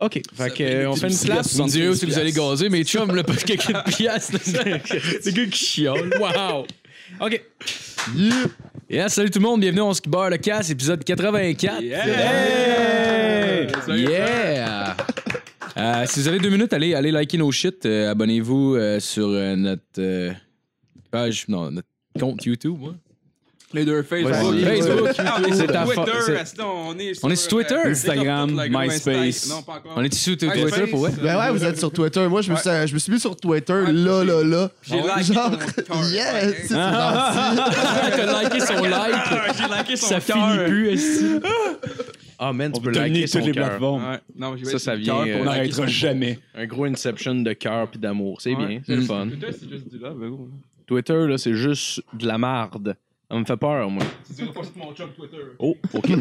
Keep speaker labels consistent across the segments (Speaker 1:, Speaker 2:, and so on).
Speaker 1: OK. Fait que, euh, on fait une
Speaker 2: Il y a
Speaker 1: slap.
Speaker 3: Mon Dieu,
Speaker 2: 75
Speaker 3: si vous allez gazer, mes chums, là, parce que quelques piastres, là, c'est que qui chiole.
Speaker 1: Wow. OK.
Speaker 3: Yeah, salut tout le monde, bienvenue on se barre le casse, épisode 84.
Speaker 1: Hey!
Speaker 3: Yeah! Euh, si vous avez deux minutes, allez, allez liker nos shit. euh, Abonnez-vous euh, sur euh, notre euh, page, non, notre compte YouTube. ouais.
Speaker 2: Les deux Facebook.
Speaker 3: Vas-y. Facebook,
Speaker 2: Ah,
Speaker 3: YouTube.
Speaker 2: c'est
Speaker 3: ta
Speaker 2: Twitter.
Speaker 3: faute, c'est-
Speaker 2: est-ce qu'on- On est
Speaker 3: On est sur Twitter?
Speaker 2: euh,
Speaker 4: Instagram,
Speaker 2: TikTok, like,
Speaker 4: MySpace.
Speaker 2: Non, pas encore.
Speaker 3: On est ici sur Twitter
Speaker 2: MySpace,
Speaker 3: pour vrai?
Speaker 5: Ben ouais, vous êtes sur Twitter. Moi, je me suis, je me suis mis sur Twitter, là, là, là.
Speaker 2: J'ai liké
Speaker 5: Genre,
Speaker 2: ton cœur. hein.
Speaker 5: yes, c'est
Speaker 6: Ah.
Speaker 3: T'as liké son like,
Speaker 2: Ah, J'ai liké son
Speaker 3: ça finit
Speaker 2: cœur.
Speaker 3: plus. esti.
Speaker 4: Ah, man, tu peux
Speaker 1: Dominer
Speaker 4: liker son
Speaker 1: toutes les
Speaker 4: cœur.
Speaker 1: plateformes.
Speaker 2: Ouais. Non, mais j'ai
Speaker 4: Ça,
Speaker 2: liké
Speaker 4: ça
Speaker 2: son
Speaker 4: vient,
Speaker 2: cœur
Speaker 4: euh,
Speaker 2: pour
Speaker 4: On
Speaker 2: liker son-
Speaker 1: jamais.
Speaker 4: Un gros inception de cœur puis d'amour. C'est
Speaker 2: Ouais.
Speaker 4: bien, c'est le
Speaker 3: Mm.
Speaker 4: fun.
Speaker 2: Twitter, c'est juste du love. gros.
Speaker 4: Twitter, là, c'est juste de la marde. Ça me fait peur, moi.
Speaker 2: Tu diras pas ça de mon chum Twitter.
Speaker 4: Oh, OK.
Speaker 3: T'es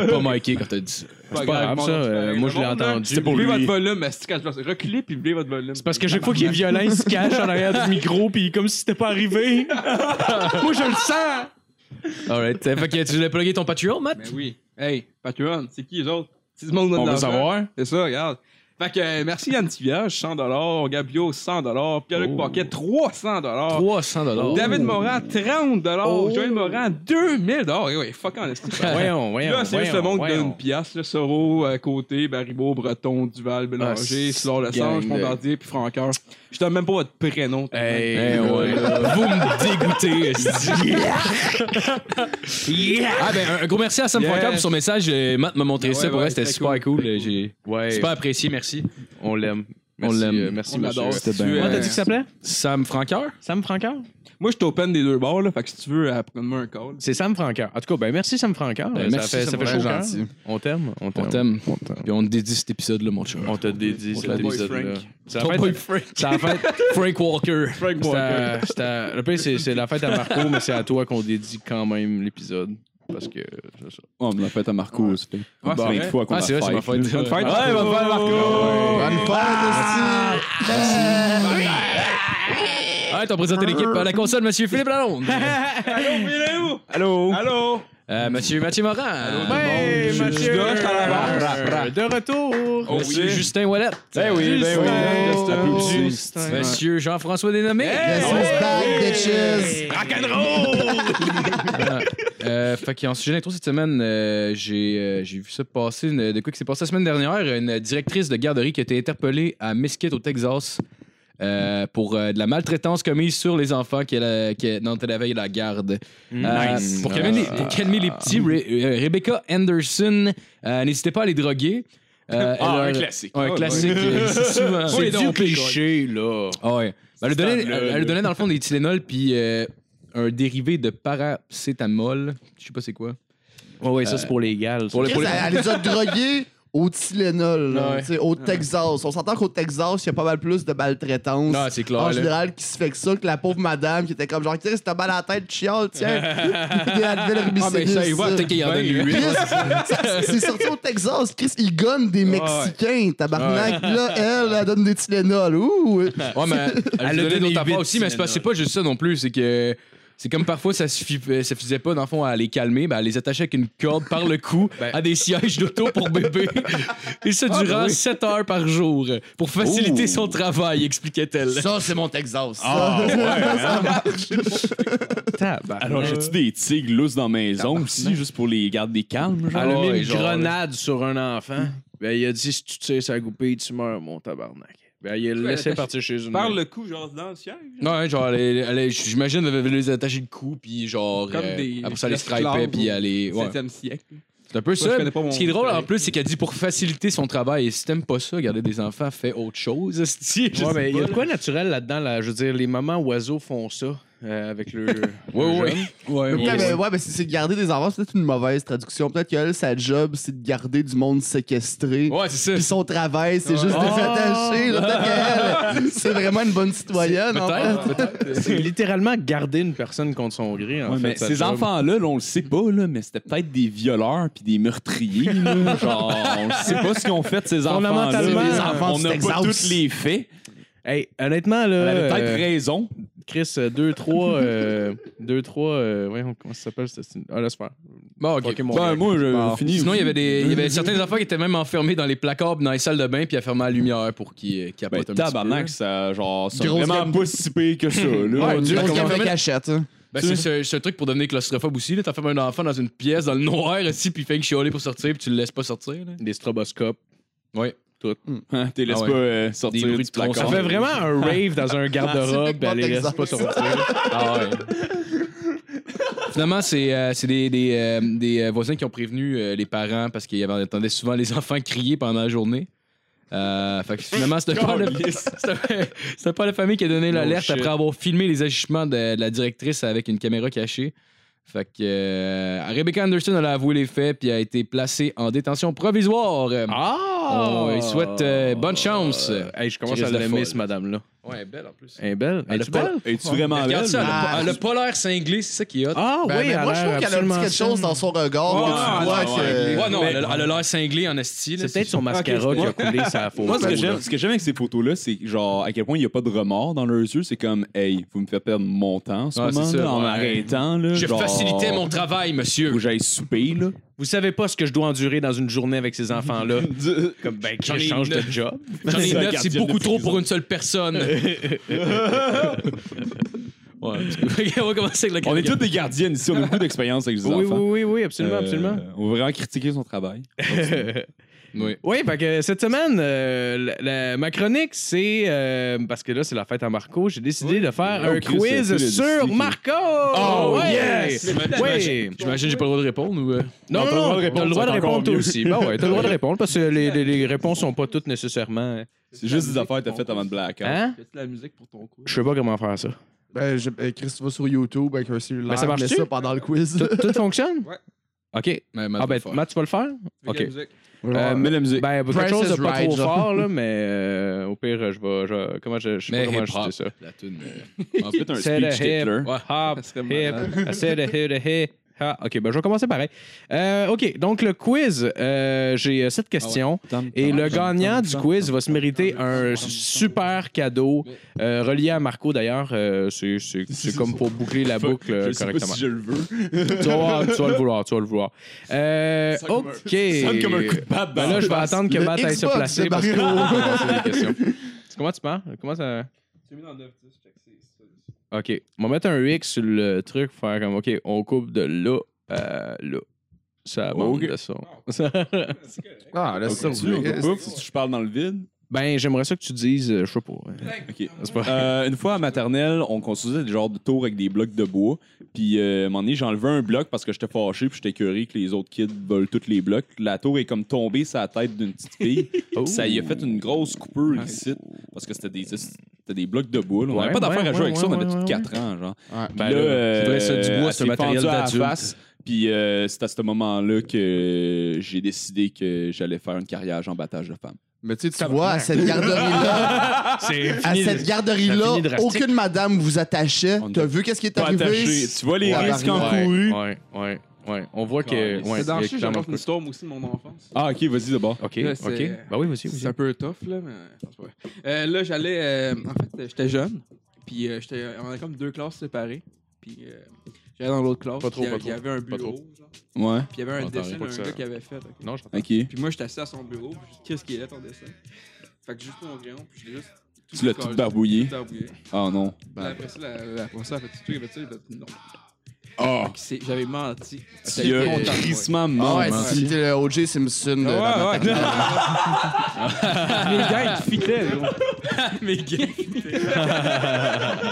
Speaker 3: t'es pas miké quand t'as dit ça.
Speaker 4: C'est pas grave, ça. euh, moi, je l'ai entendu.
Speaker 2: Oubliez votre volume, mais c'est quand je passe. Reculez puis oubliez votre volume.
Speaker 1: Parce que chaque fois qu'il est violent, il se cache en arrière du micro, puis comme si c'était pas arrivé. Moi, je le sens.
Speaker 3: Alright. euh, Fait que tu voulais plugger ton Patreon, Matt?
Speaker 2: Mais oui. Hey, Patreon, c'est qui les autres? C'est du monde de
Speaker 4: On veut
Speaker 2: l'argent.
Speaker 4: savoir.
Speaker 2: C'est ça, regarde. Fait que euh, merci Yann Tivierge, 100 Gabio, 100 Pierre-Luc
Speaker 4: Oh.
Speaker 2: Paquet, 300
Speaker 3: 300 dollars.
Speaker 2: David Morin, 30
Speaker 4: Oh.
Speaker 2: Joël Morin, 2000 Eh oui, fuck en esti.
Speaker 4: Voyons, voyons.
Speaker 2: Là, c'est juste le
Speaker 4: Ah, voyons,
Speaker 2: monde qui donne
Speaker 4: voyons.
Speaker 2: une pièce. Là, Soro, à côté, Baribo, Breton, Duval, Bélanger,
Speaker 4: Ah,
Speaker 2: Slor Le
Speaker 4: gang
Speaker 2: Sange,
Speaker 4: de-
Speaker 2: Bombardier, puis Francoeur. Je donne même pas votre prénom.
Speaker 4: Hey,
Speaker 3: Eh ouais. Vous me dégoûtez, esti. Ah ben, un gros merci à Sam
Speaker 2: Yeah.
Speaker 3: Francaire pour son message. Euh, Matt m'a montré
Speaker 2: Ouais,
Speaker 3: ça, pour
Speaker 2: ouais,
Speaker 3: vrai, c'était
Speaker 2: c'était
Speaker 3: super
Speaker 2: cool.
Speaker 3: cool. euh, J'ai
Speaker 4: Ouais,
Speaker 3: super apprécié, merci.
Speaker 4: on l'aime.
Speaker 3: On
Speaker 4: Merci,
Speaker 3: l'aime.
Speaker 4: euh, Merci,
Speaker 2: On
Speaker 4: monsieur.
Speaker 2: l'adore.
Speaker 4: C'était
Speaker 2: Tu
Speaker 4: bien.
Speaker 2: es-
Speaker 4: Ouais,
Speaker 2: Ouais,
Speaker 1: euh,
Speaker 2: t'as dit que ça
Speaker 4: s'appelait?
Speaker 3: Sam Francaire?
Speaker 4: Sam Francaire?
Speaker 2: Moi, je t'open des deux bords, là. Fait que si tu veux, euh, prends-moi un call.
Speaker 4: C'est Sam Francaire. En tout cas, ben merci Sam Francaire.
Speaker 3: Ben,
Speaker 4: ça
Speaker 3: merci,
Speaker 4: fait, ça
Speaker 3: Sam
Speaker 4: fait chaud au
Speaker 3: Francaire,
Speaker 4: cœur.
Speaker 3: gentil.
Speaker 4: On t'aime. On
Speaker 3: On
Speaker 4: t'aime.
Speaker 3: t'aime. Puis on te dédie cet épisode-là, mon cher.
Speaker 4: On te dédie
Speaker 3: On
Speaker 4: cet
Speaker 3: t'aime.
Speaker 4: épisode-là.
Speaker 2: Frank.
Speaker 4: C'est
Speaker 3: Ton
Speaker 4: la
Speaker 3: boy
Speaker 4: fête-
Speaker 3: Frank.
Speaker 4: c'est la fête
Speaker 3: Frank Walker.
Speaker 4: C'est à- c'est à- Le pire, c'est c'est la fête à Marco, mais c'est à toi qu'on dédie quand même l'épisode. Parce que c'est ça.
Speaker 6: On me l'a fait à Marco aussi.
Speaker 2: Ah, c'est
Speaker 6: Bon,
Speaker 2: vrai?
Speaker 6: une fois qu'on
Speaker 3: Ah,
Speaker 6: l'a
Speaker 3: c'est vrai, c'est ma
Speaker 6: fait.
Speaker 3: fête.
Speaker 2: Bonne fête.
Speaker 6: Ouais, bonne fête, Marco!
Speaker 5: Bonne fête, esti.
Speaker 3: Ouais, t'as présenté l'équipe à la console, monsieur Philippe Lalonde.
Speaker 2: Allô,
Speaker 4: Allô?
Speaker 2: Allô?
Speaker 3: Euh, monsieur Mathieu Morin.
Speaker 4: Hey,
Speaker 3: Bonjour.
Speaker 4: Mathieu!
Speaker 2: gauche à la
Speaker 4: De retour!
Speaker 2: Oh,
Speaker 3: Monsieur
Speaker 2: oui.
Speaker 3: Justin Wallet.
Speaker 6: Ben oui, ben oui.
Speaker 4: Justin.
Speaker 6: Applaudissements.
Speaker 4: Ben,
Speaker 3: Monsieur Jean-François Dénommé.
Speaker 5: Yes, it's back, bitches.
Speaker 3: Euh, fait qu'en sujet d'intro cette semaine, euh, j'ai euh, j'ai vu ça passer. une- de quoi que c'est passé la semaine dernière? Une directrice de garderie qui a été interpellée à Mesquite, au Texas, euh, pour euh, de la maltraitance commise sur les enfants qu'elle a- qu'elle- dont elle avait la garde. Euh,
Speaker 4: Nice.
Speaker 3: pour calmer les, pour calmer les petits, Re- euh, Rebecca Anderson, euh, n'hésitez pas à les droguer. Euh, elle
Speaker 6: Ah,
Speaker 3: leur-
Speaker 6: un classique.
Speaker 3: Ouais,
Speaker 2: Ah,
Speaker 3: classique. euh, C'est souvent.
Speaker 4: C'est
Speaker 3: C'est-
Speaker 4: du cliché, là.
Speaker 3: Ah ouais. Ben, elle, lui donnait,
Speaker 6: Stable,
Speaker 3: elle- elle lui donnait dans le fond des Tylenol puis euh, un dérivé de paracétamol. Je sais pas c'est quoi. Euh,
Speaker 4: Ouais, ouais, ça, c'est pour les gales.
Speaker 3: Pour les-
Speaker 5: Chris, elle, elle les a drogués au Tylenol, là,
Speaker 3: Ouais.
Speaker 5: tu sais, au Texas. On s'entend qu'au Texas, il y a pas mal plus de maltraitance.
Speaker 3: Ah, c'est clair,
Speaker 5: En
Speaker 3: là.
Speaker 5: général, qui se fait que ça, que la pauvre madame qui était comme genre, Chris, t'as mal à la tête, chiale, tiens. Puis elle devait le
Speaker 3: Ah, mais ça, il voit, peut-être
Speaker 5: Chris,
Speaker 3: qu'il y en donne lui.
Speaker 5: c'est sorti au Texas. Chris, il gonne des Mexicains, tabarnak. Là, elle, elle donne des Tylenol. Ouh!
Speaker 3: Ouais, mais elle,
Speaker 4: Elle
Speaker 3: lui
Speaker 4: a
Speaker 3: donnait
Speaker 4: donné
Speaker 3: d'autres
Speaker 4: huit
Speaker 3: affaires aussi, mais c'est pas- c'est pas juste ça non plus. C'est que. C'est comme parfois, ça suffi- euh, ça suffisait pas, dans le fond, à les calmer. Ben, elle les attachait avec une corde par le cou
Speaker 4: Ben.
Speaker 3: à des sièges d'auto pour bébé. Et ça
Speaker 4: Ah,
Speaker 3: durant 7 heures par jour pour faciliter son travail, expliquait-elle.
Speaker 5: Ça, c'est mon Texas. Ça.
Speaker 4: Ah.
Speaker 6: Alors, j'ai-tu des tigres lousses dans la maison aussi, juste pour les garder calmes?
Speaker 4: Elle
Speaker 6: genre?
Speaker 4: a mis une
Speaker 3: Ah genre, Hmm.
Speaker 4: grenade sur un enfant. Ben, il a dit si tu tires sa goupille, tu meurs, mon tabarnak. Ben, il a laissé partir chez une.
Speaker 2: Parle le coup, genre, dans le ciel.
Speaker 3: Non, hein, genre, elle- elle- j'imagine, elle avait les attacher le cou, puis genre.
Speaker 2: Comme
Speaker 3: euh,
Speaker 2: des-
Speaker 3: après ça, elle
Speaker 2: des
Speaker 3: les stripait,
Speaker 2: esclaves
Speaker 3: puis elle les. ouais.
Speaker 2: 7e siècle.
Speaker 3: C'est un peu
Speaker 2: je
Speaker 3: ça.
Speaker 2: connais pas mon
Speaker 3: Ce qui est drôle en
Speaker 2: collègue.
Speaker 3: plus, c'est qu'elle dit pour faciliter son travail. Et si t'aimes pas ça, garder des enfants, fais autre chose. esti. Je
Speaker 4: Ouais,
Speaker 3: sais
Speaker 4: mais il y
Speaker 3: pas,
Speaker 4: a de
Speaker 3: là.
Speaker 4: quoi naturel là-dedans. Là, je veux dire, les mamans oiseaux font ça euh, avec le.
Speaker 6: Ben,
Speaker 3: Ouais, ouais.
Speaker 5: Mais peut-être, ben, ouais, mais c'est c'est de garder des enfants, c'est peut-être une mauvaise traduction. Peut-être qu'elle, sa job, c'est de garder du monde séquestré.
Speaker 3: Ouais, c'est
Speaker 5: Puis
Speaker 3: ça.
Speaker 5: son travail, c'est juste
Speaker 4: Oh!
Speaker 5: de s'attacher. là. Peut-être qu'elle, c'est vraiment une bonne citoyenne. en
Speaker 3: Peut-être,
Speaker 5: fait.
Speaker 3: peut-être.
Speaker 4: C'est littéralement garder une personne contre son gré. En
Speaker 6: Ouais,
Speaker 4: fait,
Speaker 6: mais
Speaker 4: sa
Speaker 6: ces
Speaker 4: job.
Speaker 6: enfants-là, là, on le sait pas, là, mais c'était peut-être des violeurs puis des meurtriers. là. genre, on sait pas ce qu'ils ont fait, ces enfants-là.
Speaker 4: Fondamentalement,
Speaker 5: les enfants
Speaker 6: on
Speaker 5: du
Speaker 6: n'a pas
Speaker 5: Texas.
Speaker 6: tous les faits.
Speaker 4: Hey, honnêtement, là.
Speaker 6: Elle avait
Speaker 4: euh,
Speaker 6: peut-être raison
Speaker 4: Chris, euh, deux, trois. euh, deux, trois. euh, voyons, comment ça s'appelle ce style? Ah, là, super.
Speaker 3: Bon, Bah, ok.
Speaker 4: Pokémon.
Speaker 6: Ben, moi, je
Speaker 4: Bon.
Speaker 6: finis.
Speaker 3: Sinon, il y avait, des, il y avait certaines affaires qui étaient même enfermées dans les placards, puis dans les salles de bain, puis à fermer la lumière pour qu'ils qu'ils
Speaker 6: Ben,
Speaker 3: apportent un petit peu.
Speaker 6: tabarnak, ça, genre, c'est
Speaker 5: Grosse
Speaker 6: vraiment
Speaker 5: gamme.
Speaker 6: pas si pire que ça, là.
Speaker 3: Ouais, Dieu,
Speaker 5: Grosse
Speaker 3: comment
Speaker 5: gamme de
Speaker 3: on fait?
Speaker 5: cachette, hein.
Speaker 3: Ben, c'est ce, ce truc pour devenir claustrophobe aussi. là. T'as fait un enfant dans une pièce, dans le noir, ici, puis il fait que chialer pour sortir, puis tu le laisses pas sortir. là.
Speaker 4: Des stroboscopes.
Speaker 6: Hein, T'es laisse
Speaker 3: Ah ouais.
Speaker 6: pas euh,
Speaker 3: Des
Speaker 6: sortir
Speaker 3: bruits
Speaker 6: du
Speaker 3: de plomb,
Speaker 6: placard.
Speaker 4: Ça fait vraiment un rave dans un garde-robe,
Speaker 5: C'est
Speaker 4: elle les laisse pas
Speaker 5: Texas.
Speaker 4: sortir.
Speaker 3: Ah ouais. Finalement, c'est euh, c'est des, des, euh, des, euh, voisins qui ont prévenu euh, les parents parce qu'ils avaient- entendaient souvent les enfants crier pendant la journée. Euh, fait que finalement, c'est un père de- c'est un- c'est un père de famille qui a donné l'alerte
Speaker 4: shit.
Speaker 3: après avoir filmé les agissements de, de la directrice avec une caméra cachée. Fait que euh, Rebecca Anderson elle a avoué les faits puis a été placée en détention provisoire.
Speaker 4: Ah!
Speaker 3: On lui souhaite euh, bonne chance.
Speaker 4: Hey, je commence
Speaker 3: Chris
Speaker 4: à
Speaker 3: de
Speaker 4: l'aimer,
Speaker 3: folle.
Speaker 4: cette madame-là.
Speaker 3: Ouais, belle en plus.
Speaker 4: Elle est belle. Elle
Speaker 3: Elle
Speaker 4: est
Speaker 3: est belle.
Speaker 4: belle.
Speaker 6: Es-tu vraiment
Speaker 3: Regarde
Speaker 6: belle?
Speaker 3: ça, elle a pas-
Speaker 5: Ah,
Speaker 3: elle a pas l'air cinglée, c'est ça qui est hot.
Speaker 4: Ah
Speaker 5: Ben, mais moi, je trouve qu'elle a un petit quelque chose dans son regard
Speaker 6: Ouais,
Speaker 5: que tu vois
Speaker 6: ouais,
Speaker 5: que...
Speaker 3: Ben, Ouais, non, elle a elle a l'air cinglée en esti. là,
Speaker 4: C'est peut-être son mascara
Speaker 2: Ok,
Speaker 4: qui a coulé sa faute.
Speaker 6: Moi, ce que j'aime, ce que j'aime avec ces photos-là, c'est genre à quel point il n'y a pas de remords dans leurs yeux. C'est comme, hey, vous me faites perdre mon temps en ce
Speaker 3: Ah, c'est
Speaker 6: moment,
Speaker 3: ça,
Speaker 6: là, en
Speaker 3: ouais.
Speaker 6: m'arrêtant. là,
Speaker 3: Je
Speaker 6: genre,
Speaker 3: facilitais mon travail, monsieur.
Speaker 6: Faut que j'aille souper, là.
Speaker 4: Vous savez pas ce que je dois endurer dans une journée avec ces enfants-là. Comme, ben,
Speaker 3: J'en
Speaker 4: je
Speaker 3: ai
Speaker 4: change de
Speaker 3: neuf.
Speaker 4: job.
Speaker 3: J'en ai
Speaker 6: C'est un
Speaker 3: neuf, c'est
Speaker 6: gardien
Speaker 3: beaucoup
Speaker 6: de
Speaker 3: trop pour une seule personne. ouais, en tout cas, on va commencer avec la
Speaker 6: on est tous des gardiennes ici, on a beaucoup d'expérience avec les
Speaker 4: Oui, oui,
Speaker 6: enfants.
Speaker 4: oui, oui, absolument,
Speaker 6: Euh,
Speaker 4: absolument.
Speaker 6: on va vraiment critiquer son travail.
Speaker 3: Oui.
Speaker 4: Oui, fait que cette semaine, euh, la- la- ma chronique, c'est. euh, parce que là, c'est la fête à Marco, j'ai décidé de faire
Speaker 6: Oh,
Speaker 4: un
Speaker 6: Chris,
Speaker 4: quiz
Speaker 6: euh, tu l'as
Speaker 4: sur
Speaker 6: dit que-
Speaker 4: Marco!
Speaker 6: Oh,
Speaker 4: Ouais!
Speaker 6: yes!
Speaker 4: Ouais!
Speaker 3: J'imagine que j'ai pas le droit de répondre ou. euh?
Speaker 4: Non,
Speaker 6: Non,
Speaker 4: non,
Speaker 6: t'as le droit
Speaker 4: non,
Speaker 6: de
Speaker 4: t'as
Speaker 6: répondre,
Speaker 4: le droit
Speaker 6: c'est
Speaker 4: de
Speaker 6: encore
Speaker 4: répondre toi
Speaker 6: mieux.
Speaker 4: aussi. Ben ouais, t'as le droit de répondre parce que les, les- les réponses sont pas toutes nécessairement. euh,
Speaker 6: C'est juste des affaires que t'as faites avant de blackout.
Speaker 4: Hein?
Speaker 2: Fais-tu la musique pour ton coup?
Speaker 4: Je sais pas comment faire ça.
Speaker 5: Ben, je- euh, Chris, tu vas sur YouTube avec un cellulaire,
Speaker 4: Ben, ça marche-tu?
Speaker 5: mets ça pendant le quiz.
Speaker 4: Tout, tout fonctionne?
Speaker 2: Ouais.
Speaker 4: OK.
Speaker 3: Ouais,
Speaker 4: Ah ben,
Speaker 3: faut le faire.
Speaker 4: Matt, tu vas le faire?
Speaker 2: Fais de la
Speaker 4: Ok.
Speaker 2: musique.
Speaker 4: Euh,
Speaker 6: Mets la musique.
Speaker 4: Ben, quelque
Speaker 5: Price
Speaker 4: chose de
Speaker 5: is
Speaker 4: pas
Speaker 5: right,
Speaker 4: trop
Speaker 5: genre.
Speaker 4: fort, là, mais euh, au pire, je vais. je- comment je. Je sais pas
Speaker 3: Mais
Speaker 4: comment
Speaker 3: hip-hop.
Speaker 4: ajouter ça.
Speaker 3: La toune, euh,
Speaker 6: En fait, un
Speaker 4: C'est le
Speaker 6: speech
Speaker 4: hip,
Speaker 6: Hitler.
Speaker 4: ouais, hop,
Speaker 2: Ça serait
Speaker 4: Ah, hip,
Speaker 2: malade.
Speaker 4: I said a hip, a hip, ha. Ok, ben je vais commencer pareil. Euh, ok, donc le quiz, euh, j'ai euh,
Speaker 6: Ah
Speaker 4: cette question. Et le gagnant du quiz va se mériter un super cadeau euh, relié à Marco d'ailleurs. Euh, c'est- c'est c'est comme pour boucler la boucle euh,
Speaker 6: Je sais pas
Speaker 4: correctement.
Speaker 6: si je le veux.
Speaker 4: Tu vas voir, tu vas le vouloir, tu vas le vouloir. Euh,
Speaker 6: Ça sonne comme un-
Speaker 4: ok.
Speaker 6: Ça sonne comme un coup de patte dans
Speaker 4: Ben là, je vais
Speaker 6: la face.
Speaker 4: attendre que
Speaker 5: Le
Speaker 4: Matt aille se
Speaker 5: Xbox de
Speaker 4: placer parce que c'est des questions. Comment tu parles? Comment ça...
Speaker 2: Tu mis dans 9-10, check, c'est ça.
Speaker 4: OK. On va mettre un X sur le truc pour faire comme, OK, on coupe de là à là. Ça monte
Speaker 6: Ok.
Speaker 4: de son.
Speaker 2: C'est correct.
Speaker 5: Ah, là,
Speaker 6: Ok,
Speaker 5: ça,
Speaker 6: tu veux, on coupe, si je parle dans le vide.
Speaker 4: ben, j'aimerais ça que tu dises, euh, je sais pas. hein.
Speaker 6: Ok.
Speaker 4: C'est pas-
Speaker 6: Euh, une fois à maternelle, on construisait des genres de tours avec des blocs de bois. Puis, euh, à un moment donné, j'enlevais un bloc parce que j'étais fâché puis j'étais curé que les autres kids volent tous les blocs. La tour est comme tombée sur la tête d'une petite fille. Puis Ça y a fait une grosse coupure ici parce que c'était des, c'était des blocs de bois. là. On
Speaker 4: Ouais,
Speaker 6: n'avait pas d'affaire
Speaker 4: ouais,
Speaker 6: à jouer avec
Speaker 4: ouais,
Speaker 6: ça, on
Speaker 4: ouais,
Speaker 6: avait tous
Speaker 4: ouais,
Speaker 6: 4 ans. Genre.
Speaker 4: Ben
Speaker 6: Puis là,
Speaker 4: là,
Speaker 6: euh,
Speaker 3: c'est vrai, ça, du bois,
Speaker 6: elle
Speaker 3: c'est un
Speaker 6: s'est
Speaker 3: matériel
Speaker 6: fendue à la
Speaker 3: d'adulte.
Speaker 6: face. Puis euh, c'est à ce moment-là que j'ai décidé que j'allais faire une carrière en battage de femmes.
Speaker 5: Mais tu sais, tu vois, à cette garderie-là,
Speaker 4: c'est
Speaker 5: à
Speaker 4: fini.
Speaker 5: cette
Speaker 4: ça finit
Speaker 5: garderie-là,
Speaker 4: drastique.
Speaker 5: aucune madame vous attachait.
Speaker 6: On
Speaker 5: T'as vu qu'est-ce qui est
Speaker 6: Pas
Speaker 5: arrivé?
Speaker 6: attaché. Tu vois les
Speaker 5: Ouais,
Speaker 6: risques
Speaker 5: ouais.
Speaker 6: encourus.
Speaker 4: Ouais, ouais, ouais. On voit que...
Speaker 2: C'est
Speaker 4: Ouais,
Speaker 2: dans
Speaker 4: il y a
Speaker 2: Chien, j'ai
Speaker 4: clairement-
Speaker 2: raconté une histoire, moi aussi, de mon enfance.
Speaker 6: Ah, ok, vas-y d'abord.
Speaker 4: OK,
Speaker 2: Là,
Speaker 4: OK.
Speaker 2: c'est-
Speaker 4: Ben oui, vas-y,
Speaker 2: C'est
Speaker 4: vas-y.
Speaker 2: un peu tough, là, mais je pense pas. Euh, là, j'allais. euh, en fait, j'étais jeune, puis euh, j'étais, on avait comme deux classes séparées. Puis euh, j'allais dans l'autre classe.
Speaker 4: Pas trop,
Speaker 2: puis
Speaker 4: pas
Speaker 2: Il y avait un
Speaker 4: trop, pas
Speaker 2: bureau, genre. Puis
Speaker 6: Ouais.
Speaker 2: il y avait un
Speaker 4: Attends,
Speaker 2: dessin
Speaker 4: pas
Speaker 2: d'un
Speaker 4: que
Speaker 2: gars
Speaker 4: ça-
Speaker 2: qui avait fait. ok.
Speaker 4: Non, je t'entends.
Speaker 6: Ok.
Speaker 2: Puis moi, j'étais assis à son bureau, puis je dis, qu'est-ce qu'il est, ton dessin Fait que juste mon crayon, puis je l'ai juste.
Speaker 6: Tu l'as tout
Speaker 2: collé,
Speaker 6: barbouillé.
Speaker 2: tout barbouillé.
Speaker 6: Ah non.
Speaker 2: Puis après ça, la, la professeure a fait tout, il a fait ça, il a fait non.
Speaker 6: Ah.
Speaker 2: Puis c'est- J'avais menti.
Speaker 6: Tu as
Speaker 2: content,
Speaker 6: crissement
Speaker 5: Ah ouais,
Speaker 6: menti.
Speaker 5: c'était le O.J. Simpson. de
Speaker 2: Ouais,
Speaker 5: la
Speaker 2: ouais,
Speaker 5: maternelle.
Speaker 2: Les gars, ils fitaient, gros.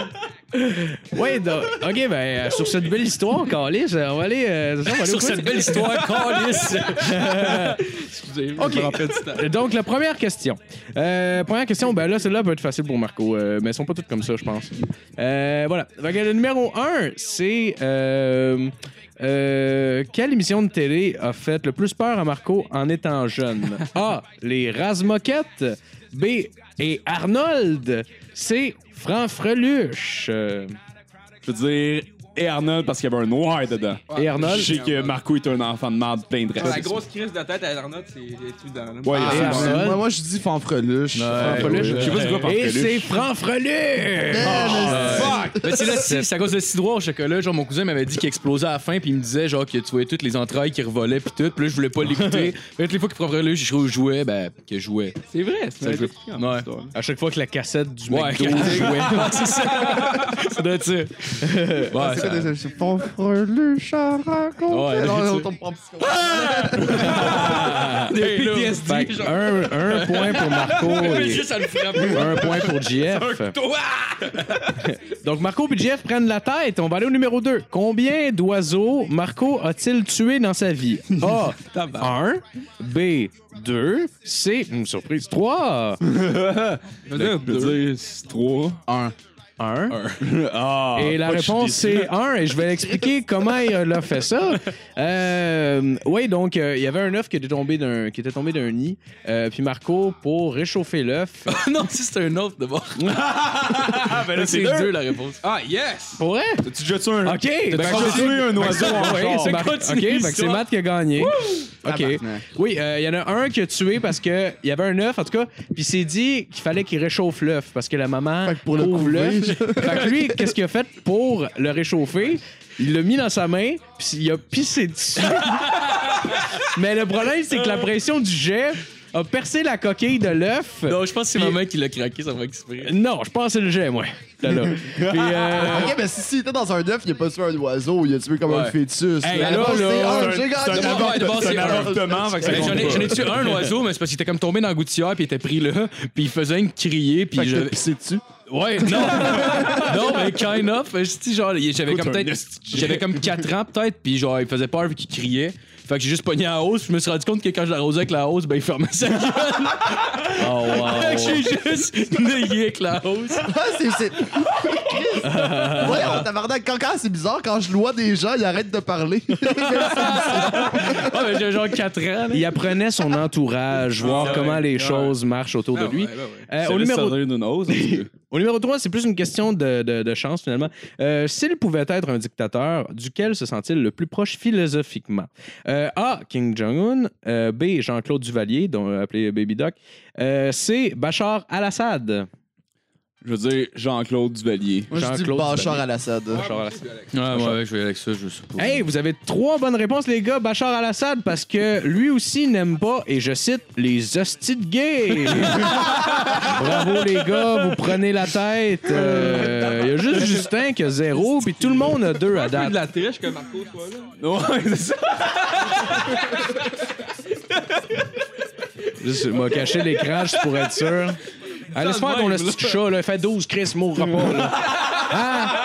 Speaker 4: Ouais, donc, OK, ben, euh, sur cette belle histoire, Calis, on va aller... euh, c'est ça, on va aller au
Speaker 3: Sur
Speaker 4: quiz.
Speaker 3: cette belle histoire, calisse!
Speaker 2: Excusez-moi,
Speaker 4: Ok.
Speaker 2: je me rappelle du temps.
Speaker 4: Donc, la première question. Euh, première question, ben là, celle-là peut être facile pour Marco, euh, mais elles sont pas toutes comme ça, je pense. Euh, voilà. Fait que le numéro 1, c'est. euh, euh, quelle émission de télé a fait le plus peur à Marco en étant jeune? A. Les Razmoquettes. B. Et Arnold. C. Franck Freluche. Euh,
Speaker 6: Je veux dire, et Arnold parce qu'il y avait un noir dedans.
Speaker 2: Ouais.
Speaker 4: Et Arnold?
Speaker 6: Je sais que Marco est un enfant de merde plein de
Speaker 2: La
Speaker 6: racisme.
Speaker 2: grosse crise de tête à Arnold, c'est tu dans le.
Speaker 6: Ouais, il y a
Speaker 4: Ah,
Speaker 6: ça.
Speaker 4: Arnold.
Speaker 5: Moi, moi, je dis fanfreluche.
Speaker 4: Fanfreluche,
Speaker 5: Ouais,
Speaker 6: Je sais pas c'est quoi par
Speaker 4: Et
Speaker 6: Freluche.
Speaker 4: c'est franc frelé!
Speaker 3: Mais tu sais, là, si- c'est à cause de cidroir au chocolat. Genre, mon cousin m'avait dit qu'il explosait à la fin, puis il me disait, genre, que tu voyais toutes les entrailles qui revolaient, puis tout. Puis là, je voulais pas l'écouter. Mais toutes les fois qu'il prendrait le, je jouais, ben, que je jouais.
Speaker 2: C'est vrai, c'est
Speaker 3: Ça, je- Ouais.
Speaker 4: À chaque fois que la cassette du
Speaker 3: Ouais,
Speaker 4: McDo
Speaker 3: que-
Speaker 4: jouait.
Speaker 3: c'est ça. ça doit être ça. Ouais,
Speaker 5: C'est
Speaker 3: ça-
Speaker 5: quoi des- Ah, c'est fanfreluche à
Speaker 3: Ouais,
Speaker 5: rencontrer. Non,
Speaker 3: tu-
Speaker 5: on tombe pas en psycho.
Speaker 4: Fait que un, un point pour
Speaker 6: ah,
Speaker 4: Marco et
Speaker 3: Juste à le frapper.
Speaker 4: un point pour JF. Donc Marco et JF prennent la tête. On va aller au numéro 2. Combien d'oiseaux Marco a-t-il tué dans sa vie? A. 1. B. 2. C. Une surprise. 3.
Speaker 6: Je peux dire c'est trois.
Speaker 4: 1.
Speaker 6: Ah,
Speaker 4: Et la
Speaker 6: moi, je suis
Speaker 4: réponse,
Speaker 6: déçu.
Speaker 4: c'est 1. Et je vais expliquer comment il a l'a fait ça. Euh, oui, donc, euh, il y avait un œuf qui était tombé d'un qui était tombé d'un nid. Euh, puis Marco, pour réchauffer l'œuf...
Speaker 3: non, si c'est un autre de bord. ah, ben là, c'est
Speaker 6: deux.
Speaker 3: deux la réponse.
Speaker 2: Ah, yes!
Speaker 4: Pour vrai?
Speaker 6: Tu jettes ça un.
Speaker 4: OK!
Speaker 6: T'as
Speaker 4: Ben,
Speaker 6: tué un oiseau en
Speaker 4: Ouais,
Speaker 6: char.
Speaker 4: c'est Mar- OK, fait que c'est Matt qui a gagné. OK. Oui, euh, il y en a un qui a tué parce que il y avait un œuf, en tout cas, puis il s'est dit qu'il fallait qu'il réchauffe l'œuf parce que la maman
Speaker 5: Fait que pour le
Speaker 4: ouvre
Speaker 5: couver.
Speaker 4: l'œuf. fait que lui, qu'est-ce qu'il a fait pour le réchauffer? Il l'a mis dans sa main, puis il a pissé dessus. Mais le problème, c'est que la pression du jet a percé la coquille de l'œuf.
Speaker 3: Non, je pense que c'est ma main qui l'a craqué, ça va exprès.
Speaker 4: Non, je pense que c'est le jet, moi. Là, là. Puis, euh,
Speaker 5: Ok, mais si, si, était dans un œuf, il a pas tué un oiseau, il a tué comme un
Speaker 3: Ouais.
Speaker 5: fœtus.
Speaker 4: Hey,
Speaker 5: La
Speaker 4: là,
Speaker 5: réponse,
Speaker 4: là,
Speaker 5: c'est un,
Speaker 4: c'est
Speaker 5: j'ai
Speaker 3: c'est
Speaker 5: gagné.
Speaker 3: un
Speaker 5: La
Speaker 3: avortement,
Speaker 5: réponse,
Speaker 3: c'est un
Speaker 5: un.
Speaker 6: avortement, fait que ça
Speaker 5: Hey,
Speaker 3: Ben, J'en ai, j'en ai tué un oiseau, mais c'est parce qu'il était comme tombé dans la gouttière, puis il était pris là, puis il faisait une crier, puis
Speaker 5: Fait que
Speaker 3: je.
Speaker 5: t'as pissé dessus.
Speaker 3: Ouais, non! non, mais kind of. Je dis, genre, j'avais comme
Speaker 6: un
Speaker 3: peut-être.
Speaker 6: esti de jet.
Speaker 3: J'avais comme 4 ans, peut-être, puis genre, il faisait peur, vu qu'il criait. Fait que j'ai juste pogné la hausse, puis je me suis rendu compte que quand je l'arrosais avec la hausse, ben il fermait sa gueule.
Speaker 4: oh, wow.
Speaker 3: Fait que j'ai juste négé avec la hausse.
Speaker 5: Ah, c'est. c'est- Voyons, tabarnak, quand, quand c'est bizarre, quand je lois des gens, ils arrêtent de parler.
Speaker 3: Ah, ben j'ai genre 4 ans, là.
Speaker 4: Il apprenait son entourage, voir comment les choses marchent autour
Speaker 2: Ah,
Speaker 4: de lui. Euh,
Speaker 6: Ça
Speaker 4: au,
Speaker 6: reste
Speaker 4: numéro,
Speaker 6: dans une hausse, en tout cas.
Speaker 4: au numéro 3, c'est plus une question de, de- de chance finalement. Euh, S'il pouvait être un dictateur, duquel se sent-il le plus proche philosophiquement? Euh, A. King Jong-un. Euh, B. Jean-Claude Duvalier, dont euh, appelé Baby Doc. Euh, C. Bachar al-Assad.
Speaker 6: Je veux dire Jean-Claude Duvalier.
Speaker 5: Moi, je dis
Speaker 4: Jean-Claude
Speaker 5: Bachar
Speaker 4: Duvalier.
Speaker 5: al-Assad.
Speaker 3: Ouais, ouais, je vais avec ça, je sais pas.
Speaker 4: Hey, vous avez trois bonnes réponses, les gars. Bachar al-Assad, parce que lui aussi n'aime pas, et je cite, les hosties de gays. Bravo, les gars, vous prenez la tête. Euh, Il y a juste Justin qui a zéro, puis tout le monde a deux à
Speaker 2: C'est de
Speaker 4: date.
Speaker 2: la triche que Marco soit là.
Speaker 6: Ouais, c'est ça.
Speaker 4: Juste, m'a caché l'écran, je pourrais être sûr. Allez, se faire ton hostie de chat, là. Fait 12, Chris, mourra pas, là.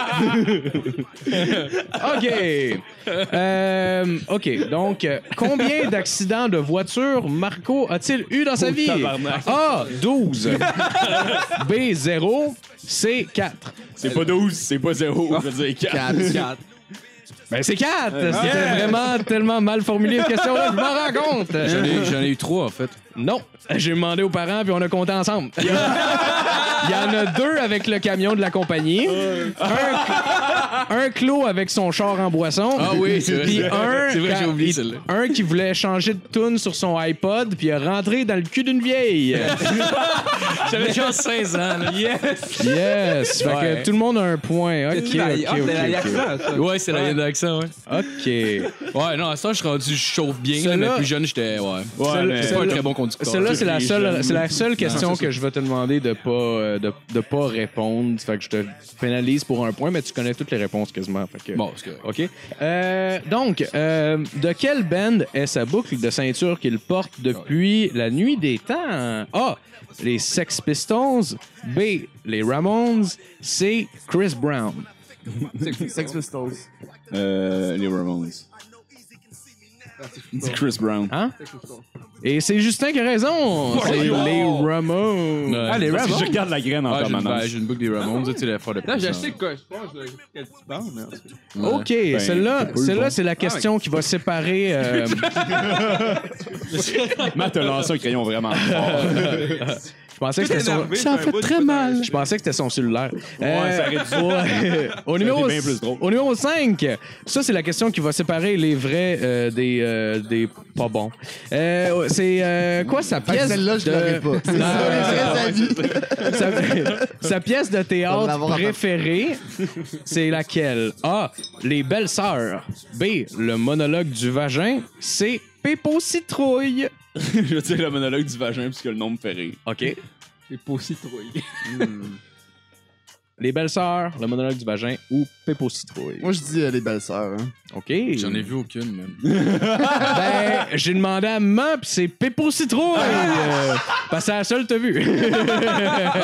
Speaker 4: Ah! OK. Euh, OK. Donc, euh, combien d'accidents de voiture Marco a-t-il eu dans sa vie?
Speaker 6: tabarnak.
Speaker 4: A, 12. B, 0. C, 4.
Speaker 6: C'est pas 12, c'est pas 0, je veux dire 4.
Speaker 4: Ben, c'est 4! C'était vraiment tellement mal formulé, cette question-là. Je m'en rends compte.
Speaker 3: J'en ai, j'en ai eu 3, en fait.
Speaker 4: Non, j'ai demandé aux parents puis on a compté ensemble. Il y en a deux avec le camion de la compagnie, un, un clos avec son char en boisson,
Speaker 3: Ah oui, c'est vrai.
Speaker 4: puis un,
Speaker 3: C'est vrai, j'ai
Speaker 4: quand-
Speaker 3: oublié
Speaker 4: il-
Speaker 3: celle-là.
Speaker 4: un qui voulait changer de tune sur son iPod puis il est rentré dans le cul d'une vieille.
Speaker 3: J'avais genre 16 ans, là.
Speaker 4: yes, fait que
Speaker 3: Ouais.
Speaker 4: tout le monde a un point. Ok,
Speaker 2: C'est la-
Speaker 4: ok,
Speaker 2: ah, c'est la
Speaker 4: ok, ok.
Speaker 2: Yaxa, ça.
Speaker 3: Ouais, c'est la ligne d'accent, ouais.
Speaker 4: Ok.
Speaker 3: Ouais, non, à ça, je suis rendu, je chauffe bien, là,
Speaker 4: Celle-là-
Speaker 3: mais plus jeune, j'étais. Ouais.
Speaker 6: Ouais,
Speaker 4: Celle-
Speaker 6: mais
Speaker 3: C'est pas un
Speaker 4: celle-
Speaker 3: très bon conducteur.
Speaker 4: Celle-là, c'est la
Speaker 6: les
Speaker 4: seule,
Speaker 6: jeunes.
Speaker 4: c'est la seule question que je vais te demander de pas, euh, de, de pas répondre. Fait que je te pénalise pour un point, mais tu connais toutes les réponses quasiment. Fait que-
Speaker 3: Bon, c'est correct.
Speaker 4: OK. Euh, donc, euh, de quelle band est sa boucle de ceinture qu'il porte depuis la nuit des temps? A. Les Sex Pistols. B. Les Ramones. C. Chris Brown.
Speaker 5: Sex Pistols.
Speaker 6: Euh, les Ramones. Dis Chris Brown.
Speaker 4: Hein? Et c'est Justin qui a raison. C'est les Ramones.
Speaker 3: Ouais.
Speaker 4: Ah, les
Speaker 6: Parce que
Speaker 4: Ramones.
Speaker 6: je garde la graine en
Speaker 3: Ah, j'ai une-
Speaker 6: permanence.
Speaker 3: ben, j'ai une boucle des Ramones, tu sais, la fois de
Speaker 2: Là,
Speaker 3: plus,
Speaker 2: j'ai acheté quoi? Je pense que j'ai acheté bandes, mais en tout cas.
Speaker 3: hein.
Speaker 4: OK,
Speaker 6: Ben,
Speaker 4: celle-là, celle-là,
Speaker 6: Ah,
Speaker 4: c'est la question qui va séparer. euh,
Speaker 6: Matt a lancé un crayon vraiment fort.
Speaker 4: Je pensais que c'était son.
Speaker 2: Ça a fait très mal.
Speaker 4: Je pensais que c'était son cellulaire. Euh,
Speaker 6: ça aurait
Speaker 4: ouais. au, numéro,
Speaker 6: été bien plus drôle.
Speaker 4: au numéro 5, ça, c'est la question qui va séparer les vrais euh, des, euh, des pas bons. Euh, c'est euh, quoi sa
Speaker 5: Fait que
Speaker 4: pièce?
Speaker 5: Celle-là, je
Speaker 4: de-
Speaker 5: l'aurais pas. C'est ça, les vrais avis.
Speaker 4: sa, sa pièce de
Speaker 5: On va
Speaker 4: théâtre
Speaker 5: l'avoir
Speaker 4: préférée, c'est laquelle? A. Les belles sœurs. B. Le monologue du vagin. C. Pépo Citrouille.
Speaker 6: Je veux dire le monologue du vagin, puisque le nom me fait rire.
Speaker 4: OK.
Speaker 2: C'est pas aussi trop.
Speaker 4: Les belles sœurs, le monologue du vagin ou Pépo Citrouille.
Speaker 5: Moi, je dis euh, les belles-sœurs. hein.
Speaker 4: OK.
Speaker 3: J'en ai vu aucune, même.
Speaker 4: Ben, j'ai demandé à maman, puis c'est Pépo Citrouille. Euh, parce que c'est la seule que t'as vu.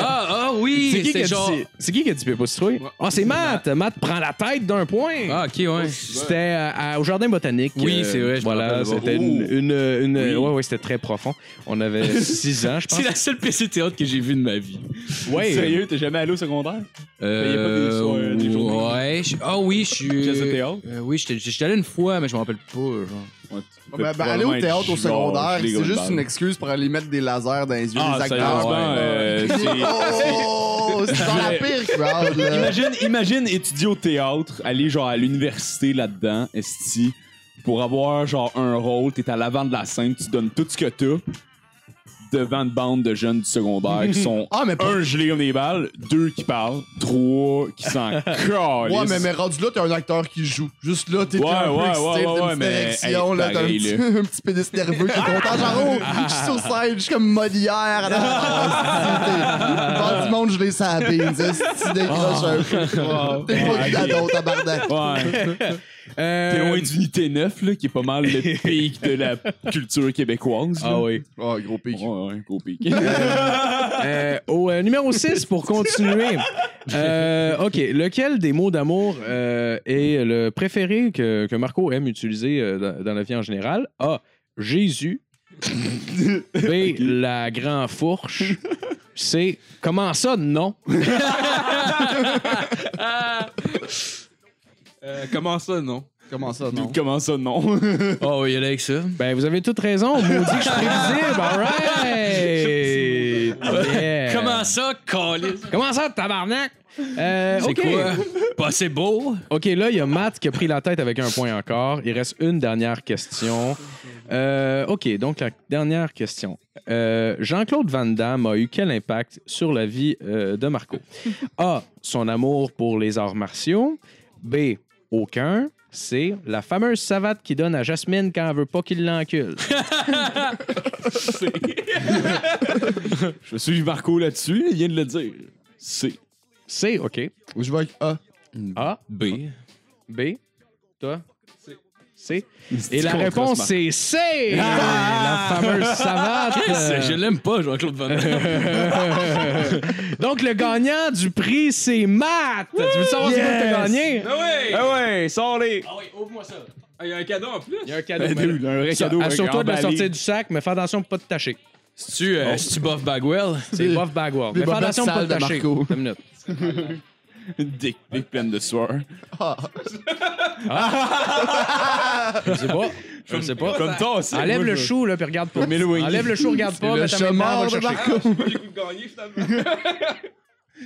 Speaker 3: Ah, ah oui!
Speaker 4: C'est qui, qui a
Speaker 3: C'est genre.
Speaker 4: dit- c'est qui qui a dit Pépo Citrouille? Ah, c'est Matt. Matt prend la tête d'un point.
Speaker 3: Ah, ok, ouais.
Speaker 6: Oh,
Speaker 4: C'était euh, à- au jardin botanique.
Speaker 3: Oui, c'est vrai, je me
Speaker 4: Voilà,
Speaker 3: rappelle d'avoir-
Speaker 4: c'était une, une, une-
Speaker 6: Oui.
Speaker 4: ouais, ouais, c'était très profond. On avait 6 ans, je pense.
Speaker 3: C'est la seule PC théâtre que j'ai vue de ma vie.
Speaker 4: Ouais.
Speaker 6: Sérieux, t'es jamais allé au secondaire? Payez pas des soirs, euh, des journées.
Speaker 3: ouais. je- Ah oui, je suis.
Speaker 6: Pièce de théâtre?
Speaker 3: Euh, oui, j'étais j'étais allé une fois, mais je me rappelle pas. Genre.
Speaker 6: Ouais,
Speaker 5: Ben, ben, aller au théâtre au secondaire, c'est juste une excuse pour aller mettre des lasers dans les yeux
Speaker 6: Ah,
Speaker 5: des acteurs.
Speaker 6: sérieusement, euh, c'est-
Speaker 5: Oh, c'est dans la pire crowd, là.
Speaker 6: Imagine, imagine étudier au théâtre, aller genre à l'université là-dedans, esti, pour avoir genre un rôle, t'es à l'avant de la scène, tu donnes tout ce que t'as devant une bande de jeunes du secondaire qui sont
Speaker 5: Ah, mais pas-
Speaker 6: un gelé comme des balles, deux qui parlent, trois qui s'en calissent.
Speaker 5: Ouais, mais, mais rendu là, t'es un acteur qui joue. Juste là, t'es
Speaker 6: Ouais,
Speaker 5: un peu
Speaker 6: ouais,
Speaker 5: excité,
Speaker 6: ouais,
Speaker 5: t'as une
Speaker 6: ouais,
Speaker 5: petite
Speaker 6: mais,
Speaker 5: érection,
Speaker 6: hey,
Speaker 5: là, t'as un
Speaker 6: pareil,
Speaker 5: petit,
Speaker 6: là.
Speaker 5: un petit pénis nerveux qui est content. Genre, oh, je suis sur scène, je suis comme Molière. à la base, t'es- Dans du monde, je les sens à peine. Tu décroches un peu. T'es pas
Speaker 6: Ouais,
Speaker 5: guidon, tabarnak.
Speaker 6: Ouais.
Speaker 4: Euh,
Speaker 6: T'es loin d'unité 9, là, qui est pas mal le pic de la culture québécoise. là.
Speaker 4: Ah oui.
Speaker 5: Oh, gros pic.
Speaker 6: Ouais, ouais, gros pic.
Speaker 4: Euh, au euh, numéro 6, pour continuer. Euh, OK. Lequel des mots d'amour euh, est le préféré que, que Marco aime utiliser euh, dans, dans la vie en général? A. Jésus. B. La grande fourche. C. Comment ça, non?
Speaker 2: Euh, comment ça, non?
Speaker 5: Comment ça, non?
Speaker 6: Comment ça, non?
Speaker 3: Ah oui, il y allait avec ça.
Speaker 4: Ben, vous avez toute raison. Maudit que je suis prévisible. All right. Yeah.
Speaker 3: Comment ça, Calis?
Speaker 4: Comment ça, tabarnak? Euh,
Speaker 3: C'est
Speaker 4: OK.
Speaker 3: quoi? Pas c'est beau?
Speaker 4: OK, là, il y a Matt qui a pris la tête avec un point encore. Il reste une dernière question. Euh, OK, donc la dernière question. Euh, Jean-Claude Van Damme a eu quel impact sur la vie euh, de Marco? A. Son amour pour les arts martiaux. B. Aucun. C. La fameuse savate qu'il donne à Jasmine quand elle veut pas qu'il l'encule.
Speaker 6: Je suis Marco là-dessus, il vient de le dire. C'est.
Speaker 4: C. OK.
Speaker 5: Je ah, vais avec A.
Speaker 4: A.
Speaker 3: B.
Speaker 4: B. Toi? C. Et la réponse, Ah! c'est C! la fameuse savate!
Speaker 6: Euh,
Speaker 4: euh,
Speaker 3: Je l'aime pas, Jean-Claude Van Damme.
Speaker 4: Donc, le gagnant du prix, c'est Matt! Tu veux savoir c'est quoi que t'as gagné?
Speaker 2: Ah ouais!
Speaker 6: Ah ouais, sors-les!
Speaker 2: Ah, il y a un cadeau en plus!
Speaker 4: Il y a un
Speaker 6: Un
Speaker 4: cadeau. Matt.
Speaker 6: vrai cadeau.
Speaker 4: Assure-toi de le sortir du sac, mais fais attention de pas te tâcher.
Speaker 3: C'est-tu euh, c'est-tu Buff Bagwell?
Speaker 4: C'est Buff Bagwell.
Speaker 5: Des
Speaker 4: Mais fais
Speaker 5: bobettes
Speaker 4: attention de pas te
Speaker 5: sales de
Speaker 4: tâcher.
Speaker 5: Marco.
Speaker 4: Deux minutes.
Speaker 6: Une dick pic pleine de sueur.
Speaker 5: Ah.
Speaker 4: Je sais pas. Je sais pas.
Speaker 6: Comme toi aussi.
Speaker 4: Enlève
Speaker 6: moi,
Speaker 4: le
Speaker 6: je-
Speaker 4: chou, là, puis regarde pas.
Speaker 6: M'éloigner.
Speaker 4: Enlève le chou, regarde pas,
Speaker 5: le
Speaker 4: mais ta main dedans, va le
Speaker 5: chemin
Speaker 4: chercher.
Speaker 2: Ah, c'est moi
Speaker 5: de
Speaker 2: qui ai gagné finalement!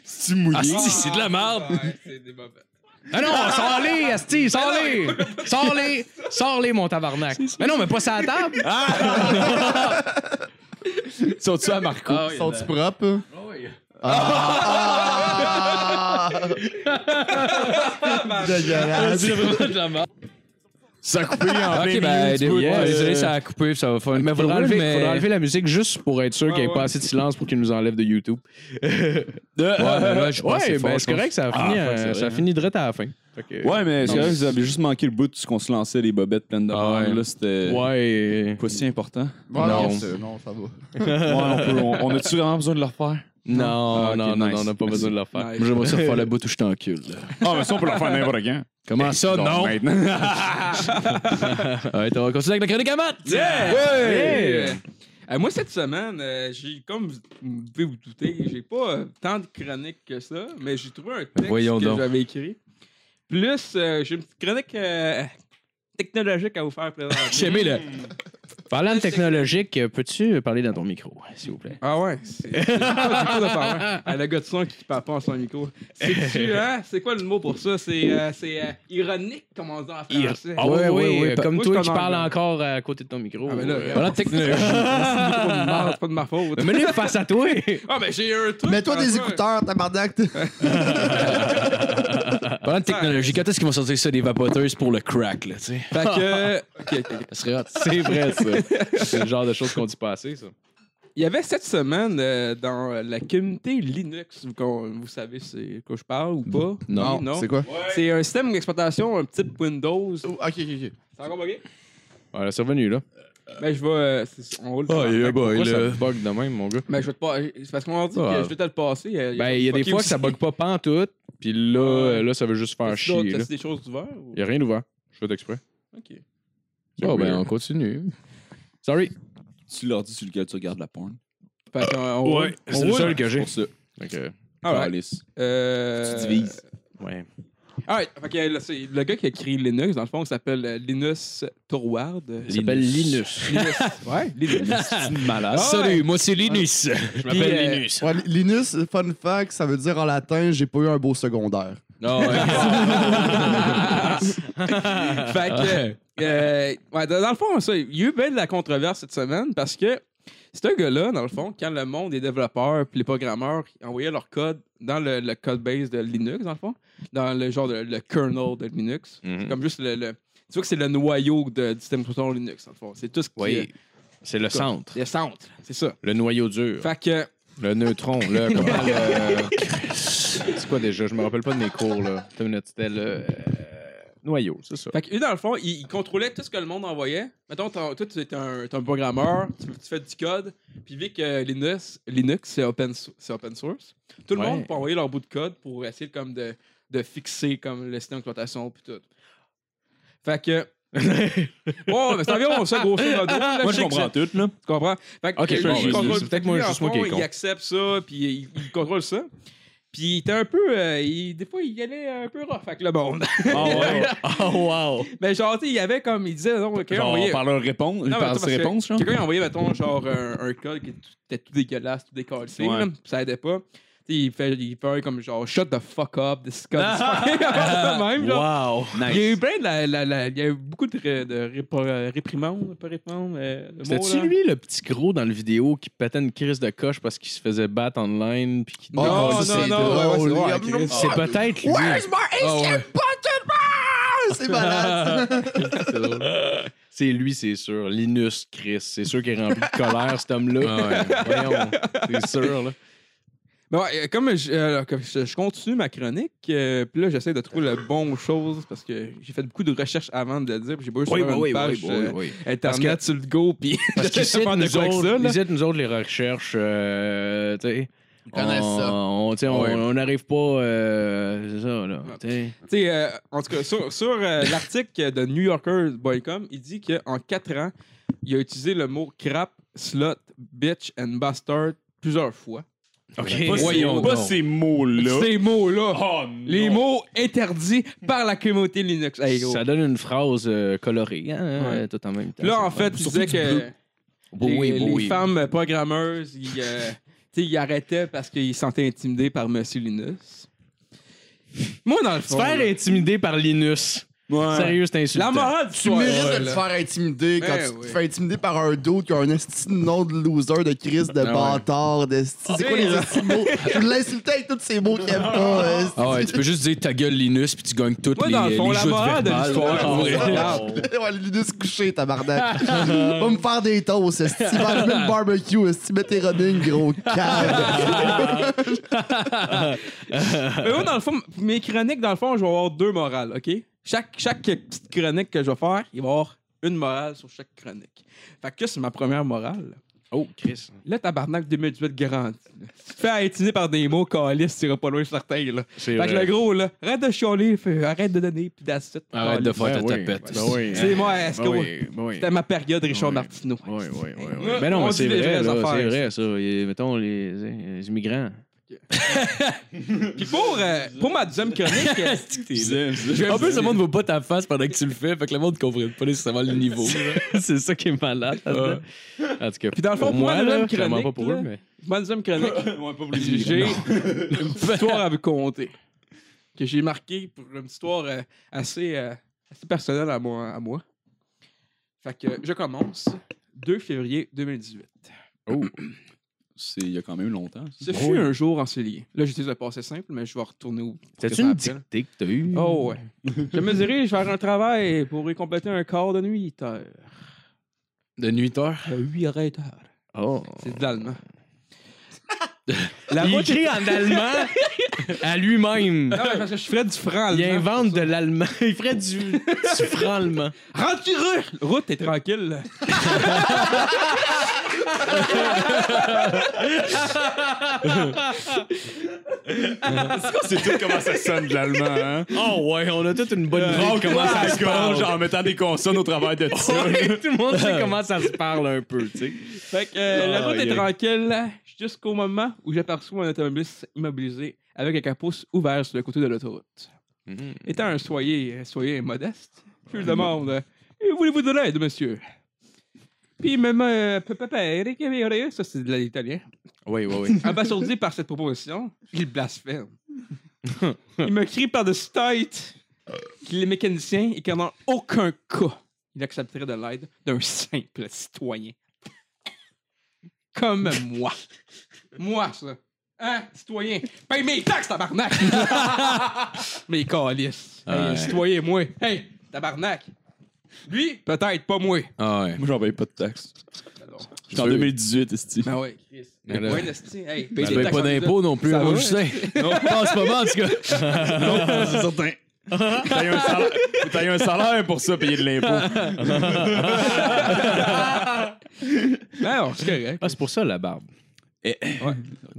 Speaker 6: C'est mouillé.
Speaker 3: Ah, si, c'est de la merde!
Speaker 2: Ouais, c'est des bobettes.
Speaker 4: Ah non, sors-les, Asti, sors-les! Sors-les! Sors-les, mon tabarnak! Mais non, mais pas ça à table!
Speaker 6: Sont-tu à Marco?
Speaker 3: Ah, oui,
Speaker 5: Sont-tu propres? Ah! Dégueulasse.
Speaker 3: c'est vraiment de la merde.
Speaker 6: Ça a coupé en
Speaker 3: Ok,
Speaker 6: plein
Speaker 3: ben,
Speaker 6: milieu, tu peux-
Speaker 3: yeah,
Speaker 6: Ouais,
Speaker 3: désolé,
Speaker 6: euh,
Speaker 3: ça a coupé, ça va faire une
Speaker 4: Mais faudra enlever,
Speaker 3: mais-
Speaker 4: faudra enlever la musique juste pour être sûr qu'il n'y ait
Speaker 2: ouais.
Speaker 4: pas assez de silence pour qu'il nous enlève de YouTube.
Speaker 3: Ouais, mais là, Ah, je pense que
Speaker 4: Ouais,
Speaker 3: fort,
Speaker 4: ben
Speaker 3: je
Speaker 4: c'est
Speaker 3: pense.
Speaker 4: correct, ça a
Speaker 6: Ah,
Speaker 4: fini,
Speaker 6: ouais,
Speaker 4: euh,
Speaker 6: c'est vrai,
Speaker 4: ça a
Speaker 6: hein.
Speaker 4: fini direct à la fin. Fait que-
Speaker 6: Ouais, mais c'est
Speaker 4: Non,
Speaker 6: vrai
Speaker 4: mais-
Speaker 6: que vous avez juste manqué le bout de ce qu'on se lançait les bobettes pleines de
Speaker 3: Ah,
Speaker 6: merde,
Speaker 3: ouais.
Speaker 6: Là, c'était
Speaker 4: Ouais.
Speaker 6: pas si important.
Speaker 5: Bon,
Speaker 4: Non.
Speaker 5: non, ça- non, ça va.
Speaker 6: ouais, on, peut- on- on a-tu vraiment besoin de le refaire?
Speaker 4: Non,
Speaker 6: Ah, ok,
Speaker 4: non, non,
Speaker 6: nice.
Speaker 4: non, on n'a pas
Speaker 6: Merci.
Speaker 4: besoin de le faire.
Speaker 2: Nice.
Speaker 3: Moi, j'aimerais ça faire la bout où je t'encule. là.
Speaker 6: Ah, mais ça, on peut le refaire n'importe quand.
Speaker 3: Comment ça,
Speaker 6: Donc,
Speaker 3: non?
Speaker 6: Maintenant.
Speaker 3: Ouais, t'as continué avec la chronique à Matt!
Speaker 2: Yeah!
Speaker 4: Ouais!
Speaker 2: Euh, euh, moi, cette semaine, euh, j'ai, comme vous vous pouvez vous douter, j'ai pas euh, tant de chroniques que ça, mais j'ai trouvé un texte
Speaker 3: voyons
Speaker 2: que
Speaker 3: donc.
Speaker 2: j'avais écrit. Plus, euh, j'ai une petite chronique euh, technologique à vous faire présenter.
Speaker 3: J'ai aimé le.
Speaker 4: Parlant de technologique, euh, peux-tu parler dans ton micro, s'il vous plaît?
Speaker 2: Ah ouais? C'est c'est quoi c'est quoi de parler? Ah, le gars de son qui parle pas en son micro. C'est-tu, hein? C'est quoi le mot pour ça? C'est euh, c'est, euh, ironique, comme on dit en français.
Speaker 4: Ah oui,
Speaker 5: Ouais,
Speaker 4: oui,
Speaker 5: ouais, ouais,
Speaker 4: euh,
Speaker 5: pa-
Speaker 4: Comme
Speaker 2: moi, je
Speaker 4: toi qui
Speaker 2: suis en
Speaker 4: parles
Speaker 2: anglais.
Speaker 4: encore à côté de ton micro.
Speaker 2: Ah, mais là,
Speaker 4: Euh,
Speaker 2: regarde.
Speaker 4: Parlant de technologie.
Speaker 2: C'est pas de ma- c'est pas de ma faute.
Speaker 4: Mais là, face à toi!
Speaker 2: Ah, ben j'ai un truc.
Speaker 5: Mets-toi des
Speaker 2: François.
Speaker 5: écouteurs, tabarnak. t'es-
Speaker 3: Parlant de technologie, quand est-ce qu'ils vont sortir ça des vapoteuses pour le crack, là, tu sais?
Speaker 2: Fait que. euh, ok, ok, ok.
Speaker 3: Ça serait hot.
Speaker 4: C'est vrai, ça. C'est le genre de choses qu'on dit pas assez, ça.
Speaker 2: Il y avait cette semaine euh, dans la communauté Linux, vous, con- vous savez c'est quoi je parle ou pas?
Speaker 3: Non.
Speaker 2: Oui, non.
Speaker 5: C'est quoi?
Speaker 2: C'est un système d'exploitation, un petit Windows. C'est
Speaker 5: Oh, ok, ok, ok.
Speaker 2: encore bugué?
Speaker 4: Voilà, c'est revenu, là.
Speaker 2: Ben, je vais. euh, c'est- on roule.
Speaker 5: Ah,
Speaker 4: Pourquoi ça bug de même, mon gars?
Speaker 2: Ben, je vais te pas. c'est Parce qu'on m'a dit
Speaker 4: Ouais.
Speaker 2: que je vais te le passer. euh,
Speaker 4: Ben, il y a des
Speaker 2: fucké
Speaker 4: fois
Speaker 2: aussi.
Speaker 4: que ça bug pas pantoute, puis là, euh, là, ça veut juste faire
Speaker 2: T'as-tu d'autres-
Speaker 4: chier, là.
Speaker 2: t'as-tu des choses ouvertes? ou-
Speaker 4: Il a rien ouvert. Je fais exprès.
Speaker 2: Ok.
Speaker 3: Bon, ben, on continue.
Speaker 4: Sorry.
Speaker 6: Tu l'ordi sur lequel tu regardes la porn.
Speaker 2: Fait qu'on- on roule.
Speaker 4: c'est le seul que j'ai.
Speaker 6: Pour ça,
Speaker 4: Fait que-
Speaker 2: Alright.
Speaker 6: Alice.
Speaker 2: Euh,
Speaker 6: Tu divises.
Speaker 4: Ouais.
Speaker 2: Alright. Fait que là, c'est le gars qui a créé Linux, dans le fond, qui s'appelle euh, Linus Torward.
Speaker 4: Il s'appelle Linus.
Speaker 2: Linus. Ouais, Linus.
Speaker 3: Malade.
Speaker 2: Ah ouais.
Speaker 3: Salut, moi, c'est Linus. Je
Speaker 2: Puis,
Speaker 3: m'appelle
Speaker 2: euh,
Speaker 3: Linus.
Speaker 5: Ouais, Linus, fun fact, ça veut dire en latin, j'ai pas eu un beau secondaire.
Speaker 2: fait que, euh, ouais, dans dans le fond, ça, il y a eu bien de la controverse cette semaine parce que ce gars-là, dans le fond, quand le monde des développeurs puis les programmeurs envoyaient leur code dans le, le code base de Linux, dans le fond, dans le genre de le kernel de Linux,
Speaker 4: Mhm.
Speaker 2: c'est comme juste le, le- Tu vois que c'est le noyau de, du système operating Linux, dans le fond. C'est tout ce qui
Speaker 4: Oui. C'est le centre,
Speaker 2: est centre, c'est ça.
Speaker 4: le noyau dur,
Speaker 2: Fait que,
Speaker 4: le neutron, là. comment le- C'est quoi déjà? Je me rappelle pas de mes cours, là. T'as une minute, c'était le euh, noyau, c'est ça.
Speaker 2: fait que, eux, dans le fond, ils, ils contrôlaient tout ce que le monde envoyait. Mettons, t'en- toi, tu es un, t'es un programmeur, tu, tu fais du code, puis vu que Linux, Linux c'est open, sou- c'est open source, tout le
Speaker 4: Ouais.
Speaker 2: monde peut envoyer leur bout de code pour essayer comme de, de fixer comme le système d'exploitation puis tout. Fait que... bon, mais c'est environ ça, grosso modo. là,
Speaker 6: Moi,
Speaker 2: je
Speaker 6: je
Speaker 2: sais que
Speaker 6: comprends tout, là.
Speaker 2: Tu comprends? Fait que
Speaker 4: Ok,
Speaker 2: lui,
Speaker 4: bon,
Speaker 2: il
Speaker 4: ouais,
Speaker 2: contrôle
Speaker 4: c'est peut-être moi,
Speaker 2: lui, en
Speaker 4: juste moi qui
Speaker 2: fond,
Speaker 4: est con.
Speaker 2: Il accepte ça, puis il, il contrôle ça. Puis il était un peu. euh, il- des fois, il y allait un peu rough avec le monde.
Speaker 6: Ah ouais.
Speaker 3: Oh, wow.
Speaker 2: Mais Ben, genre, tu sais, il y avait comme. Il disait, non, quelqu'un
Speaker 6: Genre,
Speaker 2: envoyait.
Speaker 6: par leur réponse,
Speaker 2: Non, mais
Speaker 6: par
Speaker 2: attends,
Speaker 6: ses
Speaker 2: parce que
Speaker 6: réponses, genre.
Speaker 2: Quelqu'un envoyait, mettons, genre un, un code qui était tout dégueulasse, tout décalcé,
Speaker 6: Ouais.
Speaker 2: là, puis ça aidait pas. Tu sais, il fait, il fait un comme genre shut the fuck up, this code. ça même, genre.
Speaker 3: Wow.
Speaker 2: Il y a eu plein de la, la- la- il y a eu beaucoup de, ré- de répa- réprimandes, pas réprimandes, euh, le mot,
Speaker 4: C'était-tu
Speaker 2: là.
Speaker 4: lui, le petit gros dans le vidéo qui pétait une crise de coche parce qu'il se faisait battre online? Puis qui...
Speaker 5: Oh,
Speaker 2: Non,
Speaker 5: ça,
Speaker 2: non,
Speaker 5: c'est
Speaker 2: non,
Speaker 5: drôle,
Speaker 2: ouais, ouais,
Speaker 5: là,
Speaker 2: c'est
Speaker 5: Chris.
Speaker 4: C'est peut-être lui.
Speaker 5: Where's my
Speaker 4: Ah, ouais.
Speaker 5: Asian button? Ah, C'est malade. ça.
Speaker 4: C'est drôle. C'est lui, c'est sûr. Linus Chris. C'est sûr qu'il est rempli de colère, cet
Speaker 2: Ah
Speaker 4: homme-là. Voyons. C'est sûr, là.
Speaker 2: Ben ouais, euh, comme je, euh, comme je- je continue ma chronique, euh, puis là, j'essaie de trouver la bonne chose parce que j'ai fait beaucoup de recherches avant de le dire. puis J'ai pas eu sur une page euh, Internet sur le go, puis
Speaker 4: Parce
Speaker 2: j'essaie
Speaker 4: que
Speaker 2: de
Speaker 4: c'est
Speaker 2: faire de
Speaker 4: nous,
Speaker 2: quoi avec
Speaker 4: autres-
Speaker 2: là.
Speaker 4: ici, nous autres, les recherches, euh, tu sais,
Speaker 5: connaissent
Speaker 4: on-
Speaker 5: ça.
Speaker 4: On tu sais, on-
Speaker 3: Ouais.
Speaker 4: on n'arrive pas. euh, c'est ça, là. tu sais.
Speaker 2: Tu sais, euh, en tout cas, sur, sur, euh, l'article de New Yorker Boycom, il dit qu'en 4 ans, il a utilisé le mot crap, slut, bitch and bastard plusieurs fois.
Speaker 6: Pas ces-
Speaker 3: Voyons
Speaker 6: Pas
Speaker 3: donc.
Speaker 6: ces mots-là.
Speaker 2: Ces mots-là,
Speaker 6: Oh,
Speaker 2: les
Speaker 6: non.
Speaker 2: mots interdits par la communauté Linux. Hey, oh.
Speaker 4: Ça donne une phrase euh, colorée, hein,
Speaker 2: Ouais.
Speaker 4: tout en même temps.
Speaker 2: Là, en fait, il disait que. les,
Speaker 4: Oui,
Speaker 2: les
Speaker 4: oui.
Speaker 2: femmes euh, programmeuses, ils, euh, tu sais, ils arrêtaient parce qu'ils se sentaient intimidés par Monsieur Linus. Moi, dans le
Speaker 4: Se
Speaker 2: fond,
Speaker 4: faire
Speaker 2: là,
Speaker 4: intimider par Linus. Sérieux, c'est
Speaker 2: la
Speaker 4: insultant.
Speaker 2: morale
Speaker 5: Tu mérites de te faire intimider quand
Speaker 2: Ben
Speaker 5: tu
Speaker 2: oui.
Speaker 5: te fais intimider par un dude qui a un esti de nom de loser, de crise, de bâtard, de esti- C'est quoi les esti de mots? Je l'insultais avec tous ces mots qu'il aime pas. esti.
Speaker 3: Ah ouais, tu peux juste dire ta gueule Linus puis tu gagnes toutes
Speaker 2: Moi,
Speaker 3: les,
Speaker 2: dans le fond,
Speaker 3: les
Speaker 2: la
Speaker 3: joutes
Speaker 2: morale de
Speaker 3: verbales.
Speaker 2: l'histoire,
Speaker 3: Ah ouais.
Speaker 2: c'est-
Speaker 3: Wow.
Speaker 5: Ouais, Linus couché, tabarnak. Va me faire des toasts, esti. Va allumer le barbecue, esti. Mets tes robins, gros cave.
Speaker 2: Mais moi, dans le fond, mes chroniques, dans le fond, je vais avoir deux morales, OK? Chaque, chaque petite chronique que je vais faire, il va y avoir une morale sur chaque chronique. Fait que c'est ma première morale.
Speaker 4: Oh, Chris.
Speaker 2: Là, tabarnak 2018 garanti. là. Tu te fais intimider par des mots calistes, t'iras pas loin certain, là.
Speaker 4: C'est
Speaker 2: Fait que
Speaker 4: vrai.
Speaker 2: le gros, là, arrête de chialer, fais- arrête de donner, puis d'acide.
Speaker 3: Arrête de faire ta
Speaker 4: Ben oui,
Speaker 3: tapette.
Speaker 4: ben oui.
Speaker 2: C'est moi, est-ce
Speaker 4: Ben
Speaker 2: que
Speaker 4: oui, ben oui.
Speaker 2: C'était ma période Richard
Speaker 4: Ouais.
Speaker 2: Martineau.
Speaker 4: Oui, oui, oui.
Speaker 2: Ouais,
Speaker 4: Ben non,
Speaker 2: on
Speaker 4: mais
Speaker 2: dit
Speaker 4: c'est
Speaker 2: les
Speaker 4: vrai,
Speaker 2: vraies
Speaker 4: là,
Speaker 2: affaires,
Speaker 4: c'est vrai, ça. Il y a, mettons, les, les immigrants.
Speaker 2: Puis pour, euh, pour ma deuxième chronique, euh,
Speaker 3: En plus, le monde ne voit pas ta face pendant que tu le fais, fait que le monde ne comprend pas nécessairement le niveau.
Speaker 4: c'est ça qui est malade. là-dedans. Ah. En tout cas,
Speaker 2: Puis dans le fond,
Speaker 4: pour
Speaker 2: moi,
Speaker 4: moi,
Speaker 2: le
Speaker 4: là,
Speaker 2: même
Speaker 4: clairement pas pour
Speaker 2: chronique,
Speaker 4: eux,
Speaker 2: là.
Speaker 4: mais.
Speaker 2: ma deuxième chronique, j'ai une petite histoire à vous conter que j'ai marquée pour une histoire euh, assez, euh, assez personnelle à moi, à moi. Fait que je commence 2 février 2018.
Speaker 6: C'est il y a quand même longtemps. ça.
Speaker 2: Ce fut un jour en cellier. Là, j'utilise le passé simple, mais je vais retourner au.
Speaker 4: C'est une
Speaker 2: rappel.
Speaker 4: dictée que t'as eue.
Speaker 2: Oh ouais. je me dirige vers un travail pour y compléter un quart de Euh, nuit. heure.
Speaker 3: De 8 heures.
Speaker 2: À 8 heures.
Speaker 4: Oh.
Speaker 2: C'est de l'allemand.
Speaker 4: La Il écrit en allemand à lui-même.
Speaker 2: Non, mais parce que Ah je ferais du franc
Speaker 4: Il
Speaker 2: allemand.
Speaker 4: invente de l'allemand. Il ferait du, du franc allemand.
Speaker 2: Rentre-le! Route, t'es tranquille. là.
Speaker 6: C'est tout comment ça sonne de l'allemand, hein?
Speaker 4: Oh ouais, on a toute une bonne idée de comment ça se
Speaker 6: gorge
Speaker 4: parle.
Speaker 6: en mettant des consonnes au travers de ça.
Speaker 4: Ouais, tout le monde sait comment ça se parle un peu, tu sais.
Speaker 2: Fait que euh, la route est tranquille jusqu'au moment où j'aperçois un automobiliste immobilisé avec le capot ouvert sur le côté de l'autoroute. Étant un soyer, euh, soyer modeste, je lui demande euh, Eh, Voulez-vous de l'aide, monsieur Puis même euh, papa Eric Emere, ça c'est de l'italien,
Speaker 4: Oui, oui, oui.
Speaker 2: abasourdi par cette proposition, il blasphème. il me crie par-dessus tête qu'il est mécanicien et qu'en aucun cas il accepterait de l'aide d'un simple citoyen. Comme moi. Moi, ça. Hein, citoyen? Paye mes taxes, tabarnak! mes calices. Hey, un citoyen, moi. Hey, tabarnak! Lui, peut-être, pas moi.
Speaker 3: Ah ouais.
Speaker 6: Moi, j'en paye pas de taxes. J'étais en 2018, esti.
Speaker 2: Ben ouais, Chris.
Speaker 3: Mais
Speaker 2: Ben
Speaker 3: là-
Speaker 2: ouais, Nasty. Hey, paye
Speaker 3: Tu
Speaker 2: tes
Speaker 3: payes
Speaker 2: taxes
Speaker 3: pas
Speaker 2: en
Speaker 3: d'impôts non plus,
Speaker 2: Ça
Speaker 3: moi,
Speaker 2: va?
Speaker 3: je sais. Non, en ce moment, en tout cas.
Speaker 6: c'est certain. T'as eu, un salaire- t'as eu un salaire pour ça, payer de l'impôt.
Speaker 2: Ben non, c'est correct.
Speaker 4: Ah, c'est pour ça la barbe.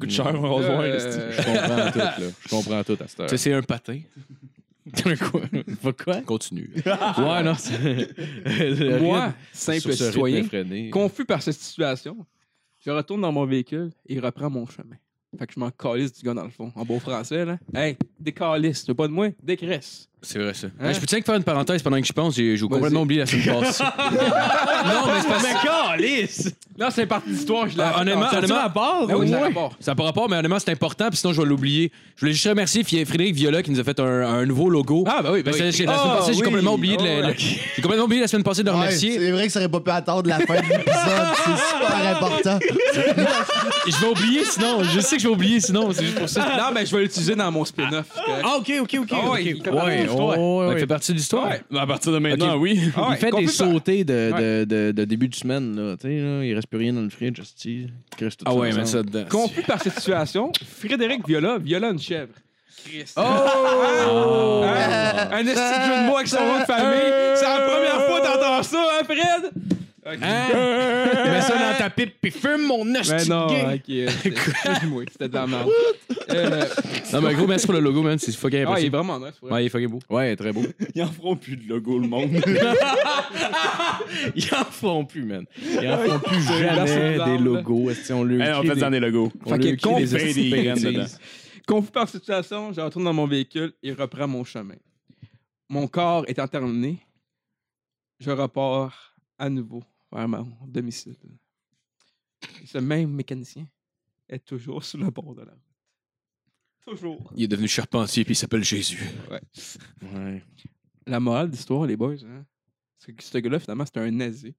Speaker 6: Coûte cher, on va voir.
Speaker 2: Euh,
Speaker 6: esti.
Speaker 4: Je comprends tout, là. Je comprends tout à cette heure.
Speaker 3: Ça, c'est un patin.
Speaker 4: quoi? Faut quoi?
Speaker 3: Continue.
Speaker 4: Ouais, non, c'est.
Speaker 2: Moi, simple
Speaker 4: Sur ce rythme
Speaker 2: citoyen,
Speaker 4: effréné.
Speaker 2: confus par cette situation, je retourne dans mon véhicule et reprends mon chemin. Fait que je m'en calisse du gars dans le fond. En beau français, là. Hey, décalisse, tu veux pas de moi? Décresse.
Speaker 3: C'est vrai, ça.
Speaker 2: Hein?
Speaker 3: Je peux tiens que faire une parenthèse pendant que je pense. J'ai j'ai complètement oublié la semaine passée. non, mais
Speaker 4: Ah,
Speaker 3: c'est parce que.
Speaker 4: Calice!
Speaker 2: Là, c'est parti d'histoire, je l'ai.
Speaker 3: Ah, honnêtement,
Speaker 2: Ah,
Speaker 3: honnêtement,
Speaker 2: ça-
Speaker 4: part?
Speaker 2: Ah oui, ça
Speaker 4: Ouais.
Speaker 2: rapporte.
Speaker 3: Ça n'a pas rapport, mais honnêtement, c'est important, puis sinon, je vais l'oublier. Je voulais juste remercier Fie- Frédéric Viola qui nous a fait un, un nouveau logo.
Speaker 2: Ah, ben oui, ben
Speaker 3: Parce que
Speaker 2: oui.
Speaker 3: j'ai- la semaine
Speaker 2: Ah,
Speaker 3: passée, j'ai
Speaker 2: oui.
Speaker 3: complètement oublié de
Speaker 2: Ah,
Speaker 3: le-
Speaker 2: ouais.
Speaker 3: le- J'ai complètement oublié la semaine passée de le
Speaker 5: Ouais,
Speaker 3: remercier.
Speaker 5: c'est vrai que ça aurait pas pu attendre la fin de l'épisode. C'est super important.
Speaker 3: Et je vais oublier sinon. Je sais que je vais oublier sinon. C'est juste pour ça.
Speaker 2: Non, mais je vais l'utiliser dans mon spin-off. c'est correct.
Speaker 4: Ah, ok, ok, ok.
Speaker 2: Ah ouais,
Speaker 4: ok.
Speaker 2: il fait partie de l'histoire.
Speaker 4: ouais,
Speaker 3: Ça
Speaker 4: ouais.
Speaker 3: fait partie bah, de l'histoire.
Speaker 2: Ouais.
Speaker 6: À partir de maintenant, oui.
Speaker 2: Ah
Speaker 4: il
Speaker 2: ouais,
Speaker 4: fait des
Speaker 2: confus par-
Speaker 4: sautées de, de, de, de début de semaine, là. Tu sais, là, il reste plus rien dans le fridge, hostie. Il reste tout
Speaker 3: Ah ouais, mais
Speaker 4: ensemble.
Speaker 3: ça dedans.
Speaker 2: Confus par cette situation, Frédéric Viola viola une chèvre. Christ.
Speaker 3: Oh!
Speaker 2: Hein? Un esti de jeu de mots avec son nom de famille. C'est la première fois que t'entends ça, hein, Fred?
Speaker 4: Mets ça dans ta pipe, puis fume mon
Speaker 2: Mais
Speaker 4: hostie
Speaker 2: Ben non,
Speaker 4: de Ah, gay.
Speaker 2: ok. euh, Excuse-moi, c'était de la merde. Euh,
Speaker 3: Non, mais gros, merci pour le logo, man. C'est fucking
Speaker 2: ah, il est
Speaker 3: impressionnant.
Speaker 2: vraiment nice. pour vrai.
Speaker 3: Ouais, il est fucking beau.
Speaker 4: Ouais, très beau.
Speaker 6: Ils en feront plus de logo, le monde.
Speaker 4: Ils en font plus, man. Ils en font plus
Speaker 2: C'est la
Speaker 4: jamais
Speaker 2: seconde
Speaker 4: des
Speaker 2: arme,
Speaker 4: logos. hostie, on le
Speaker 6: Eh, en faisant des logos.
Speaker 4: On
Speaker 2: Fait
Speaker 4: lui
Speaker 2: qu'il
Speaker 4: crie des
Speaker 6: confie
Speaker 4: hosties
Speaker 6: des graines
Speaker 4: bêtises.
Speaker 6: dedans.
Speaker 2: Confus par cette situation, je retourne dans mon véhicule et reprends mon chemin. Mon corps étant terminé, je repars à nouveau vers mon domicile. Et ce même mécanicien est toujours sur le bord de la route. Toujours.
Speaker 3: Il est devenu charpentier, puis il s'appelle Jésus.
Speaker 4: Ouais.
Speaker 2: La morale d'histoire, les boys, hein, c'est que ce gars-là, finalement, c'était un nazi.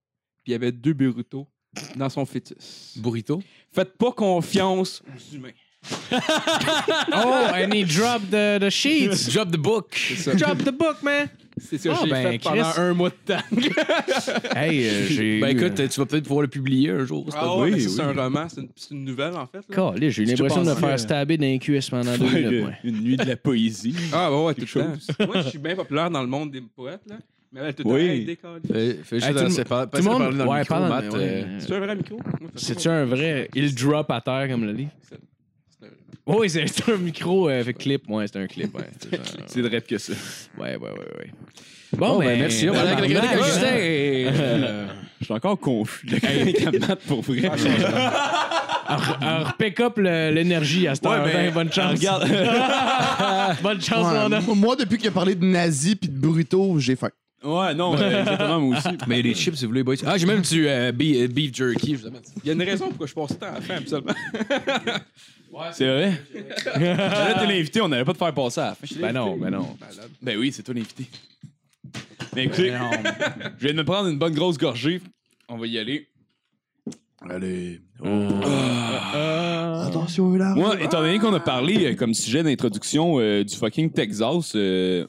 Speaker 2: Puis il y avait deux burritos dans son fœtus.
Speaker 3: Burrito.
Speaker 2: Faites pas confiance aux humains.
Speaker 4: Oh, and he dropped the, the sheets.
Speaker 3: Drop the book.
Speaker 2: C'est ça.
Speaker 4: Drop the book, man.
Speaker 2: C'est ça,
Speaker 4: Ah,
Speaker 2: j'ai
Speaker 4: ben,
Speaker 2: fait pendant
Speaker 4: Chris.
Speaker 2: un mois de temps.
Speaker 4: Hey, euh, j'ai.
Speaker 3: Ben
Speaker 4: eu,
Speaker 3: écoute,
Speaker 4: euh,
Speaker 3: tu vas peut-être pouvoir le publier un jour. c'est
Speaker 2: Ah
Speaker 3: pas-
Speaker 2: ouais,
Speaker 3: Oui,
Speaker 2: mais ça, c'est
Speaker 3: oui.
Speaker 2: un roman, c'est une, c'est une nouvelle en fait. là.
Speaker 4: Calais, j'ai eu
Speaker 6: J'ai
Speaker 4: l'impression de me
Speaker 6: pensé, euh,
Speaker 4: faire stabber dans les cuisses pendant deux minutes, moi.
Speaker 6: Une nuit de la poésie.
Speaker 2: Ah ouais, ouais, tout le
Speaker 6: Quelque
Speaker 2: temps. Moi, je suis bien populaire dans le monde des poètes, là. Mais elle, tout le
Speaker 6: Oui.
Speaker 2: temps, hey, décolle.
Speaker 3: Eh, Fais- Fais
Speaker 4: Hey,
Speaker 3: juste
Speaker 4: tout le-
Speaker 3: assez par-
Speaker 4: Tout le
Speaker 3: passer
Speaker 4: monde,
Speaker 3: parler dans le
Speaker 4: ouais,
Speaker 3: micro,
Speaker 4: parle,
Speaker 3: Matt,
Speaker 4: ouais.
Speaker 3: euh,
Speaker 2: C'est un vrai micro? Moi, ça,
Speaker 4: C'est-tu un vrai. Il drop à terre comme le livre? Oui, c'est c'est un micro euh, avec clip. Ouais, c'est un clip. Ouais, c'est ça.
Speaker 6: C'est drôle que ça.
Speaker 4: ouais, ouais, ouais, ouais. Bon,
Speaker 3: ben, merci. On va aller avec la chronique à Justin.
Speaker 6: Ah, Je suis encore confus. de La chronique à Matt, pour vrai.
Speaker 4: Alors, euh, pick up le- l'énergie à cette
Speaker 6: ben, Ouais,
Speaker 4: heure.
Speaker 6: ben,
Speaker 4: Ben, bonne chance. bonne chance, mon homme.
Speaker 5: Ouais, moi, depuis qu'il a parlé de nazi puis de Burrito, j'ai faim.
Speaker 6: Ouais, non, euh, exactement, moi aussi.
Speaker 3: Mais il y a des chips, si vous voulez, boys. Ah, j'ai même du euh, be- euh, beef jerky. je vous amène.
Speaker 2: Il y a une raison pourquoi je passe tant à la fin, absolument.
Speaker 6: Ah, C'est vrai? là, t'es l'invité, on n'allait pas te faire passer à la fin.
Speaker 4: Ben non, ben non.
Speaker 6: Ben oui, c'est toi l'invité. Mais écoutez, je viens de me prendre une bonne grosse gorgée. On va y aller. Allez.
Speaker 5: Ah. Attention, là.
Speaker 6: Moi, étant donné qu'on a parlé euh, comme sujet d'introduction euh, du fucking Texas, euh,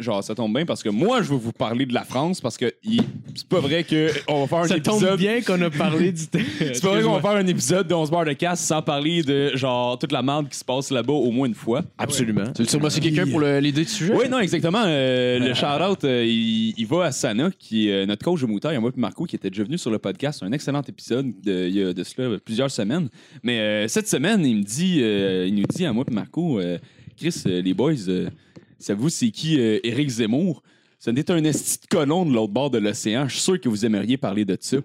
Speaker 6: genre ça tombe bien parce que moi je veux vous parler de la France parce que il- c'est pas vrai que on va faire un
Speaker 4: Ça tombe
Speaker 6: épisode.
Speaker 4: bien qu'on a parlé du thé.
Speaker 6: C'est pas vrai qu'on va faire un épisode de 11 barres de casse sans parler de genre toute la merde qui se passe là-bas au moins une fois.
Speaker 4: Absolument.
Speaker 3: Tu veux surbrosser quelqu'un pour le- l'idée du sujet?
Speaker 6: Oui, non, exactement. Euh, le shout-out, euh, il, il va à Sana, qui est euh, notre coach de moutard, et moi puis Marco, qui était déjà venu sur le podcast. Un excellent épisode de, il y a de cela euh, plusieurs semaines. Mais euh, cette semaine, il me dit, euh, il nous dit à moi puis Marco, euh, Chris, euh, les boys, euh, savez-vous c'est qui euh, Éric Zemmour? Ce n'est un esti de colon de l'autre bord de l'océan. Je suis sûr que vous aimeriez parler de ça.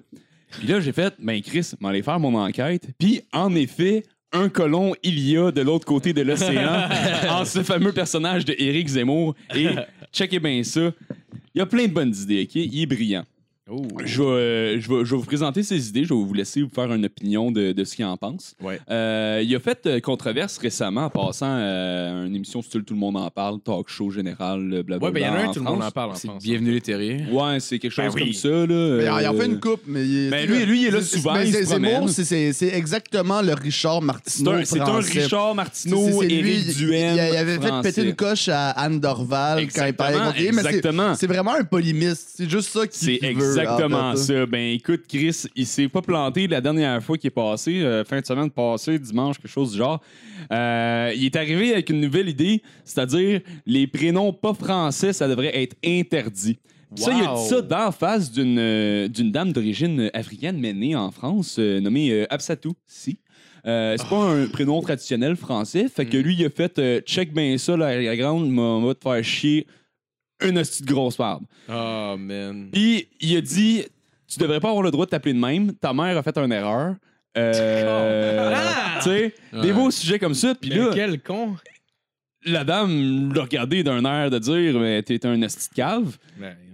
Speaker 6: Puis là, j'ai fait, ben Chris, m'en aller faire mon enquête. Puis en effet, un colon, il y a de l'autre côté de l'océan, en ce fameux personnage de Éric Zemmour. Et checkez bien ça. Il y a plein de bonnes idées, OK? Il est brillant.
Speaker 4: Oh.
Speaker 6: Je, vais, euh, je vais- je vais vous présenter ses idées, je vais vous laisser vous faire une opinion de, de ce qu'il en pense.
Speaker 4: Ouais.
Speaker 6: Euh, il a fait euh, controverse récemment en passant euh, à une émission style Tout le monde en parle, talk show général, euh, blablabla.
Speaker 4: Ouais, ben il y en a un, tout le monde en
Speaker 6: France.
Speaker 4: parle en
Speaker 3: C'est
Speaker 4: France.
Speaker 3: Bienvenue les terriers.
Speaker 6: Ouais, c'est quelque chose
Speaker 1: Ben oui.
Speaker 6: comme ça. Là,
Speaker 5: Mais Il en
Speaker 6: Euh,
Speaker 5: fait une coupe, mais. il-
Speaker 6: ben, lui- lui, il est là
Speaker 5: c'est-
Speaker 6: souvent,
Speaker 5: mais
Speaker 6: il se
Speaker 5: c'est- c'est
Speaker 6: promène.
Speaker 5: bon, c'est- C'est c'est exactement le Richard
Speaker 6: C'est
Speaker 5: Martineau.
Speaker 6: un, c'est un
Speaker 5: français.
Speaker 6: Richard
Speaker 5: C'est- c'est-
Speaker 6: Martineau,
Speaker 5: c'est lui,
Speaker 6: Éric
Speaker 5: il-
Speaker 6: Duhaime.
Speaker 5: Il avait fait
Speaker 6: français.
Speaker 5: péter une coche à Anne Dorval quand il parlait
Speaker 6: Exactement,
Speaker 5: contre lui, mais c'est-
Speaker 6: exactement.
Speaker 5: C'est vraiment un polémiste. C'est juste ça qui.
Speaker 6: C'est exactement ça. Ben écoute, Chris, il s'est pas planté la dernière fois qu'il est passé, euh, fin de semaine passée, dimanche, quelque chose du genre. Euh, il est arrivé avec une nouvelle idée, c'est-à-dire les prénoms pas français, ça devrait être interdit. Puis Ça, il a dit ça d'en face d'une euh, d'une dame d'origine africaine, mais née en France, euh, nommée euh, Absatou, si. Euh, c'est pas un prénom traditionnel français. Fait
Speaker 5: Hmm.
Speaker 6: que lui, il a fait euh, check ben ça, la, la grande, on va te faire chier une hostie de grosse barbe.
Speaker 4: Oh, man.
Speaker 6: Puis il a dit Tu devrais pas avoir le droit de t'appeler de même, ta mère a fait une erreur. Euh, tu sais, des
Speaker 3: Ouais.
Speaker 6: beaux sujets comme ça. Puis là,
Speaker 4: quel con.
Speaker 6: la dame l'a regardé d'un air de dire Mais T'es un esti de cave.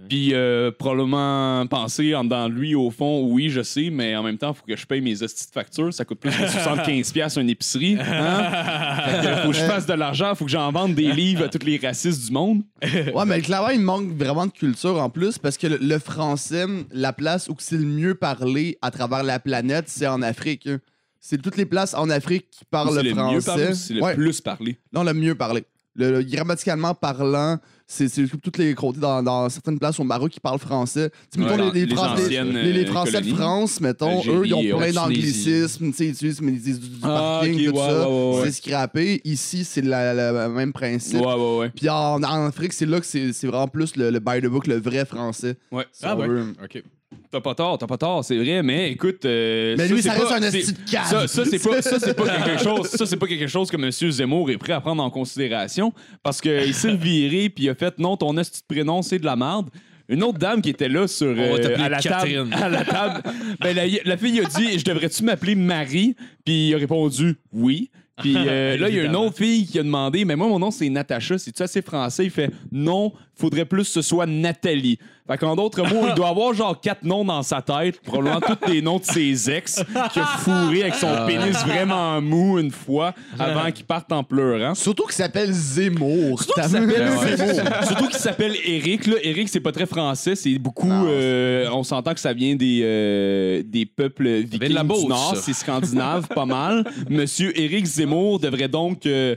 Speaker 6: Puis euh, probablement penser en dedans de lui, au fond, oui, je sais, mais en même temps, il faut que je paye mes hosties de factures. Ça coûte plus de 75$ une épicerie. Hein? Fait que faut que je fasse de l'argent, faut que j'en vende des livres à tous les racistes du monde.
Speaker 5: Ouais, mais le Clava, il manque vraiment de culture en plus parce que le, le français, la place où c'est le mieux parlé à travers la planète, c'est en Afrique. hein. C'est toutes les places en Afrique qui parlent
Speaker 6: C'est le mieux parlé,
Speaker 5: français.
Speaker 6: ou c'est le
Speaker 5: Ouais.
Speaker 6: plus parlé.
Speaker 5: Non, le mieux parlé. Le, le- grammaticalement parlant, c'est c'est toutes les côtés dans, dans certaines places au Maroc qui parlent français. Tu sais,
Speaker 6: Ouais,
Speaker 5: mettons,
Speaker 6: dans-
Speaker 5: les, les
Speaker 6: les
Speaker 5: Français,
Speaker 6: anciennes,
Speaker 5: les- les
Speaker 6: euh,
Speaker 5: Français
Speaker 6: colonies.
Speaker 5: de France, mettons, eux, ils
Speaker 6: Algérie,
Speaker 5: ont
Speaker 6: ouais,
Speaker 5: plein d'anglicismes. tu sais, Ils utilisent mais ils disent du, du
Speaker 6: Ah,
Speaker 5: parking,
Speaker 6: ok,
Speaker 5: tout
Speaker 6: ouais,
Speaker 5: ça.
Speaker 6: ouais, ouais, ouais.
Speaker 5: C'est scrappé. Ici, c'est la- la- le même principe.
Speaker 6: Ouais, ouais, ouais.
Speaker 5: Puis en, en Afrique, c'est là que c'est c'est vraiment plus le, le by the book, le vrai français.
Speaker 6: Ouais.
Speaker 5: si on veut.
Speaker 4: OK.
Speaker 6: T'as pas tort, t'as pas tort, c'est vrai, mais écoute. euh,
Speaker 5: Mais lui,
Speaker 6: c'est
Speaker 5: ça reste
Speaker 6: pas-
Speaker 5: un
Speaker 6: c'est-
Speaker 5: esti de cave.
Speaker 6: Ça, ça, c'est pas, ça, c'est pas quelque chose. Ça, c'est pas quelque chose que M. Zemmour est prêt à prendre en considération parce qu'il s'est viré puis il a fait non, ton esti de prénom, c'est de la merde. Une autre dame qui était là sur euh,
Speaker 3: va t'appeler
Speaker 6: à la
Speaker 3: Catherine.
Speaker 6: table, à la table, ben la, la fille a dit je devrais-tu m'appeler Marie Puis il a répondu oui. Puis euh, là il y a une autre fille qui a demandé mais moi mon nom c'est Natacha, c'est tu assez français Il fait non, faudrait plus que ce soit Nathalie. Fait qu'en d'autres mots, il doit avoir genre quatre noms dans sa tête, probablement tous les noms de ses ex qui a fourré avec son pénis vraiment mou une fois avant qu'il parte en pleurant.
Speaker 5: Surtout qu'il s'appelle Zemmour.
Speaker 6: Surtout qu'il s'appelle Zemmour. Surtout qu'il s'appelle Eric. Là. Eric, c'est pas très français. C'est beaucoup.
Speaker 5: Non,
Speaker 6: euh, on s'entend que ça vient des, euh, des peuples vikings
Speaker 3: de la Beauce,
Speaker 6: du Nord.
Speaker 3: ça.
Speaker 6: C'est scandinave, pas mal. Monsieur Eric Zemmour devrait donc euh,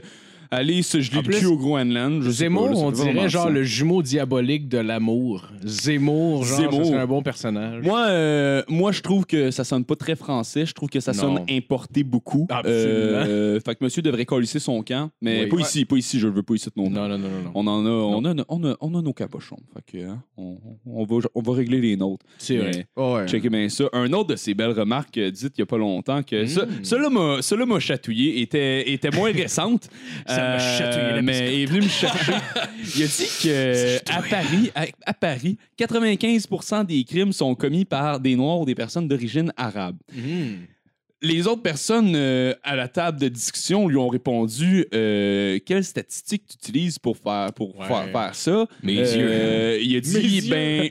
Speaker 6: aller se geler
Speaker 4: En
Speaker 6: le
Speaker 4: plus,
Speaker 6: cul au Groenland. Je sais
Speaker 4: Zemmour,
Speaker 6: pas, là, ça
Speaker 4: on
Speaker 6: fait vraiment
Speaker 4: dirait genre
Speaker 6: ça.
Speaker 4: le jumeau diabolique de l'amour. Zemmour, genre,
Speaker 6: Zemmour.
Speaker 4: ça serait un bon personnage.
Speaker 6: Moi, euh, moi, je trouve que ça sonne pas très français. Je trouve que ça sonne
Speaker 4: Non.
Speaker 6: importé beaucoup.
Speaker 4: Absolument.
Speaker 6: Euh, fait que monsieur devrait colisser son camp. Mais
Speaker 4: Oui.
Speaker 6: pas ici, pas ici. Je le veux pas ici non plus.
Speaker 4: Non, non, non, non. non.
Speaker 6: On en a, on a, on a, on a nos cabochons. Fait que, hein, on, on va, on va régler les nôtres.
Speaker 4: C'est vrai.
Speaker 6: Mais,
Speaker 5: Ouais.
Speaker 6: Checkez bien ça. Un autre de ces belles remarques euh, dites il n'y a pas longtemps que ça,
Speaker 1: Hmm.
Speaker 6: cela m'a, cela m'a chatouillé, était, était moins récente. Euh,
Speaker 1: Ça m'a chatouillé la
Speaker 6: Mais il est venu me chercher. il a dit que à Paris, à, à Paris,
Speaker 3: Mm-hmm.
Speaker 6: 95% des crimes sont commis par des Noirs ou des personnes d'origine arabe. les autres personnes euh, à la table de discussion lui ont répondu euh, Quelle statistique tu utilises pour faire, pour
Speaker 1: Ouais.
Speaker 6: faire, faire ça
Speaker 3: Mes
Speaker 6: Euh, Il a dit
Speaker 1: Mes yeux.
Speaker 6: Ben,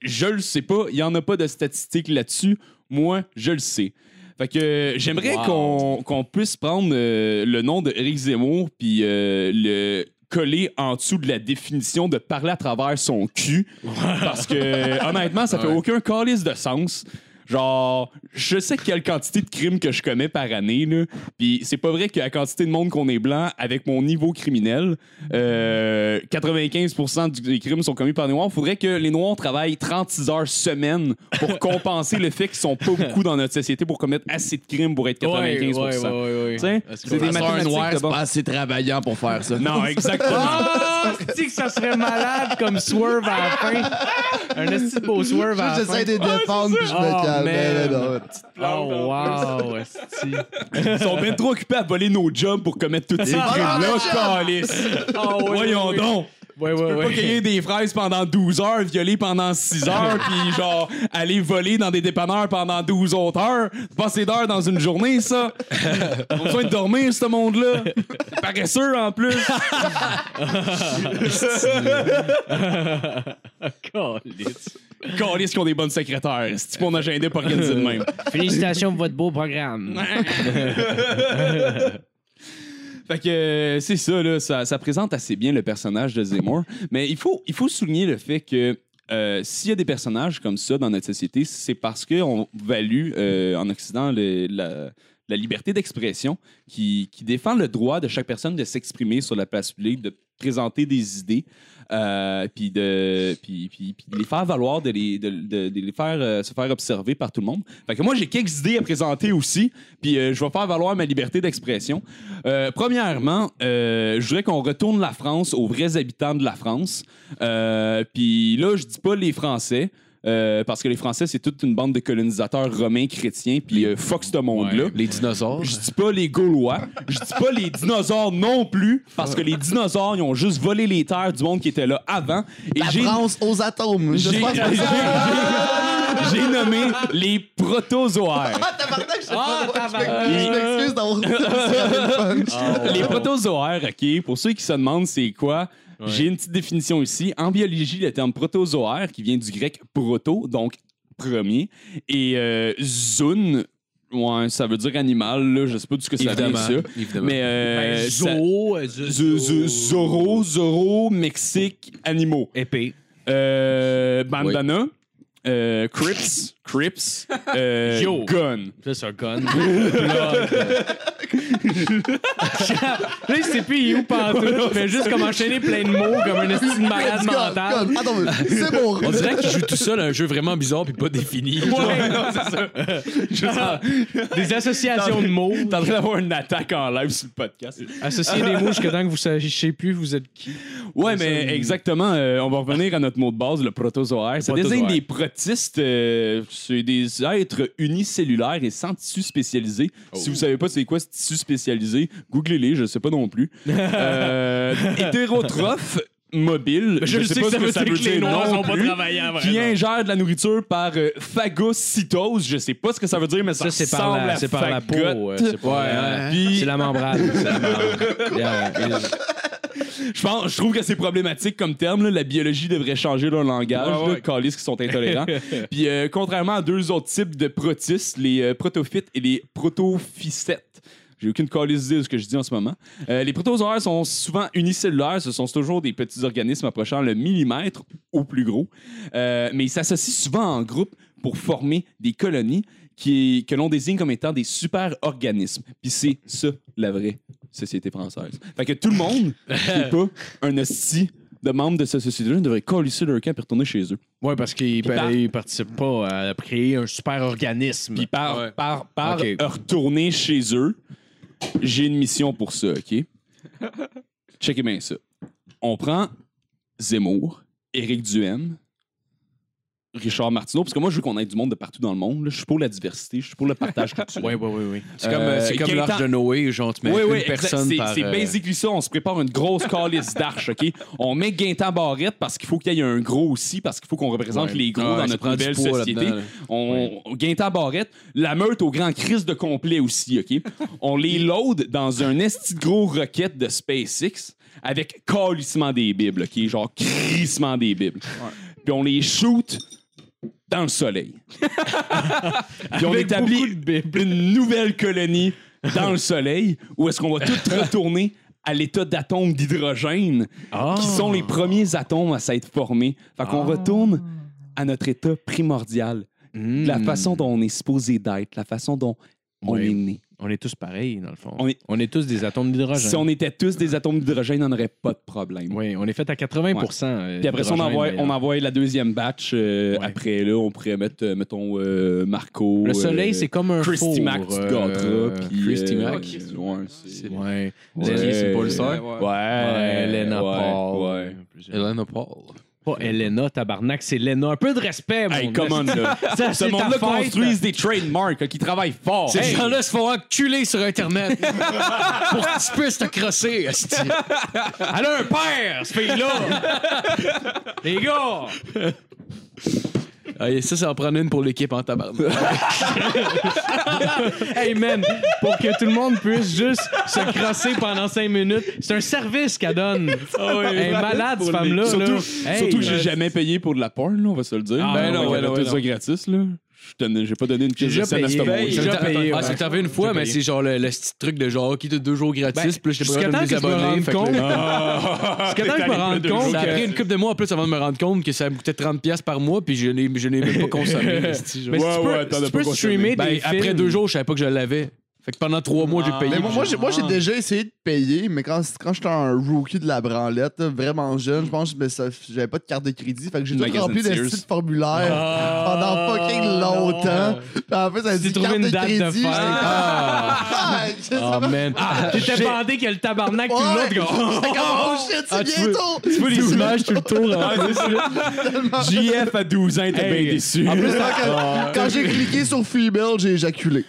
Speaker 6: je le sais pas. Il n'y en a pas de statistiques là-dessus. Moi, je le sais. Fait que euh, j'aimerais
Speaker 1: Wow.
Speaker 6: qu'on qu'on puisse prendre euh, le nom de Eric Zemmour puis euh, le coller en dessous de la définition de parler à travers son cul. Parce que, honnêtement, ça fait aucun calice de sens. Genre, je sais quelle quantité de crimes que je commets par année, là. Puis c'est pas vrai que la quantité de monde qu'on est blanc, avec mon niveau criminel, euh, 95% du- des crimes sont commis par des Noirs. Faudrait que les Noirs travaillent 36 heures semaine pour compenser le fait qu'ils sont pas beaucoup dans notre société pour commettre assez de crimes pour être 95%. Tu sais, C'est des
Speaker 5: Parce qu'un
Speaker 6: mathématiques
Speaker 5: noir,
Speaker 6: de
Speaker 5: c'est
Speaker 6: bon.
Speaker 5: pas assez travaillant pour faire ça.
Speaker 6: Non, exactement.
Speaker 4: Ah, c'est que ça serait malade comme swerve à la fin. Un esti de beau swerve à
Speaker 5: Juste,
Speaker 4: la fin.
Speaker 5: J'essaie de
Speaker 6: Ah,
Speaker 5: défendre puis je
Speaker 4: Oh,
Speaker 5: me calme.
Speaker 4: man.
Speaker 5: Mais non, ouais.
Speaker 4: Oh, wow, esti.
Speaker 6: Ils sont bien trop occupés à voler nos jobs pour commettre tous ces crimes-là, calice. Voyons donc.
Speaker 4: Ouais, ouais,
Speaker 6: Pas
Speaker 4: ouais.
Speaker 6: cueillir des fraises pendant 12 heures, violer pendant 6 heures, puis genre aller voler dans des dépanneurs pendant 12 autres heures. Passer d'heures dans une journée, ça. On a besoin de dormir, ce monde-là. Paresseux en plus. Calice qu'on ont des bonnes secrétaires. C'est mon agenda est pas organisé de même.
Speaker 4: Félicitations pour votre beau programme.
Speaker 6: Fait que euh, c'est ça, là, ça, ça présente assez bien le personnage de Zemmour. Mais il faut, il faut souligner le fait que euh, s'il y a des personnages comme ça dans notre société, c'est parce qu'on value euh, en Occident le- la, la liberté d'expression qui, qui défend le droit de chaque personne de s'exprimer sur la place publique, de présenter des idées, euh, puis de, puis, puis- puis de les faire valoir, de les, de, de- de les faire euh, se faire observer par tout le monde. Fait que moi, j'ai quelques idées à présenter aussi, puis euh, je vais faire valoir ma liberté d'expression. Euh, premièrement, euh, je voudrais qu'on retourne la France aux vrais habitants de la France. Euh, puis là, je dis pas les Français. euh, parce que les Français, c'est toute une bande de colonisateurs romains chrétiens, puis euh, fuck ce monde-là.
Speaker 3: Les dinosaures.
Speaker 6: Je dis pas les Gaulois. Je dis pas les dinosaures non plus, parce que les dinosaures, ils ont juste volé les terres du monde qui était là avant. Et
Speaker 5: La
Speaker 6: j'ai
Speaker 5: France aux atomes.
Speaker 6: j'ai-
Speaker 5: J'espère que c'est ça.
Speaker 6: j'ai nommé les protozoaires.
Speaker 5: Ah, tabarnak, je sais pas. Je m'excuse d'avoir dit ça.
Speaker 4: Ah,
Speaker 6: Les protozoaires, OK, pour ceux qui se demandent c'est quoi, j'ai une petite définition ici. En biologie, le terme protozoaire, qui vient du grec proto, donc premier, et euh, zoon, ouais, ça veut dire animal, là, je sais pas du ce que ça vient,
Speaker 3: Évidemment.
Speaker 6: ça.
Speaker 3: Évidemment.
Speaker 6: Mais euh, ça-
Speaker 4: Zo, euh, zo-
Speaker 6: Z- z- Zoro, Zoro, Mexique, animaux.
Speaker 4: Épée.
Speaker 6: Euh, bandana, euh, Crips, Crips, euh,
Speaker 4: Yo.
Speaker 6: Gun.
Speaker 4: Là, c'est un gun. Là, il sait plus il est où pantoute. Il fait juste comme enchaîner plein de mots comme un esti de malade
Speaker 5: Comme-
Speaker 4: Ah, mental.
Speaker 5: comme- Attends, mais c'est mon
Speaker 3: On dirait qu'il joue tout seul à un jeu vraiment bizarre puis pas défini.
Speaker 4: Ah. Des associations de mots.
Speaker 6: T'es en train d'avoir une attaque en live sur le podcast.
Speaker 4: Associer des mots jusqu'à temps que vous sachiez plus vous êtes qui.
Speaker 6: Ouais, mais exactement. euh, on va revenir à notre mot de base, le protozoaire. Ça
Speaker 4: protozoaire.
Speaker 6: désigne des protistes. euh, c'est des êtres unicellulaires et sans tissu spécialisé.
Speaker 4: Oh.
Speaker 6: Si vous savez pas c'est quoi ce tissu spécialisé, googlez-les, je sais pas non plus. Euh, hétérotrophe mobile.
Speaker 4: Je, sais, que ça veut dire que les noirs
Speaker 6: non
Speaker 4: sont pas
Speaker 6: plus,
Speaker 4: travaillants, vraiment.
Speaker 6: Qui ingère de la nourriture par euh, phagocytose. Je sais pas ce que ça veut dire, mais
Speaker 4: Ça,
Speaker 6: ça,
Speaker 4: c'est par
Speaker 6: ressemble
Speaker 4: la,
Speaker 6: à
Speaker 4: c'est par la peau.
Speaker 6: fagotte.
Speaker 4: euh, C'est pas-
Speaker 6: Ouais,
Speaker 4: euh,
Speaker 6: puis-
Speaker 4: c'est la membrane. C'est la membrane. Yeah, yeah.
Speaker 6: Je, pense, je trouve que c'est problématique comme terme. là. La biologie devrait changer leur langage.
Speaker 2: Ouais,
Speaker 6: là,
Speaker 2: ouais.
Speaker 6: calice qui sont intolérants. Puis, euh, contrairement à deux autres types de protistes, les euh, protophytes et les protophycètes. J'ai aucune calice idée de ce que je dis en ce moment. Euh, les protozoaires sont souvent unicellulaires. Ce sont toujours des petits organismes approchant le millimètre au plus gros. Euh, mais ils s'associent souvent en groupe pour former des colonies qui, que l'on désigne comme étant des super-organismes. Puis c'est ça, la vraie société française. Fait que tout le monde qui n'est pas un hostie de membre de cette société-là devrait colisser leur camp et retourner chez eux.
Speaker 4: Ouais, parce qu'ils
Speaker 6: par-
Speaker 4: ne participent pas à créer un super organisme.
Speaker 6: Puis par,
Speaker 3: Ouais.
Speaker 6: par, par
Speaker 4: Ok.
Speaker 6: retourner chez eux, j'ai une mission pour ça, OK? Checkez bien ça. On prend Zemmour, Éric Duhem, Richard Martineau, parce que moi, je veux qu'on ait du monde de partout dans le monde. là. Je suis pour la diversité, je suis pour le partage culturel.
Speaker 3: Oui, oui, oui. C'est
Speaker 6: Euh,
Speaker 3: comme, euh, c'est
Speaker 6: et
Speaker 3: comme
Speaker 6: Gaétan-
Speaker 3: l'Arche de Noé, genre, tu mets
Speaker 6: Oui,
Speaker 3: une
Speaker 6: oui, exact.
Speaker 3: personne
Speaker 6: C'est
Speaker 3: par...
Speaker 6: c'est
Speaker 3: euh,
Speaker 6: basically ça. On se prépare une grosse calice d'arche, OK? On met Gaintan Barrette parce qu'il faut qu'il y ait un gros aussi, parce qu'il faut qu'on représente
Speaker 3: Ouais.
Speaker 6: les gros
Speaker 3: Ah ouais,
Speaker 6: dans
Speaker 3: ça
Speaker 6: notre
Speaker 3: prend du
Speaker 6: belle
Speaker 3: poids
Speaker 6: société.
Speaker 3: là-dedans, là.
Speaker 6: On, Gaintan Barrette, la meute au grand crise de complet aussi, OK? on les load dans un esti de gros roquette de SpaceX avec calissement des bibles, OK? Genre crissement des bibles. Puis on les shoot dans le soleil. Puis on établit une nouvelle colonie dans le soleil où est-ce qu'on va tout retourner à l'état d'atomes d'hydrogène
Speaker 4: Ah.
Speaker 6: qui
Speaker 4: Oh.
Speaker 6: sont les premiers atomes à s'être formés. Fait qu'on retourne à notre état primordial,
Speaker 4: Hmm.
Speaker 6: la façon dont on est supposé d'être, la façon dont on
Speaker 4: Oui.
Speaker 6: est né.
Speaker 4: On est tous pareils, dans le fond.
Speaker 6: On est-
Speaker 4: tous des atomes d'hydrogène.
Speaker 6: Si on était tous des atomes d'hydrogène, on n'aurait pas de problème.
Speaker 4: Oui, on est fait à 80 euh,
Speaker 6: Puis après ça, on
Speaker 4: d'hydrogène,
Speaker 6: envoie,
Speaker 4: d'ailleurs.
Speaker 6: on envoie la deuxième batch. euh,
Speaker 4: Ouais.
Speaker 6: Après, là, on pourrait mettre, euh, mettons, euh, Marco.
Speaker 4: Le soleil,
Speaker 6: euh,
Speaker 4: c'est comme un
Speaker 6: Christy
Speaker 4: four,
Speaker 6: Mac, tu te
Speaker 4: euh,
Speaker 6: gâteras. puis,
Speaker 3: Christy
Speaker 6: euh,
Speaker 3: Mac.
Speaker 6: ouais, c'est-
Speaker 4: Ouais.
Speaker 6: Ouais.
Speaker 3: Leslie, c'est pas le
Speaker 6: Ouais,
Speaker 3: sœur?
Speaker 6: ouais.
Speaker 4: Ouais, Elena
Speaker 6: ouais,
Speaker 4: Paul.
Speaker 6: ouais.
Speaker 4: Euh,
Speaker 3: Elena Paul.
Speaker 4: Pas Elena, tabarnak, c'est Lena. Un peu de respect, mon
Speaker 6: Hey, come on, là.
Speaker 4: Ça,
Speaker 6: Ce
Speaker 4: c'est ta
Speaker 6: monde-là
Speaker 4: fête.
Speaker 6: construise des trademarks, hein, qui travaillent fort.
Speaker 3: Ces
Speaker 6: Hey,
Speaker 3: gens-là se font enculer sur Internet pour que tu puisses t'accrocher, esti.
Speaker 4: Elle a un père, ce pays-là! Les gars!
Speaker 3: Ah, et ça, ça en prend une pour l'équipe en tabarnak.
Speaker 4: Hey man, pour que tout le monde puisse juste se crosser pendant 5 minutes, c'est un service qu'elle donne. Elle est malade, cette femme-là.
Speaker 6: Surtout,
Speaker 4: là. Hey,
Speaker 6: surtout que j'ai
Speaker 4: euh,
Speaker 6: jamais payé pour de la porn, là, on va se le dire.
Speaker 4: Ah,
Speaker 6: ben
Speaker 4: non,
Speaker 6: non,
Speaker 4: ouais,
Speaker 6: ouais,
Speaker 4: non,
Speaker 6: tout
Speaker 4: ouais,
Speaker 6: ça gratis, là. Je tenais- J'ai pas donné une pièce
Speaker 4: J'ai
Speaker 6: de
Speaker 4: déjà
Speaker 6: scène à ce
Speaker 4: payé,
Speaker 6: moment
Speaker 4: ouais.
Speaker 3: Ça
Speaker 4: J'ai
Speaker 3: m'est
Speaker 4: payé,
Speaker 3: arrivé- Ah,
Speaker 4: ouais.
Speaker 3: ça t'est arrivé une fois,
Speaker 4: J'ai
Speaker 3: mais
Speaker 4: payé.
Speaker 3: c'est genre le, le petit truc de genre, OK, t'as deux jours gratis,
Speaker 4: Ben,
Speaker 3: puis là, j'étais pas
Speaker 4: jusqu'à
Speaker 3: capable de
Speaker 4: temps que
Speaker 3: me
Speaker 4: je me
Speaker 3: abonner.
Speaker 4: rende
Speaker 3: fait que
Speaker 4: compte,
Speaker 6: Ah,
Speaker 3: là,
Speaker 4: Parce que quand je me rends compte
Speaker 3: Ça a pris
Speaker 4: que...
Speaker 3: une couple de mois en plus avant de me rendre compte que ça me coûtait 30$ piastres par mois, puis je l'ai je l'ai même pas consommé. esti, genre.
Speaker 4: Mais si
Speaker 6: Ouais,
Speaker 4: tu peux,
Speaker 6: ouais, t'en
Speaker 4: si
Speaker 6: as
Speaker 4: tu
Speaker 6: pas
Speaker 4: peux
Speaker 6: consommé.
Speaker 4: streamer
Speaker 3: Ben,
Speaker 4: des
Speaker 3: après
Speaker 4: films-
Speaker 3: deux jours, je savais pas que je l'avais. Fait que pendant trois mois, j'ai payé.
Speaker 5: Mais moi, moi, j'ai- moi, j'ai
Speaker 4: Ah.
Speaker 5: déjà essayé de payer, mais quand, quand j'étais un rookie de la branlette, là, vraiment jeune, je pense que mais ça- j'avais pas de carte de crédit, fait que j'ai
Speaker 6: Une
Speaker 5: tout
Speaker 6: magazine
Speaker 5: rempli de
Speaker 6: Sears.
Speaker 5: sites formulaires
Speaker 4: Ah,
Speaker 5: pendant fucking longtemps. Puis en fait, ça
Speaker 4: Tu
Speaker 5: dit
Speaker 4: trouves
Speaker 5: carte
Speaker 4: une
Speaker 5: de
Speaker 4: date de
Speaker 5: crédit. j'étais comme,
Speaker 4: fête.
Speaker 5: Ah, je sais
Speaker 4: Oh
Speaker 5: pas.
Speaker 4: man. T'étais bandé que le tabarnak, tout l'autre, gars.
Speaker 5: J'étais comme, oh shit, c'est bientôt!
Speaker 4: Ah, Tu veux les images tout le tour.
Speaker 6: JF à 12 ans, t'es
Speaker 4: Hey.
Speaker 6: bien déçu.
Speaker 5: En plus,
Speaker 4: Ah.
Speaker 5: quand, quand j'ai cliqué sur Female, j'ai éjaculé.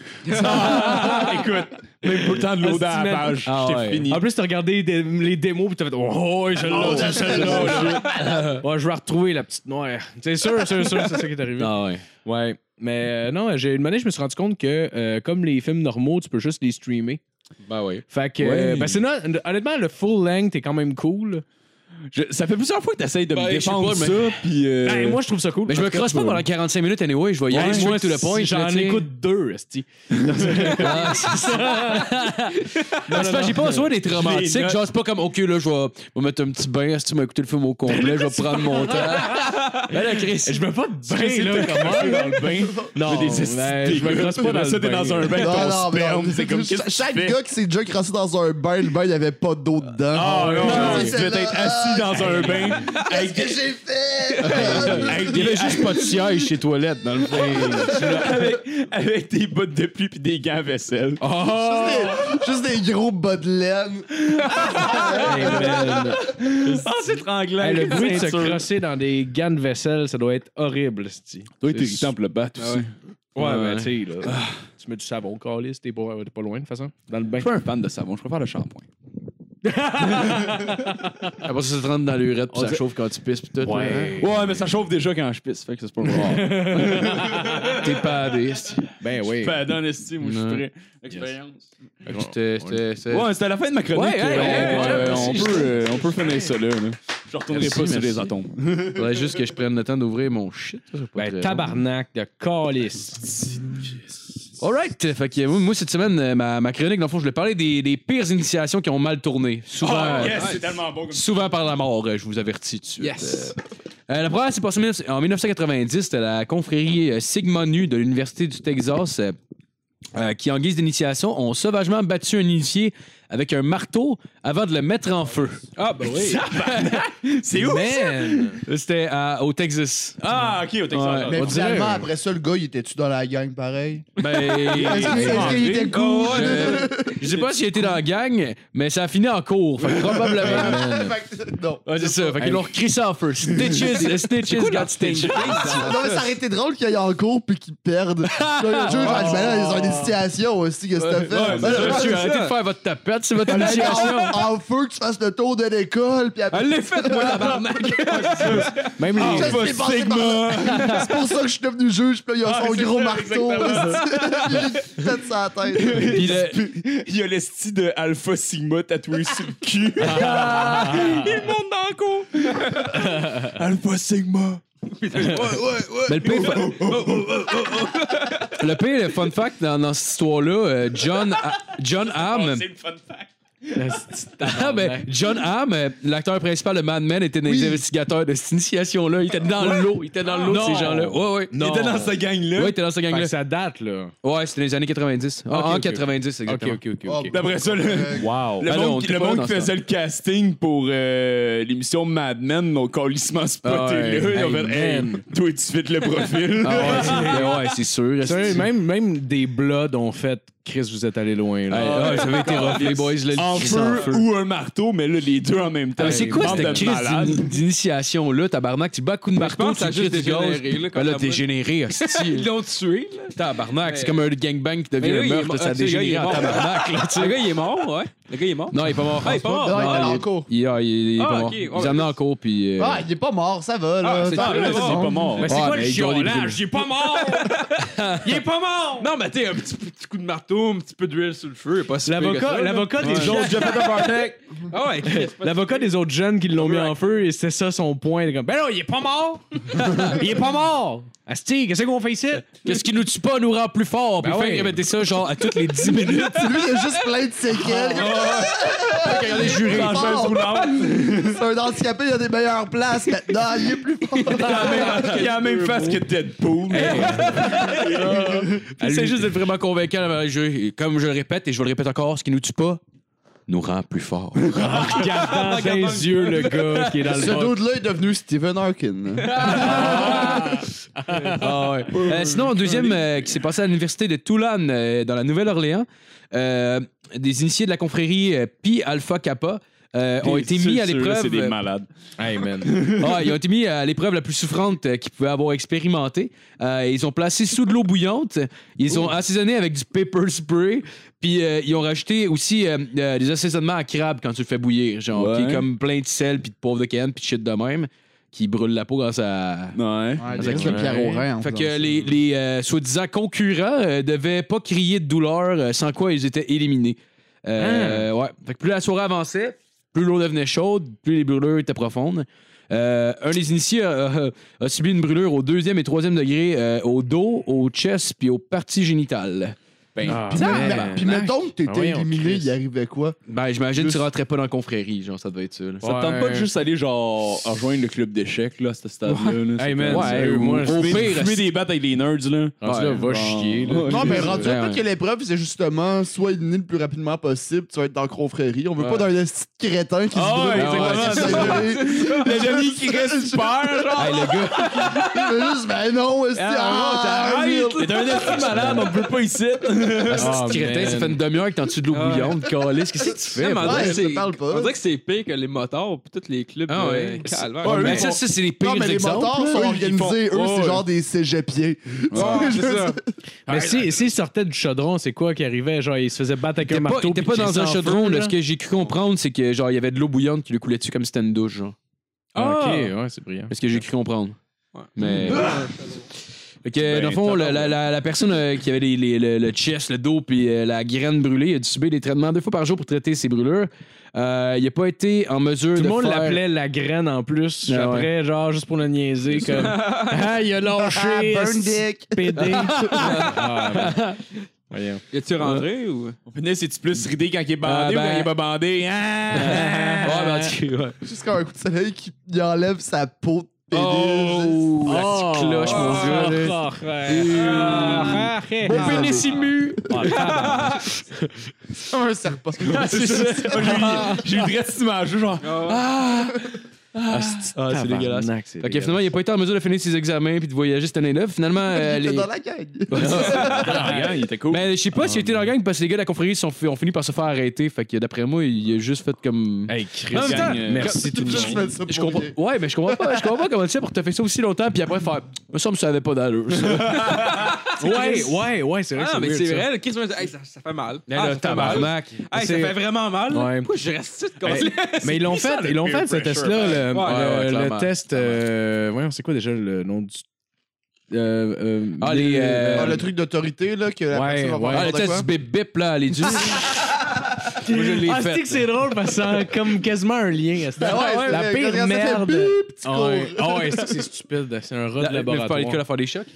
Speaker 6: Écoute, même pour le temps de l'eau dans la page,
Speaker 3: Ah,
Speaker 6: j'étais
Speaker 3: ouais.
Speaker 6: fini.
Speaker 4: En plus, t'as regardé des- les démos pis t'as fait Oh, ouais, celle-là, c'est celle-là. là. Ouais, je vais retrouver la petite noire. C'est sûr, c'est sûr, c'est ça qui est arrivé.
Speaker 3: Ah ouais.
Speaker 4: Ouais. Mais euh, non, j'ai une année, je me suis rendu compte que euh, comme les films normaux, tu peux juste les streamer.
Speaker 3: Ben ouais.
Speaker 4: Fait que. euh,
Speaker 6: Ouais.
Speaker 4: ben c'est not- honnêtement, le full length est quand même cool.
Speaker 6: Je- ça fait plusieurs fois que t'essayes de me
Speaker 3: Ben, je sais
Speaker 6: défendre
Speaker 3: pas,
Speaker 6: ça, puis... euh,
Speaker 4: Ben, moi, je trouve ça cool.
Speaker 3: Mais je me crosse pas pendant 45 minutes anyway, je vais y aller
Speaker 4: Ouais, moi,
Speaker 3: straight to the point.
Speaker 4: J'en
Speaker 3: là, tu sais.
Speaker 4: écoute deux, Esti.
Speaker 3: Ah, c'est ça.
Speaker 4: Ah,
Speaker 3: Non, Ah, c'est pas- J'ai pas besoin d'être
Speaker 4: Je les
Speaker 3: romantique.
Speaker 4: note.
Speaker 3: Genre, c'est pas comme, OK, là, je vais je vais mettre un petit bain. Si tu m'as écouté le film au complet, je vais prendre mon temps. Ben là, Chris.
Speaker 4: Je me pas de bain, là, comment? Dans le bain. Non,
Speaker 6: des estis
Speaker 4: ben, je me
Speaker 6: dégueux.
Speaker 4: crosse pas dans
Speaker 6: Ça,
Speaker 4: le
Speaker 6: t'es
Speaker 4: bain.
Speaker 6: dans un bain,
Speaker 5: Non,
Speaker 6: ton
Speaker 5: non, mais
Speaker 6: sperme,
Speaker 5: non.
Speaker 6: c'est comme...
Speaker 5: Cha-
Speaker 6: qu'est-ce que tu
Speaker 5: Chaque
Speaker 6: fais?
Speaker 5: gars qui s'est déjà crassé dans un bain, le bain, il y avait pas d'eau dedans.
Speaker 6: Ah non,
Speaker 5: Je me
Speaker 6: tu
Speaker 5: disais,
Speaker 6: devais être
Speaker 5: là,
Speaker 6: assis dans un bain
Speaker 5: Qu'est-ce que j'ai fait?
Speaker 6: avec
Speaker 3: Il y
Speaker 6: des,
Speaker 3: avait juste pas de siège chez toilettes dans le fond.
Speaker 6: avec, avec des bottes de pluie puis des gants à vaisselle. oh.
Speaker 5: Juste des juste des gros bas de laine.
Speaker 6: Ah, c'est tranglant.
Speaker 4: Hey, le bruit de se crosser dans des gants de vaisselle, ça doit être horrible, Esti.
Speaker 6: Toi, t'es irritant pour le battre aussi.
Speaker 4: Ouais,
Speaker 3: Ouais.
Speaker 4: mais tu sais, là. Tu mets du savon, calice, t'es pas, t'es pas loin, de toute façon. Dans le bain.
Speaker 6: Je suis pas un fan de savon, je préfère le shampoing.
Speaker 3: Après ça, ça te rentre dans l'urette, puis
Speaker 6: On
Speaker 3: ça
Speaker 6: dirait-
Speaker 3: chauffe quand tu pisses, puis tout.
Speaker 4: Ouais.
Speaker 6: Ouais, mais ça chauffe déjà quand je pisse, fait que c'est pas grave.
Speaker 3: là. T'es pas à l'est.
Speaker 4: Ben oui.
Speaker 6: Pas d'honnêteté, moi, je suis
Speaker 3: Non.
Speaker 6: prêt. Expérience.
Speaker 3: C'était. c'était- c'était-
Speaker 6: Ouais, c'était la fin de ma chronique.
Speaker 3: Ouais, hey,
Speaker 6: euh,
Speaker 3: ouais, ouais,
Speaker 6: euh, on,
Speaker 3: merci.
Speaker 6: peut, euh, on peut finir ça là. là. Je retournerai
Speaker 3: Merci,
Speaker 6: pas sur les
Speaker 3: merci.
Speaker 6: atomes.
Speaker 3: Faudrait juste que je prenne le temps d'ouvrir mon shit. ça, c'est pas très
Speaker 4: Ben,
Speaker 3: long.
Speaker 4: tabarnak de calice.
Speaker 3: Alright, euh, fait que moi, moi, cette semaine, euh, ma, ma chronique, dans le fond, je voulais parler des, des pires initiations qui ont mal tourné. Souvent,
Speaker 6: Oh,
Speaker 3: euh,
Speaker 6: c'est tellement bon comme
Speaker 3: souvent par la mort, euh, je vous avertis tout de suite.
Speaker 2: Yes.
Speaker 3: Euh, euh, la première, c'est passé en- en 1990, c'était la confrérie euh, Sigma Nu de l'Université du Texas euh, euh, qui, en guise d'initiation, ont sauvagement battu un initié avec un marteau avant de le mettre en feu.
Speaker 2: Ah, bah oui.
Speaker 3: C'est où ça? euh, C'était à- au Texas.
Speaker 6: Ah, ok, au Texas.
Speaker 3: Ouais.
Speaker 6: Ah,
Speaker 5: Mais
Speaker 3: on dirait,
Speaker 5: finalement,
Speaker 3: euh,
Speaker 5: après ça, le gars, il était-tu dans la gang pareil?
Speaker 3: Ben,
Speaker 5: Est-ce qu'il- est-ce qu'il était cool?
Speaker 3: ouais, euh, je sais pas s'il était dans la gang, mais ça a fini en cours. Fait que
Speaker 6: Oh,
Speaker 3: probablement. man.
Speaker 5: Fait que- non.
Speaker 3: Ouais, c'est ça. Fait qu'ils l'ont recrissé en feu. Stitches, Stitches got stitches.
Speaker 5: Non, mais ça aurait été drôle qu'il y ait un cours puis qu'ils perdent. Là, il y a le jeu, genre, ben là, ils ont une initiation aussi, que c'était fait.
Speaker 3: Ouais,
Speaker 5: Ben là,
Speaker 3: monsieur,
Speaker 5: c'est
Speaker 3: arrêtez
Speaker 5: ça.
Speaker 3: de faire votre tapette, c'est votre
Speaker 5: Ben là,
Speaker 3: initiation.
Speaker 5: en en feu, que tu fasses le tour de l'école, puis après. Ah,
Speaker 3: Elle l'a faite, moi, tabarnak!
Speaker 4: Même les.
Speaker 5: Ça, c'est passé par là. C'est pour ça que je suis devenu juge, puis là, il a son gros marteau. Il pète sa tête.
Speaker 3: Puis le-
Speaker 6: Il y a l'esti de Alpha Sigma tatoué sur le cul. Il monte dans le cours. Alpha Sigma.
Speaker 3: Mais le pire, le pire, le fun fact dans, dans cette histoire-là, euh, John, John Hamm.
Speaker 6: Oh, C'est le fun fact.
Speaker 3: Ah, ben, John Hamm, euh, l'acteur principal de Mad Men, était dans les investigateurs de cette initiation-là. Il était dans l'eau. Il était dans l'eau de ces gens-là. Ouais, ouais.
Speaker 4: Non.
Speaker 3: Il était dans cette
Speaker 6: gang-là.
Speaker 3: gang-là. Ouais, il était dans cette gang-là.
Speaker 4: Ça date, là.
Speaker 3: Ouais, c'était les années 90. Ah,
Speaker 4: Ok,
Speaker 3: en
Speaker 4: ok.
Speaker 3: 90,
Speaker 4: Ok,
Speaker 3: exactement.
Speaker 4: ok, ok.
Speaker 5: Oh,
Speaker 4: ok.
Speaker 5: ben,
Speaker 6: D'après ça, le,
Speaker 4: Wow.
Speaker 6: le
Speaker 3: Ah non,
Speaker 6: monde, qui-
Speaker 3: t'es
Speaker 6: le
Speaker 3: pas
Speaker 6: monde
Speaker 3: dans
Speaker 6: qui
Speaker 3: ce
Speaker 6: faisait le casting pour euh, l'émission Mad Men, mon colissement spoté
Speaker 3: Ah ouais.
Speaker 6: là, ils ont
Speaker 3: Hey,
Speaker 6: fait Hey,
Speaker 3: man.
Speaker 6: toi, tu fites le profil.
Speaker 3: Ah ouais, c'est- ouais, c'est sûr.
Speaker 4: Sérieux,
Speaker 3: esti.
Speaker 4: même, même des Bloods ont fait Chris, vous êtes allé loin.
Speaker 3: Ouais,
Speaker 4: Là.
Speaker 3: ouais, ça avait été rough, les boys. Là, le
Speaker 6: en,
Speaker 3: Chris
Speaker 6: feu ou un marteau, mais là, les deux en même temps.
Speaker 3: Ah, mais c'est quoi
Speaker 6: Bande
Speaker 3: cette
Speaker 6: de
Speaker 3: crise
Speaker 6: malades.
Speaker 3: d'ini- d'initiation-là, tabarnak? Tu bats à coup de marteau,
Speaker 2: pense
Speaker 3: tu
Speaker 2: que ça a
Speaker 3: juste
Speaker 2: juste
Speaker 3: des gaz.
Speaker 2: dégénéré, là,
Speaker 3: Ben là,
Speaker 2: comme
Speaker 3: t'es
Speaker 2: ça.
Speaker 3: généré,
Speaker 2: Ils
Speaker 3: hostie.
Speaker 2: l'ont tué, là.
Speaker 3: tabarnak, c'est
Speaker 2: Mais-
Speaker 3: comme un gangbang qui devient
Speaker 2: Mais là,
Speaker 3: un
Speaker 2: il est
Speaker 3: meurtre,
Speaker 2: mort.
Speaker 3: ça
Speaker 2: Ah, tu sais, le gars, il est
Speaker 3: dégénère en
Speaker 2: mort. Ah,
Speaker 3: tabarnak. là, tu sais.
Speaker 2: Le gars, il est mort, ouais. Le gars, il est mort.
Speaker 3: Non, il est pas mort.
Speaker 2: Ah, il est pas mort.
Speaker 5: Non, il était
Speaker 3: Non,
Speaker 5: dans
Speaker 3: il-
Speaker 5: le cours.
Speaker 3: Il, ah, il- il est
Speaker 2: Ah,
Speaker 3: pas
Speaker 2: ok,
Speaker 3: mort.
Speaker 2: ouais,
Speaker 3: Ils l'ont amené en cours, puis... euh,
Speaker 5: Ah, il est pas mort, ça va, là.
Speaker 2: c'est
Speaker 5: Ça
Speaker 2: sûr,
Speaker 5: va,
Speaker 2: là,
Speaker 5: c'est
Speaker 2: c'est
Speaker 5: bon.
Speaker 6: Ah, pas mort.
Speaker 4: Mais c'est
Speaker 3: Ouais,
Speaker 4: quoi le
Speaker 3: mais ils ont des
Speaker 4: chiolage?
Speaker 3: débiles.
Speaker 1: Il est pas mort! Il est pas mort!
Speaker 2: Non, mais t'es un petit, petit coup de marteau, un petit peu d'huile sur le feu, pas si pire que ça,
Speaker 4: L'avocat
Speaker 2: là.
Speaker 4: l'avocat des autres
Speaker 2: Ah ouais, Chris, pas-
Speaker 4: l'avocat des autres jeunes qui l'ont mis en feu et c'est ça son point Il est comme, ben non il est pas mort il est pas mort Asti qu'est-ce qu'on fait ici
Speaker 3: Qu'est-ce qui nous tue pas nous rend plus fort? Puis
Speaker 4: Ben
Speaker 3: faire
Speaker 4: ouais.
Speaker 3: répéter ça, genre, à toutes les 10 minutes.
Speaker 5: Lui, il a juste plein de séquelles.
Speaker 3: Regardez, juré.
Speaker 5: Il est fort. C'est un handicapé, il a des meilleures places maintenant. Il est plus fort.
Speaker 6: Il a la même face que Deadpool.
Speaker 3: C'est juste d'être vraiment convaincant avant le jeu. Et comme je le répète, et je vais le répète encore, ce qui nous tue pas nous rend plus fort.
Speaker 4: regardant dans les yeux le gars qui est dans le
Speaker 5: Ce
Speaker 4: fond.
Speaker 5: dude-là est devenu Stephen Hawking.
Speaker 3: Ah ouais. Euh, sinon, deuxième euh, qui s'est passé à l'université de Toulon, euh, dans la Nouvelle-Orléans, euh, des initiés de la confrérie euh, Pi Alpha Kappa euh, ont été mis à l'épreuve. euh,
Speaker 6: C'est des malades.
Speaker 4: hey man
Speaker 3: Ah, ils ont été mis à l'épreuve la plus souffrante euh, qu'ils pouvaient avoir expérimentée. Euh, ils ont placé sous de l'eau bouillante. Ils ont assaisonné avec du pepper spray. Puis euh, ils ont rajouté aussi euh, euh, des assaisonnements à crabe quand tu le fais bouillir, genre
Speaker 6: Ouais.
Speaker 3: qui est comme plein de sel puis de poivre de cayenne puis de shit de même qui brûle la peau quand ça
Speaker 6: Ouais.
Speaker 5: Ouais,
Speaker 3: des
Speaker 5: des
Speaker 3: Pierre
Speaker 5: Pierre
Speaker 3: fait que
Speaker 5: hein.
Speaker 3: les, les, euh, soi-disant concurrents euh, devaient pas crier de douleur, euh, sans quoi ils étaient éliminés.
Speaker 4: Hein?
Speaker 3: Euh, ouais. Fait que plus la soirée avançait, plus l'eau devenait chaude, plus les brûlures étaient profondes. Euh, un des initiés a, a- a subi une brûlure au deuxième et troisième degré euh, au dos, au chest puis aux parties génitales.
Speaker 4: Ah,
Speaker 5: Puis,
Speaker 4: man.
Speaker 5: même- puis mettons que
Speaker 4: Ah
Speaker 5: t'étais
Speaker 4: oui, on
Speaker 5: éliminé,
Speaker 4: crisse.
Speaker 5: il arrivait quoi?
Speaker 3: Ben, j'imagine que tu rentrais pas dans la confrérie, genre, ça devait être ça. là.
Speaker 6: Ça te tente pas de juste aller, genre, rejoindre le club d'échecs, là, à ce stade-là. là,
Speaker 4: Hey,
Speaker 6: c'est
Speaker 4: man,
Speaker 6: comme-
Speaker 3: Ouais,
Speaker 4: sérieux,
Speaker 3: ou-
Speaker 4: moi,
Speaker 3: au
Speaker 4: je-
Speaker 3: pire,
Speaker 6: Fumer des battes avec les nerds, là.
Speaker 4: Rendu là, va
Speaker 3: Ouais.
Speaker 4: chier là.
Speaker 5: Non, mais rendu
Speaker 3: Ouais,
Speaker 5: là,
Speaker 3: ouais.
Speaker 5: peut-être que l'épreuve, c'est justement soit éliminé le plus rapidement possible, tu vas être dans la confrérie. On veut pas d'un petit crétin qui
Speaker 6: Ah ouais,
Speaker 5: se brûle.
Speaker 6: exactement.
Speaker 5: ouais,
Speaker 6: Le Johnny qui respire, genre.
Speaker 3: Hey, le gars,
Speaker 5: Il veut juste, ben non, est-ce que- ah,
Speaker 6: Arrête!
Speaker 5: merde.
Speaker 6: T'es un esti malade, on peut pas ici!
Speaker 3: ah,
Speaker 4: man. Ah,
Speaker 3: c'est crétin, ça fait une demi-heure que t'es en dessous de l'eau bouillante, calisse, qu'est-ce que tu fais?
Speaker 2: Non, mais
Speaker 3: bro?
Speaker 2: on dirait
Speaker 5: Ouais,
Speaker 2: que
Speaker 5: je te
Speaker 2: c'est-
Speaker 5: parle pas.
Speaker 2: On dirait que c'est pire que les motards puis tous les clubs.
Speaker 3: Ah ouais.
Speaker 2: euh, calvaire.
Speaker 6: Ouais,
Speaker 3: Ben,
Speaker 6: mais-
Speaker 3: ça, ça, c'est les pires
Speaker 5: Non, mais les
Speaker 3: exemples.
Speaker 5: mentors
Speaker 3: là.
Speaker 5: sont
Speaker 6: ils font-
Speaker 5: organisés. Eux,
Speaker 6: Ouais.
Speaker 5: c'est genre des cégepiers.
Speaker 6: c'est ça.
Speaker 4: mais si s'il sortait du chaudron c'est quoi qui arrivait genre il se faisait battre avec
Speaker 3: T'es
Speaker 4: un
Speaker 3: pas,
Speaker 4: marteau
Speaker 3: t'es
Speaker 4: puis
Speaker 3: pas
Speaker 4: il
Speaker 3: dans un
Speaker 4: crissait en
Speaker 3: chaudron.
Speaker 4: feu,
Speaker 3: là.
Speaker 4: là.
Speaker 3: Ce que j'ai cru comprendre, c'est que genre il y avait de l'eau bouillante qui lui coulait dessus comme si c'était une douche. Genre.
Speaker 4: Ah,
Speaker 2: Ah.
Speaker 4: ok ouais c'est brillant
Speaker 3: C'est Ce que j'ai cru comprendre.
Speaker 2: Ouais.
Speaker 3: Mais. Fait que,
Speaker 6: Ben,
Speaker 3: dans le fond, la,
Speaker 6: t'as-
Speaker 3: la- la- la personne euh, qui avait les- les- le, le chest, le dos puis euh, la graine brûlée a dû subir des traitements deux fois par jour pour traiter ses brûlures. Euh, il n'a pas été en mesure
Speaker 4: tout
Speaker 3: de
Speaker 4: le monde
Speaker 3: faire-
Speaker 4: l'appelait la graine en plus
Speaker 3: Ah,
Speaker 4: après genre juste pour le niaiser comme ah il a
Speaker 5: Ah,
Speaker 4: lâché
Speaker 5: burn
Speaker 4: esti-
Speaker 5: dick.
Speaker 4: PD. Voyons.
Speaker 2: Y a-tu rentré ou.
Speaker 6: On finit, c'est-tu plus ridé quand il est bandé
Speaker 3: Ah, ben-
Speaker 6: ou quand il est pas bandé? Ah!
Speaker 3: Ouais, ben, en tout cas, ouais.
Speaker 5: Juste comme un coup de soleil qui il enlève sa peau pédé.
Speaker 4: Oh.
Speaker 3: La petite cloche, mon
Speaker 4: Ah.
Speaker 3: gars. là.
Speaker 5: Mon pénis
Speaker 1: ému.
Speaker 5: C'est un serpent.
Speaker 3: C'est ça.
Speaker 6: J'ai eu dresse cette image, genre.
Speaker 2: Ah,
Speaker 3: Ah, c'est dégueulasse.
Speaker 4: Tabarnak, c'est
Speaker 3: Fait que finalement, il n'a pas été en mesure de finir ses examens puis de voyager cette année-là. Finalement, euh,
Speaker 5: Il
Speaker 3: les-
Speaker 5: était dans la gang.
Speaker 6: il était cool.
Speaker 3: Ben, je sais pas s'il était dans la gang parce que les gars de la confrérie sont fi- ont fini par se faire arrêter. Fait que d'après moi, il a juste fait comme.
Speaker 4: Hey, Chris,
Speaker 3: En même temps,
Speaker 4: gang, euh, merci tout le
Speaker 5: Je
Speaker 4: monde.
Speaker 5: fais ça
Speaker 3: Je
Speaker 5: pour
Speaker 3: comprends.
Speaker 5: rien.
Speaker 3: Ouais, mais je comprends pas. Je comprends pas comment tu fais pour te faire ça aussi longtemps puis après faire. Me semble que ça avait pas d'allure. ça.
Speaker 4: Ouais, ouais, ouais, c'est vrai.
Speaker 2: Ah,
Speaker 4: que
Speaker 2: mais
Speaker 4: weird,
Speaker 2: c'est
Speaker 4: ça.
Speaker 2: vrai, le Chris m'a dit, hey, ça, ça fait mal.
Speaker 3: Mais
Speaker 2: Ah,
Speaker 3: là,
Speaker 2: ça fait mal.
Speaker 3: tabarnak.
Speaker 2: Hey, ça
Speaker 3: C'est-
Speaker 2: fait vraiment mal. là.
Speaker 4: Ouais.
Speaker 2: Pourquoi je reste ici de
Speaker 4: Hey, Mais ils l'ont fait, ils l'ont fait ce test-là, le,
Speaker 2: Ouais,
Speaker 4: le-
Speaker 3: ouais,
Speaker 4: le
Speaker 3: clairement.
Speaker 4: test. euh, voyons, c'est quoi déjà le nom du. Euh, euh,
Speaker 3: Ah, les, euh,
Speaker 5: Ah, Le truc d'autorité, là, que la
Speaker 4: Ouais,
Speaker 5: personne va
Speaker 4: ouais.
Speaker 3: Ah, le
Speaker 5: parler de
Speaker 3: test
Speaker 5: quoi.
Speaker 3: du bip bip là, les dieux. Moi, je l'ai
Speaker 4: Ah, c'est
Speaker 3: fait.
Speaker 4: que c'est drôle parce que ça a comme quasiment un lien. à ce-
Speaker 5: Ben ouais,
Speaker 4: la
Speaker 5: c'est-
Speaker 4: pire
Speaker 5: regarde, ça fait
Speaker 4: merde.
Speaker 5: bip, petit
Speaker 4: Ah ouais,
Speaker 5: cours.
Speaker 4: Ah ouais, c'est que c'est stupide. C'est un rat
Speaker 3: Là,
Speaker 4: de
Speaker 3: mais Vous parlez de quoi,
Speaker 4: laboratoire.
Speaker 3: la faire des chocs?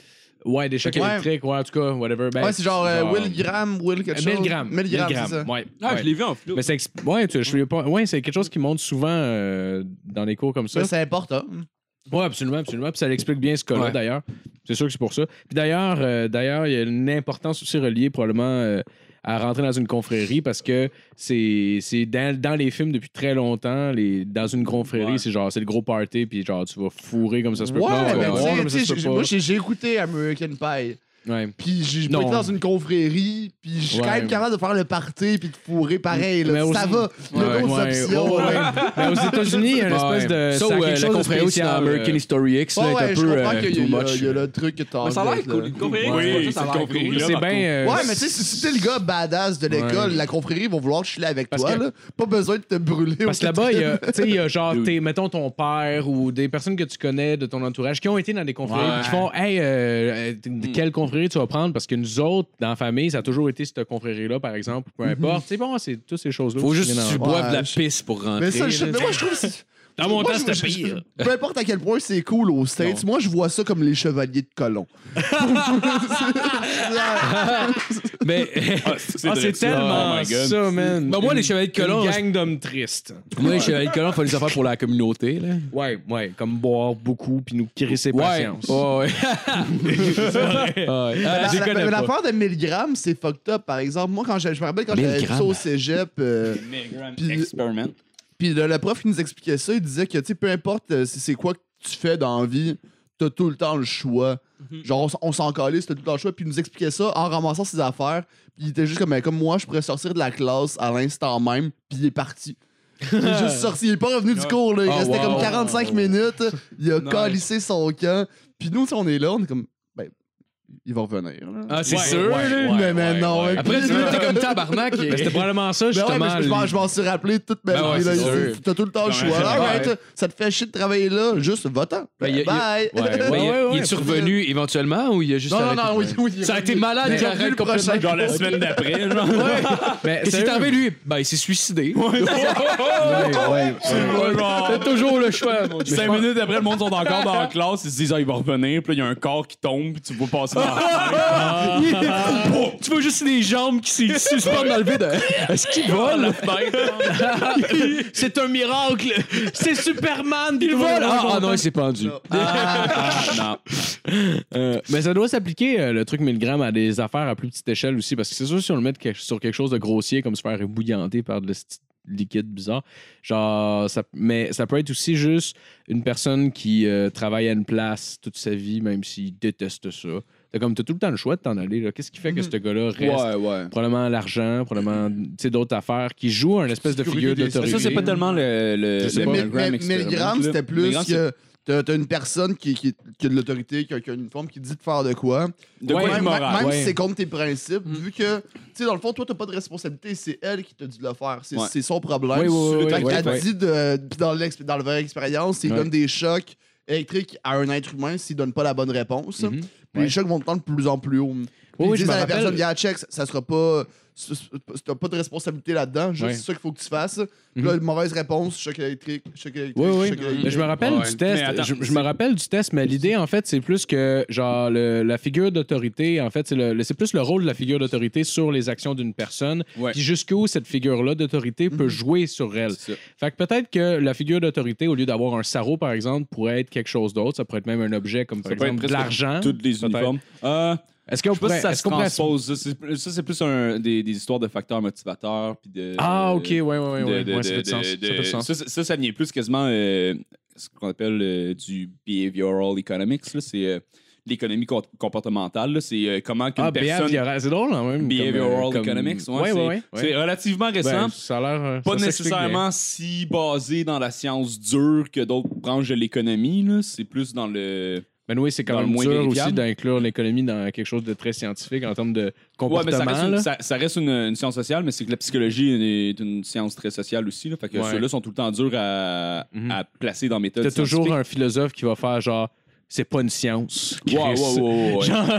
Speaker 4: Ouais, des chocs
Speaker 5: Ouais.
Speaker 4: électriques, ouais, en tout cas, whatever. Ben,
Speaker 5: Ouais, c'est genre euh, Will Graham, Will quelque chose.
Speaker 4: Milligrammes.
Speaker 5: Milligrammes, c'est ça.
Speaker 4: Ouais.
Speaker 2: Ah,
Speaker 4: ouais.
Speaker 2: je l'ai vu en flou.
Speaker 4: Mais c'est ex- ouais, tu, je sais pas. Ouais, c'est quelque chose qui monte souvent euh, dans les cours comme ça.
Speaker 5: Mais c'est important.
Speaker 4: Ouais, absolument, absolument. Puis ça l'explique bien ce cas-là,
Speaker 3: Ouais.
Speaker 4: d'ailleurs. C'est sûr que c'est pour ça. Puis d'ailleurs, euh, d'ailleurs, il y a une importance aussi reliée probablement euh, à rentrer dans une confrérie parce que c'est c'est dans, dans les films depuis très longtemps. Les, dans une confrérie,
Speaker 6: Ouais.
Speaker 4: c'est genre, c'est le gros party, puis genre, tu vas fourrer comme ça se peut
Speaker 5: Ouais,
Speaker 4: pas. tu vas
Speaker 5: mais
Speaker 4: boire comme
Speaker 5: tu
Speaker 4: ça
Speaker 5: sais,
Speaker 4: se
Speaker 5: j'ai-
Speaker 4: peut
Speaker 5: j'ai-
Speaker 4: pas.
Speaker 5: moi j'ai j'ai écouté American Pie,
Speaker 4: Ouais.
Speaker 5: puis j'ai pas
Speaker 4: Non.
Speaker 5: été dans une confrérie, puis je suis
Speaker 4: Ouais.
Speaker 5: quand même capable de faire le party puis de fourrer pareil.
Speaker 4: Mais
Speaker 5: Là.
Speaker 4: aussi-
Speaker 5: Ça va, il y a
Speaker 4: Ouais,
Speaker 5: d'autres
Speaker 4: ouais,
Speaker 5: options.
Speaker 4: ouais, ouais.
Speaker 5: là.
Speaker 4: Mais aux États-Unis, il y a une espèce de.
Speaker 3: Ça,
Speaker 4: ça a
Speaker 3: ou,
Speaker 4: quelque
Speaker 3: euh, la
Speaker 4: chose de
Speaker 3: confrérie aussi dans
Speaker 4: spécial,
Speaker 3: American
Speaker 4: euh,
Speaker 3: History X, là,
Speaker 5: Ouais,
Speaker 3: est
Speaker 5: ouais,
Speaker 3: un
Speaker 5: je
Speaker 3: peu
Speaker 5: comprends
Speaker 3: euh,
Speaker 5: qu'il y,
Speaker 3: too
Speaker 5: a-
Speaker 3: much.
Speaker 5: il y a le truc que t'as.
Speaker 2: Mais Ah, ça a l'air cool. Une confrérie,
Speaker 6: Oui,
Speaker 2: ça, ça a
Speaker 6: c'est
Speaker 2: l'air
Speaker 6: compris,
Speaker 2: cool.
Speaker 6: là.
Speaker 4: C'est bien. euh,
Speaker 5: Ouais, mais tu sais, si- si t'es le gars badass de l'école, la confrérie va vouloir chiller avec
Speaker 4: Parce
Speaker 5: toi.
Speaker 4: que-
Speaker 5: là. Pas besoin de te brûler.
Speaker 4: Parce que
Speaker 5: au
Speaker 4: là-bas, il y a, tu sais, il y a genre,
Speaker 6: Dude.
Speaker 4: t'es- mettons ton père ou des personnes que tu connais de ton entourage qui ont été dans des confréries
Speaker 3: Ouais. Hmm.
Speaker 4: puis qui font Hey, euh, euh, t- de quelle confrérie tu vas prendre Parce que nous autres, dans la famille, ça a toujours été cette confrérie-là, par exemple, ou peu importe. C'est bon, c'est toutes ces choses-là.
Speaker 3: Mhm. Faut
Speaker 4: qui
Speaker 3: juste
Speaker 4: viennent
Speaker 3: que
Speaker 4: en-
Speaker 3: tu
Speaker 5: Ouais,
Speaker 3: boives de la
Speaker 5: je-
Speaker 3: pisse pour rentrer.
Speaker 5: Mais ça, je-
Speaker 3: là.
Speaker 5: mais moi, je trouve que c'est-
Speaker 4: Dans mon
Speaker 5: Moi,
Speaker 4: temps,
Speaker 5: je-
Speaker 4: c'était
Speaker 5: je-
Speaker 4: pire.
Speaker 5: je- Peu importe à quel point c'est cool aux States, moi je vois ça comme les chevaliers de colon.
Speaker 3: Mais
Speaker 6: c'est
Speaker 3: Oh
Speaker 6: Oh
Speaker 4: Ah, c'est tellement ça, man.
Speaker 3: Bah, moi, les chevaliers de Colomb,
Speaker 4: Une gang d'hommes tristes.
Speaker 3: moi, les chevaliers de Colomb, font des affaires pour la communauté. Là.
Speaker 4: Ouais, ouais, comme boire beaucoup puis nous crisser patience.
Speaker 3: ouais. ouais. ouais.
Speaker 5: La-
Speaker 3: Ah,
Speaker 5: la- mais l'affaire de Milgram, c'est fucked up. Par exemple, moi, quand j'ai- je me rappelle quand j'avais fait ça au cégep, euh,
Speaker 6: Experiment.
Speaker 5: puis le, le prof qui nous expliquait ça, il disait que, tu sais, peu importe euh, si c'est quoi que tu fais dans la vie, t'as tout le temps le choix. Genre, on s- on, s'en calisse, t'as tout le temps le choix. Puis il nous expliquait ça en ramassant ses affaires. Puis il était juste comme, Ben, comme moi, je pourrais sortir de la classe à l'instant même, puis il est parti. Il est juste sorti, il est pas revenu du cours, là. il
Speaker 3: Oh,
Speaker 5: restait
Speaker 3: wow.
Speaker 5: comme 45 minutes, il a
Speaker 2: Nice.
Speaker 5: calissé son camp. Puis nous, tu sais, on est là, on est comme, ben, il va revenir. là.
Speaker 3: Ah, c'est
Speaker 4: Ouais,
Speaker 3: sûr.
Speaker 4: ouais,
Speaker 3: là.
Speaker 4: ouais,
Speaker 5: Mais, mais
Speaker 4: ouais,
Speaker 5: non,
Speaker 4: ouais.
Speaker 5: mais-
Speaker 3: Après, tu vois, t'es comme tabarnak.
Speaker 4: Mais c'était probablement ça,
Speaker 5: Ben ouais,
Speaker 4: justement.
Speaker 5: mais je- je, m'en- je m'en suis rappelé toute ma
Speaker 3: Ben ouais,
Speaker 5: vie. là.
Speaker 3: c'est
Speaker 5: C'est-
Speaker 3: sûr.
Speaker 5: T'as tout le temps le choix.
Speaker 3: ouais.
Speaker 5: Alright, Ça te fait chier de travailler là. Juste va-t'en.
Speaker 3: Ben, y a- y a-
Speaker 5: Bye.
Speaker 3: Ouais, ouais,
Speaker 4: Ouais,
Speaker 3: il-
Speaker 4: ouais, ouais.
Speaker 3: Il est revenu éventuellement ou il a juste.
Speaker 5: Non, non,
Speaker 3: arrêté
Speaker 5: non,
Speaker 3: de-
Speaker 5: oui, oui.
Speaker 3: Ça a été malade,
Speaker 5: Mais
Speaker 3: il
Speaker 5: j'ai
Speaker 3: arrête
Speaker 5: le prochain.
Speaker 6: Genre la semaine d'après, genre. Ouais,
Speaker 4: Mais
Speaker 3: Qu'est-ce qui
Speaker 4: sérieux,
Speaker 3: est arrivé, lui? Ben, il s'est suicidé.
Speaker 4: ouais, ouais.
Speaker 6: genre.
Speaker 3: T'as toujours le choix, mon Dieu.
Speaker 6: Cinq minutes après, le monde sont encore dans la classe, ils se disent, ah, il va revenir, puis là, il y a un corps qui tombe, puis tu vois passer dans
Speaker 3: Tu vois juste les jambes qui se suspendent dans le vide. Est-ce qu'il vole?
Speaker 4: C'est un miracle! C'est Superman!
Speaker 3: Il vole! Ah ah, non, il s'est pendu.
Speaker 6: Non.
Speaker 4: Ah, Euh, mais ça doit s'appliquer, euh, le truc 1000 grammes, à des affaires à plus petite échelle aussi, parce que c'est sûr, si on le met que- sur quelque chose de grossier, comme se faire bouillanter par de le sti- liquide bizarre, genre, ça, mais ça peut être aussi juste une personne qui euh, travaille à une place toute sa vie, même s'il déteste ça. T'as comme, t'as tout le temps le choix de t'en aller, là. Qu'est-ce qui fait que ce gars-là reste?
Speaker 5: ouais.
Speaker 4: Probablement l'argent, probablement, tu sais, d'autres affaires, qui jouent un espèce de
Speaker 5: Sécurité
Speaker 4: figure
Speaker 5: des-
Speaker 4: d'autorité.
Speaker 6: Ça, c'est pas tellement le.
Speaker 4: Je sais
Speaker 6: le
Speaker 4: pas.
Speaker 5: Mais- mais- Milgram, c'était plus que t'as t'as une personne qui, qui, qui a de l'autorité, qui a, qui a une forme, qui dit de faire de quoi.
Speaker 6: De
Speaker 4: Ouais,
Speaker 6: quoi
Speaker 5: même
Speaker 6: il
Speaker 5: même-
Speaker 6: moral.
Speaker 5: même
Speaker 4: ouais.
Speaker 5: si c'est contre tes principes, vu que, tu sais, dans le fond, toi, t'as pas de responsabilité, c'est elle qui t'a dit de le faire. C'est
Speaker 6: Ouais.
Speaker 5: c'est son problème.
Speaker 4: Oui, oui, oui,
Speaker 5: Fait
Speaker 4: oui,
Speaker 5: qu'elle
Speaker 4: oui.
Speaker 5: dit de, pis dans, l'ex- dans la vraie expérience, il
Speaker 4: Ouais.
Speaker 5: donne des chocs électriques à un être humain s'il donne pas la bonne réponse. Les chocs vont tendre de plus en plus haut.
Speaker 4: Mm-hmm. Oui,
Speaker 5: Ils
Speaker 4: oui, je
Speaker 5: disent
Speaker 4: me
Speaker 5: à la
Speaker 4: rappelle.
Speaker 5: personne, yeah, check, ça sera pas. c'est- c'est- T'as pas de responsabilité là-dedans, juste
Speaker 4: Ouais. Mm-hmm.
Speaker 5: c'est ça qu'il faut que tu fasses. Puis là, mauvaise réponse, choc électrique, choc électrique,
Speaker 4: Oui, oui.
Speaker 5: choc électrique.
Speaker 4: Mais Je me rappelle
Speaker 2: Ouais.
Speaker 4: du test.
Speaker 6: Mais attends,
Speaker 4: je, je me rappelle du test, mais l'idée, en fait, c'est plus que genre le- la figure d'autorité, en fait, c'est le- le- c'est plus le rôle de la figure d'autorité sur les actions d'une personne.
Speaker 6: Ouais.
Speaker 4: Puis jusqu'où cette figure-là d'autorité
Speaker 5: Mhm.
Speaker 4: peut jouer sur elle.
Speaker 6: C'est ça.
Speaker 4: Fait que peut-être que la figure d'autorité, au lieu d'avoir un sarrau, par exemple, pourrait être quelque chose d'autre. Ça pourrait être même un objet comme par
Speaker 6: peut être
Speaker 4: exemple de
Speaker 6: presque
Speaker 4: l'argent.
Speaker 6: Toutes les uniformes. Euh,
Speaker 4: Est-ce
Speaker 6: je
Speaker 4: qu'on
Speaker 6: sais pas
Speaker 4: pourrait.
Speaker 6: si ça
Speaker 4: est-ce
Speaker 6: se
Speaker 4: qu'on pourrait-
Speaker 6: transpose. Ça, c'est- Ça, c'est plus un, des, des histoires de facteurs motivateurs. Puis de,
Speaker 4: Ah, ok, ouais, ouais,
Speaker 6: euh, de-
Speaker 4: ouais. ouais,
Speaker 6: de-
Speaker 4: ouais, ça
Speaker 6: de-
Speaker 4: fait du sens. Ça
Speaker 6: de-
Speaker 4: fait du sens.
Speaker 6: Ça, ça- ça, ça vient plus quasiment euh, ce qu'on appelle euh, du behavioral economics. là. C'est euh, l'économie com- comportementale. là. C'est euh, comment qu'une
Speaker 4: Ah,
Speaker 6: personne.
Speaker 4: behavioral, c'est drôle, hein, même.
Speaker 6: Behavioral
Speaker 4: comme, euh, comme-
Speaker 6: economics. ouais,
Speaker 4: Ouais,
Speaker 6: c'est,
Speaker 4: ouais, ouais. ouais.
Speaker 6: c'est relativement récent.
Speaker 4: Ben, ça a l'air. euh,
Speaker 6: pas
Speaker 4: ça s'explique bien.
Speaker 6: nécessairement si basé dans la science dure que d'autres branches de l'économie. là. C'est plus dans le.
Speaker 4: Ben oui, c'est quand
Speaker 6: Dans le
Speaker 4: même Mm.
Speaker 6: moins
Speaker 4: dur
Speaker 6: vérifiable.
Speaker 4: aussi d'inclure l'économie dans quelque chose de très scientifique en termes de
Speaker 6: Ouais, mais ça
Speaker 4: comportement.
Speaker 6: reste, une,
Speaker 4: là.
Speaker 6: ça- ça reste une- une science sociale, mais c'est que la psychologie est une science très sociale aussi. Là, fait que
Speaker 4: Ouais.
Speaker 6: ceux-là sont tout le temps durs à,
Speaker 4: Mhm.
Speaker 6: à placer dans méthode.
Speaker 4: T'as toujours un philosophe qui va faire genre, c'est pas une science.
Speaker 6: Ouais, ouais,
Speaker 4: Chris.
Speaker 6: ouais, ouais, ouais.
Speaker 4: Genre,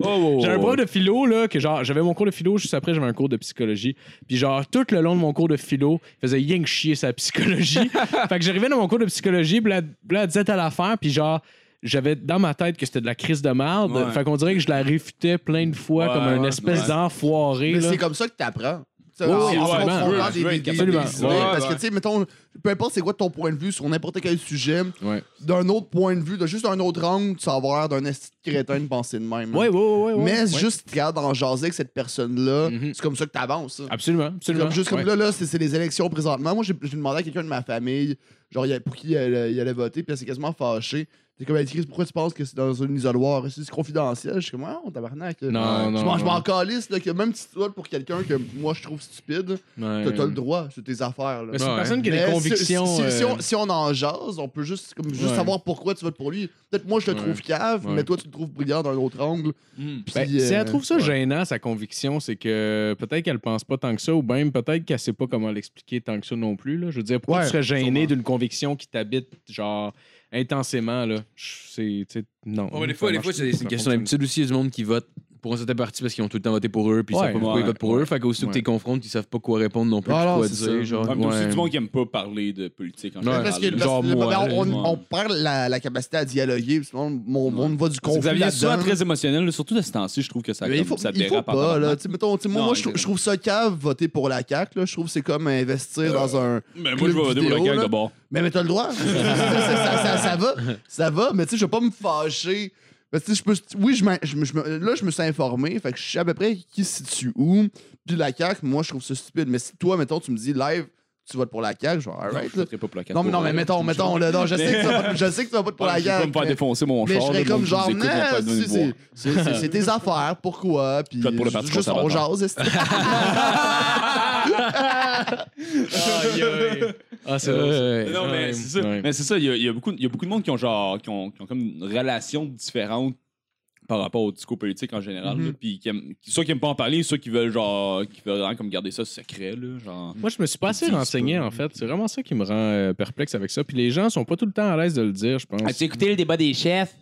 Speaker 6: Oh, oh,
Speaker 4: J'ai un
Speaker 6: oh,
Speaker 4: prof de philo, là, que genre, j'avais mon cours de philo, juste après, j'avais un cours de psychologie. Puis genre, tout le long de mon cours de philo, il faisait rien que chier sa psychologie. fait que j'arrivais dans mon cours de psychologie, puis là, puis là, elle disait à l'affaire, puis genre, j'avais dans ma tête que c'était de la crise de merde.
Speaker 6: Ouais.
Speaker 4: Fait qu'on dirait que je la réfutais plein de fois
Speaker 6: Ouais,
Speaker 4: comme un
Speaker 6: ouais,
Speaker 4: espèce
Speaker 6: ouais.
Speaker 4: d'enfoiré.
Speaker 5: Mais
Speaker 4: là.
Speaker 5: c'est comme ça que t'apprends. C'est
Speaker 4: Oui,
Speaker 5: en-
Speaker 4: oui,
Speaker 5: en
Speaker 4: absolument.
Speaker 5: confrontant
Speaker 6: Ouais,
Speaker 5: des-
Speaker 6: je veux
Speaker 5: des-
Speaker 6: être
Speaker 5: des-
Speaker 6: capable.
Speaker 5: des
Speaker 4: Absolument.
Speaker 5: idées.
Speaker 6: Ouais,
Speaker 5: Parce que,
Speaker 6: ouais.
Speaker 5: tu sais, mettons, peu importe c'est quoi ton point de vue sur n'importe quel sujet,
Speaker 4: Ouais.
Speaker 5: d'un autre point de vue, de juste un autre angle, tu vas avoir l'air d'un esti de crétin de penser de même.
Speaker 4: Ouais, ouais, ouais, ouais, ouais.
Speaker 5: Mais
Speaker 4: Ouais. Mm-hmm.
Speaker 5: juste, tu regardes en jaser avec cette personne-là, c'est comme ça que t'avances. ça.
Speaker 4: Absolument, absolument.
Speaker 5: Comme, juste comme
Speaker 4: Ouais.
Speaker 5: là, là c'est c'est les élections présentement. Moi, j'ai j'ai demandé à quelqu'un de ma famille, genre, il y a- pour qui il allait, il allait voter, puis elle s'est quasiment fâchée. C'est comme, elle dit, pourquoi tu penses que c'est dans un isoloir? C'est confidentiel. Je suis comme, ah, on tabarnak.
Speaker 4: Non, non.
Speaker 5: je m'en- je m'en
Speaker 4: non.
Speaker 5: calisse, là, que même si tu votes pour quelqu'un que moi je trouve stupide, t'as t'as le droit, c'est tes affaires. là.
Speaker 4: Mais c'est une
Speaker 3: Ouais.
Speaker 4: personne qui a
Speaker 5: Mais
Speaker 4: des
Speaker 5: si-
Speaker 4: convictions.
Speaker 5: Si, si- si
Speaker 4: euh,
Speaker 5: on, si on en jase, on peut juste, comme, juste
Speaker 4: Ouais.
Speaker 5: savoir pourquoi tu votes pour lui. Peut-être moi je te
Speaker 4: Ouais.
Speaker 5: trouve cave,
Speaker 4: Ouais.
Speaker 5: mais toi tu te trouves brillant d'un autre angle.
Speaker 6: Mhm.
Speaker 5: Puis,
Speaker 4: ben,
Speaker 5: euh,
Speaker 4: si elle trouve ça gênant, sa conviction, c'est que peut-être qu'elle pense pas tant que ça, ou même peut-être qu'elle sait pas comment l'expliquer tant que ça non plus. Là. Je veux dire, pourquoi
Speaker 5: Ouais,
Speaker 4: tu serais gêné
Speaker 5: sûrement.
Speaker 4: d'une conviction qui t'habite, genre, intensément, là? Je- C'est, tu sais, non.
Speaker 3: Ouais, mais des fois,
Speaker 4: ça
Speaker 3: des
Speaker 4: marche
Speaker 3: fois
Speaker 4: pas,
Speaker 3: c'est
Speaker 4: ça
Speaker 3: une question
Speaker 4: fonctionne
Speaker 3: d'habitude aussi. Il y a du monde qui vote pour un certain parti parce qu'ils ont tout le temps voté pour eux, puis ils
Speaker 4: Ouais,
Speaker 3: savent pas pourquoi
Speaker 6: ouais,
Speaker 3: ils votent pour eux. Fait qu'aussitôt que
Speaker 4: ouais.
Speaker 3: tu les confrontes, ils savent pas quoi répondre non plus,
Speaker 5: Ah
Speaker 3: puis
Speaker 5: non,
Speaker 3: quoi
Speaker 5: c'est
Speaker 3: dire.
Speaker 5: ça.
Speaker 3: Genre,
Speaker 6: Ouais, mais t'as aussi
Speaker 3: ouais.
Speaker 6: du monde qui aime pas parler de politique en
Speaker 3: Ouais.
Speaker 6: général.
Speaker 5: Parce que,
Speaker 6: là.
Speaker 5: parce
Speaker 3: genre
Speaker 5: que-
Speaker 3: moi,
Speaker 5: ben, on,
Speaker 6: ouais.
Speaker 5: on perd la, la capacité à dialoguer, sinon mon monde va du
Speaker 6: Vous
Speaker 5: conflit
Speaker 6: aviez souvent
Speaker 5: là-dedans.
Speaker 6: très émotionnel, là, surtout de ce temps-ci, je trouve que ça,
Speaker 5: Mais il
Speaker 6: comme,
Speaker 5: faut,
Speaker 6: ça
Speaker 5: il faut
Speaker 6: dérape en
Speaker 5: pas, là.
Speaker 6: tabarnak.
Speaker 5: Tu sais, mettons, tu sais, moi,
Speaker 6: Non,
Speaker 5: moi, je, trou-
Speaker 6: exactement.
Speaker 5: je trouve ça cave voter pour la CAQ. Là. Je trouve que c'est comme investir dans un.
Speaker 6: Mais moi,
Speaker 5: club
Speaker 6: je vais voter pour
Speaker 5: vidéo,
Speaker 6: le gag
Speaker 5: là.
Speaker 6: de bord.
Speaker 5: Mais, mais t'as le droit. ça, ça- ça- ça va. Ça va, mais tu sais, je vais pas me fâcher. Parce que, tu sais, je peux, oui, je m'in- je me- je me- là, je me suis informé. Fait que je sais à peu près qui se situe où. Puis la CAQ, moi, je trouve ça stupide. Mais si toi, mettons, tu me dis live, tu votes pour la CAQ, je vais alright.
Speaker 6: Je
Speaker 5: là.
Speaker 6: voterai pas pour le gag
Speaker 5: Non,
Speaker 6: de
Speaker 5: mais non,
Speaker 6: bord.
Speaker 5: mais mettons, mettons, là, non, je sais que tu vas pas- je sais que tu vas voter pour
Speaker 6: Ouais,
Speaker 5: la
Speaker 6: Je vais pas me
Speaker 5: CAQ.
Speaker 6: faire
Speaker 5: mais-
Speaker 6: défoncer mon
Speaker 5: mais
Speaker 6: char.
Speaker 5: je serais
Speaker 6: là,
Speaker 5: comme
Speaker 6: donc,
Speaker 5: genre,
Speaker 6: je vous écoute,
Speaker 5: non,
Speaker 6: mon pote, venez me
Speaker 5: c'est-
Speaker 6: voir.
Speaker 5: c'est c'est- c'est tes affaires, pourquoi? Puis
Speaker 6: Vote pour le Parti
Speaker 5: juste on
Speaker 6: conservateur.
Speaker 5: jase. est-ce que-
Speaker 4: Aïe, aïe. Ah, c'est
Speaker 6: Mais
Speaker 4: vrai.
Speaker 6: Non, mais c'est ça.
Speaker 4: Ouais.
Speaker 6: Mais c'est ça, il y a, il y a beaucoup il y a beaucoup de monde qui ont genre qui ont, qui ont comme une relation différente par rapport au discours politique en général.
Speaker 5: Mhm.
Speaker 6: là, Puis qui aiment- qui- ceux qui aiment pas en parler, ceux qui veulent genre qui veulent vraiment comme garder ça secret là, genre.
Speaker 4: Moi, je me suis pas assez
Speaker 6: Dis
Speaker 4: renseigné,
Speaker 6: pas.
Speaker 4: en fait. C'est vraiment ça qui me rend euh, perplexe avec ça. Puis les gens sont pas tout le temps à l'aise de le dire, je pense.
Speaker 3: Ah,
Speaker 2: écouté le débat des chefs?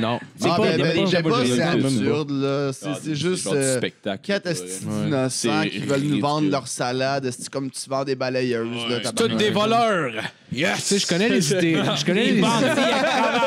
Speaker 4: Non.
Speaker 5: Ah, ben, ben,
Speaker 6: pas-
Speaker 5: ben,
Speaker 6: pas-
Speaker 5: pas, c'est
Speaker 6: pas-
Speaker 5: absurde, là.
Speaker 6: Ah,
Speaker 5: C'est c'est juste
Speaker 6: genre du
Speaker 5: euh,
Speaker 6: spectacle.
Speaker 5: quatre
Speaker 6: là,
Speaker 5: estis
Speaker 6: ouais.
Speaker 5: innocents
Speaker 6: C'est
Speaker 5: qui veulent nous vendre
Speaker 6: ridicule.
Speaker 5: leur salade. C'est comme tu vends des balayeuses, là. tabarnak.
Speaker 3: Toutes des voleurs!
Speaker 4: Tu sais, je connais les idées. Je connais les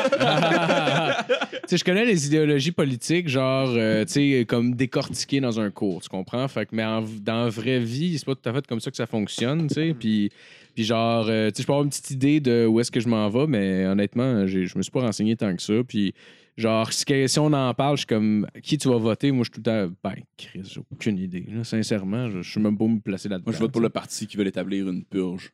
Speaker 4: Tu sais, je connais les idéologies politiques, genre, euh, tu sais, comme décortiquées dans un cours, tu comprends? Fait que, mais en, dans la vraie vie, c'est pas tout à fait comme ça que ça fonctionne, tu sais. Puis, puis genre, euh, tu sais, je peux avoir une petite idée de où est-ce que je m'en vais, mais honnêtement, j'ai- je me suis pas renseigné tant que ça. Puis, genre, si, que- si on en parle, je suis comme, qui tu vas voter? Moi, je suis tout le temps, ben, Chris, j'ai aucune idée. Là, sincèrement, je, je suis même pas me placer là-dedans.
Speaker 6: Moi, je vote pour le parti qui veut établir une purge.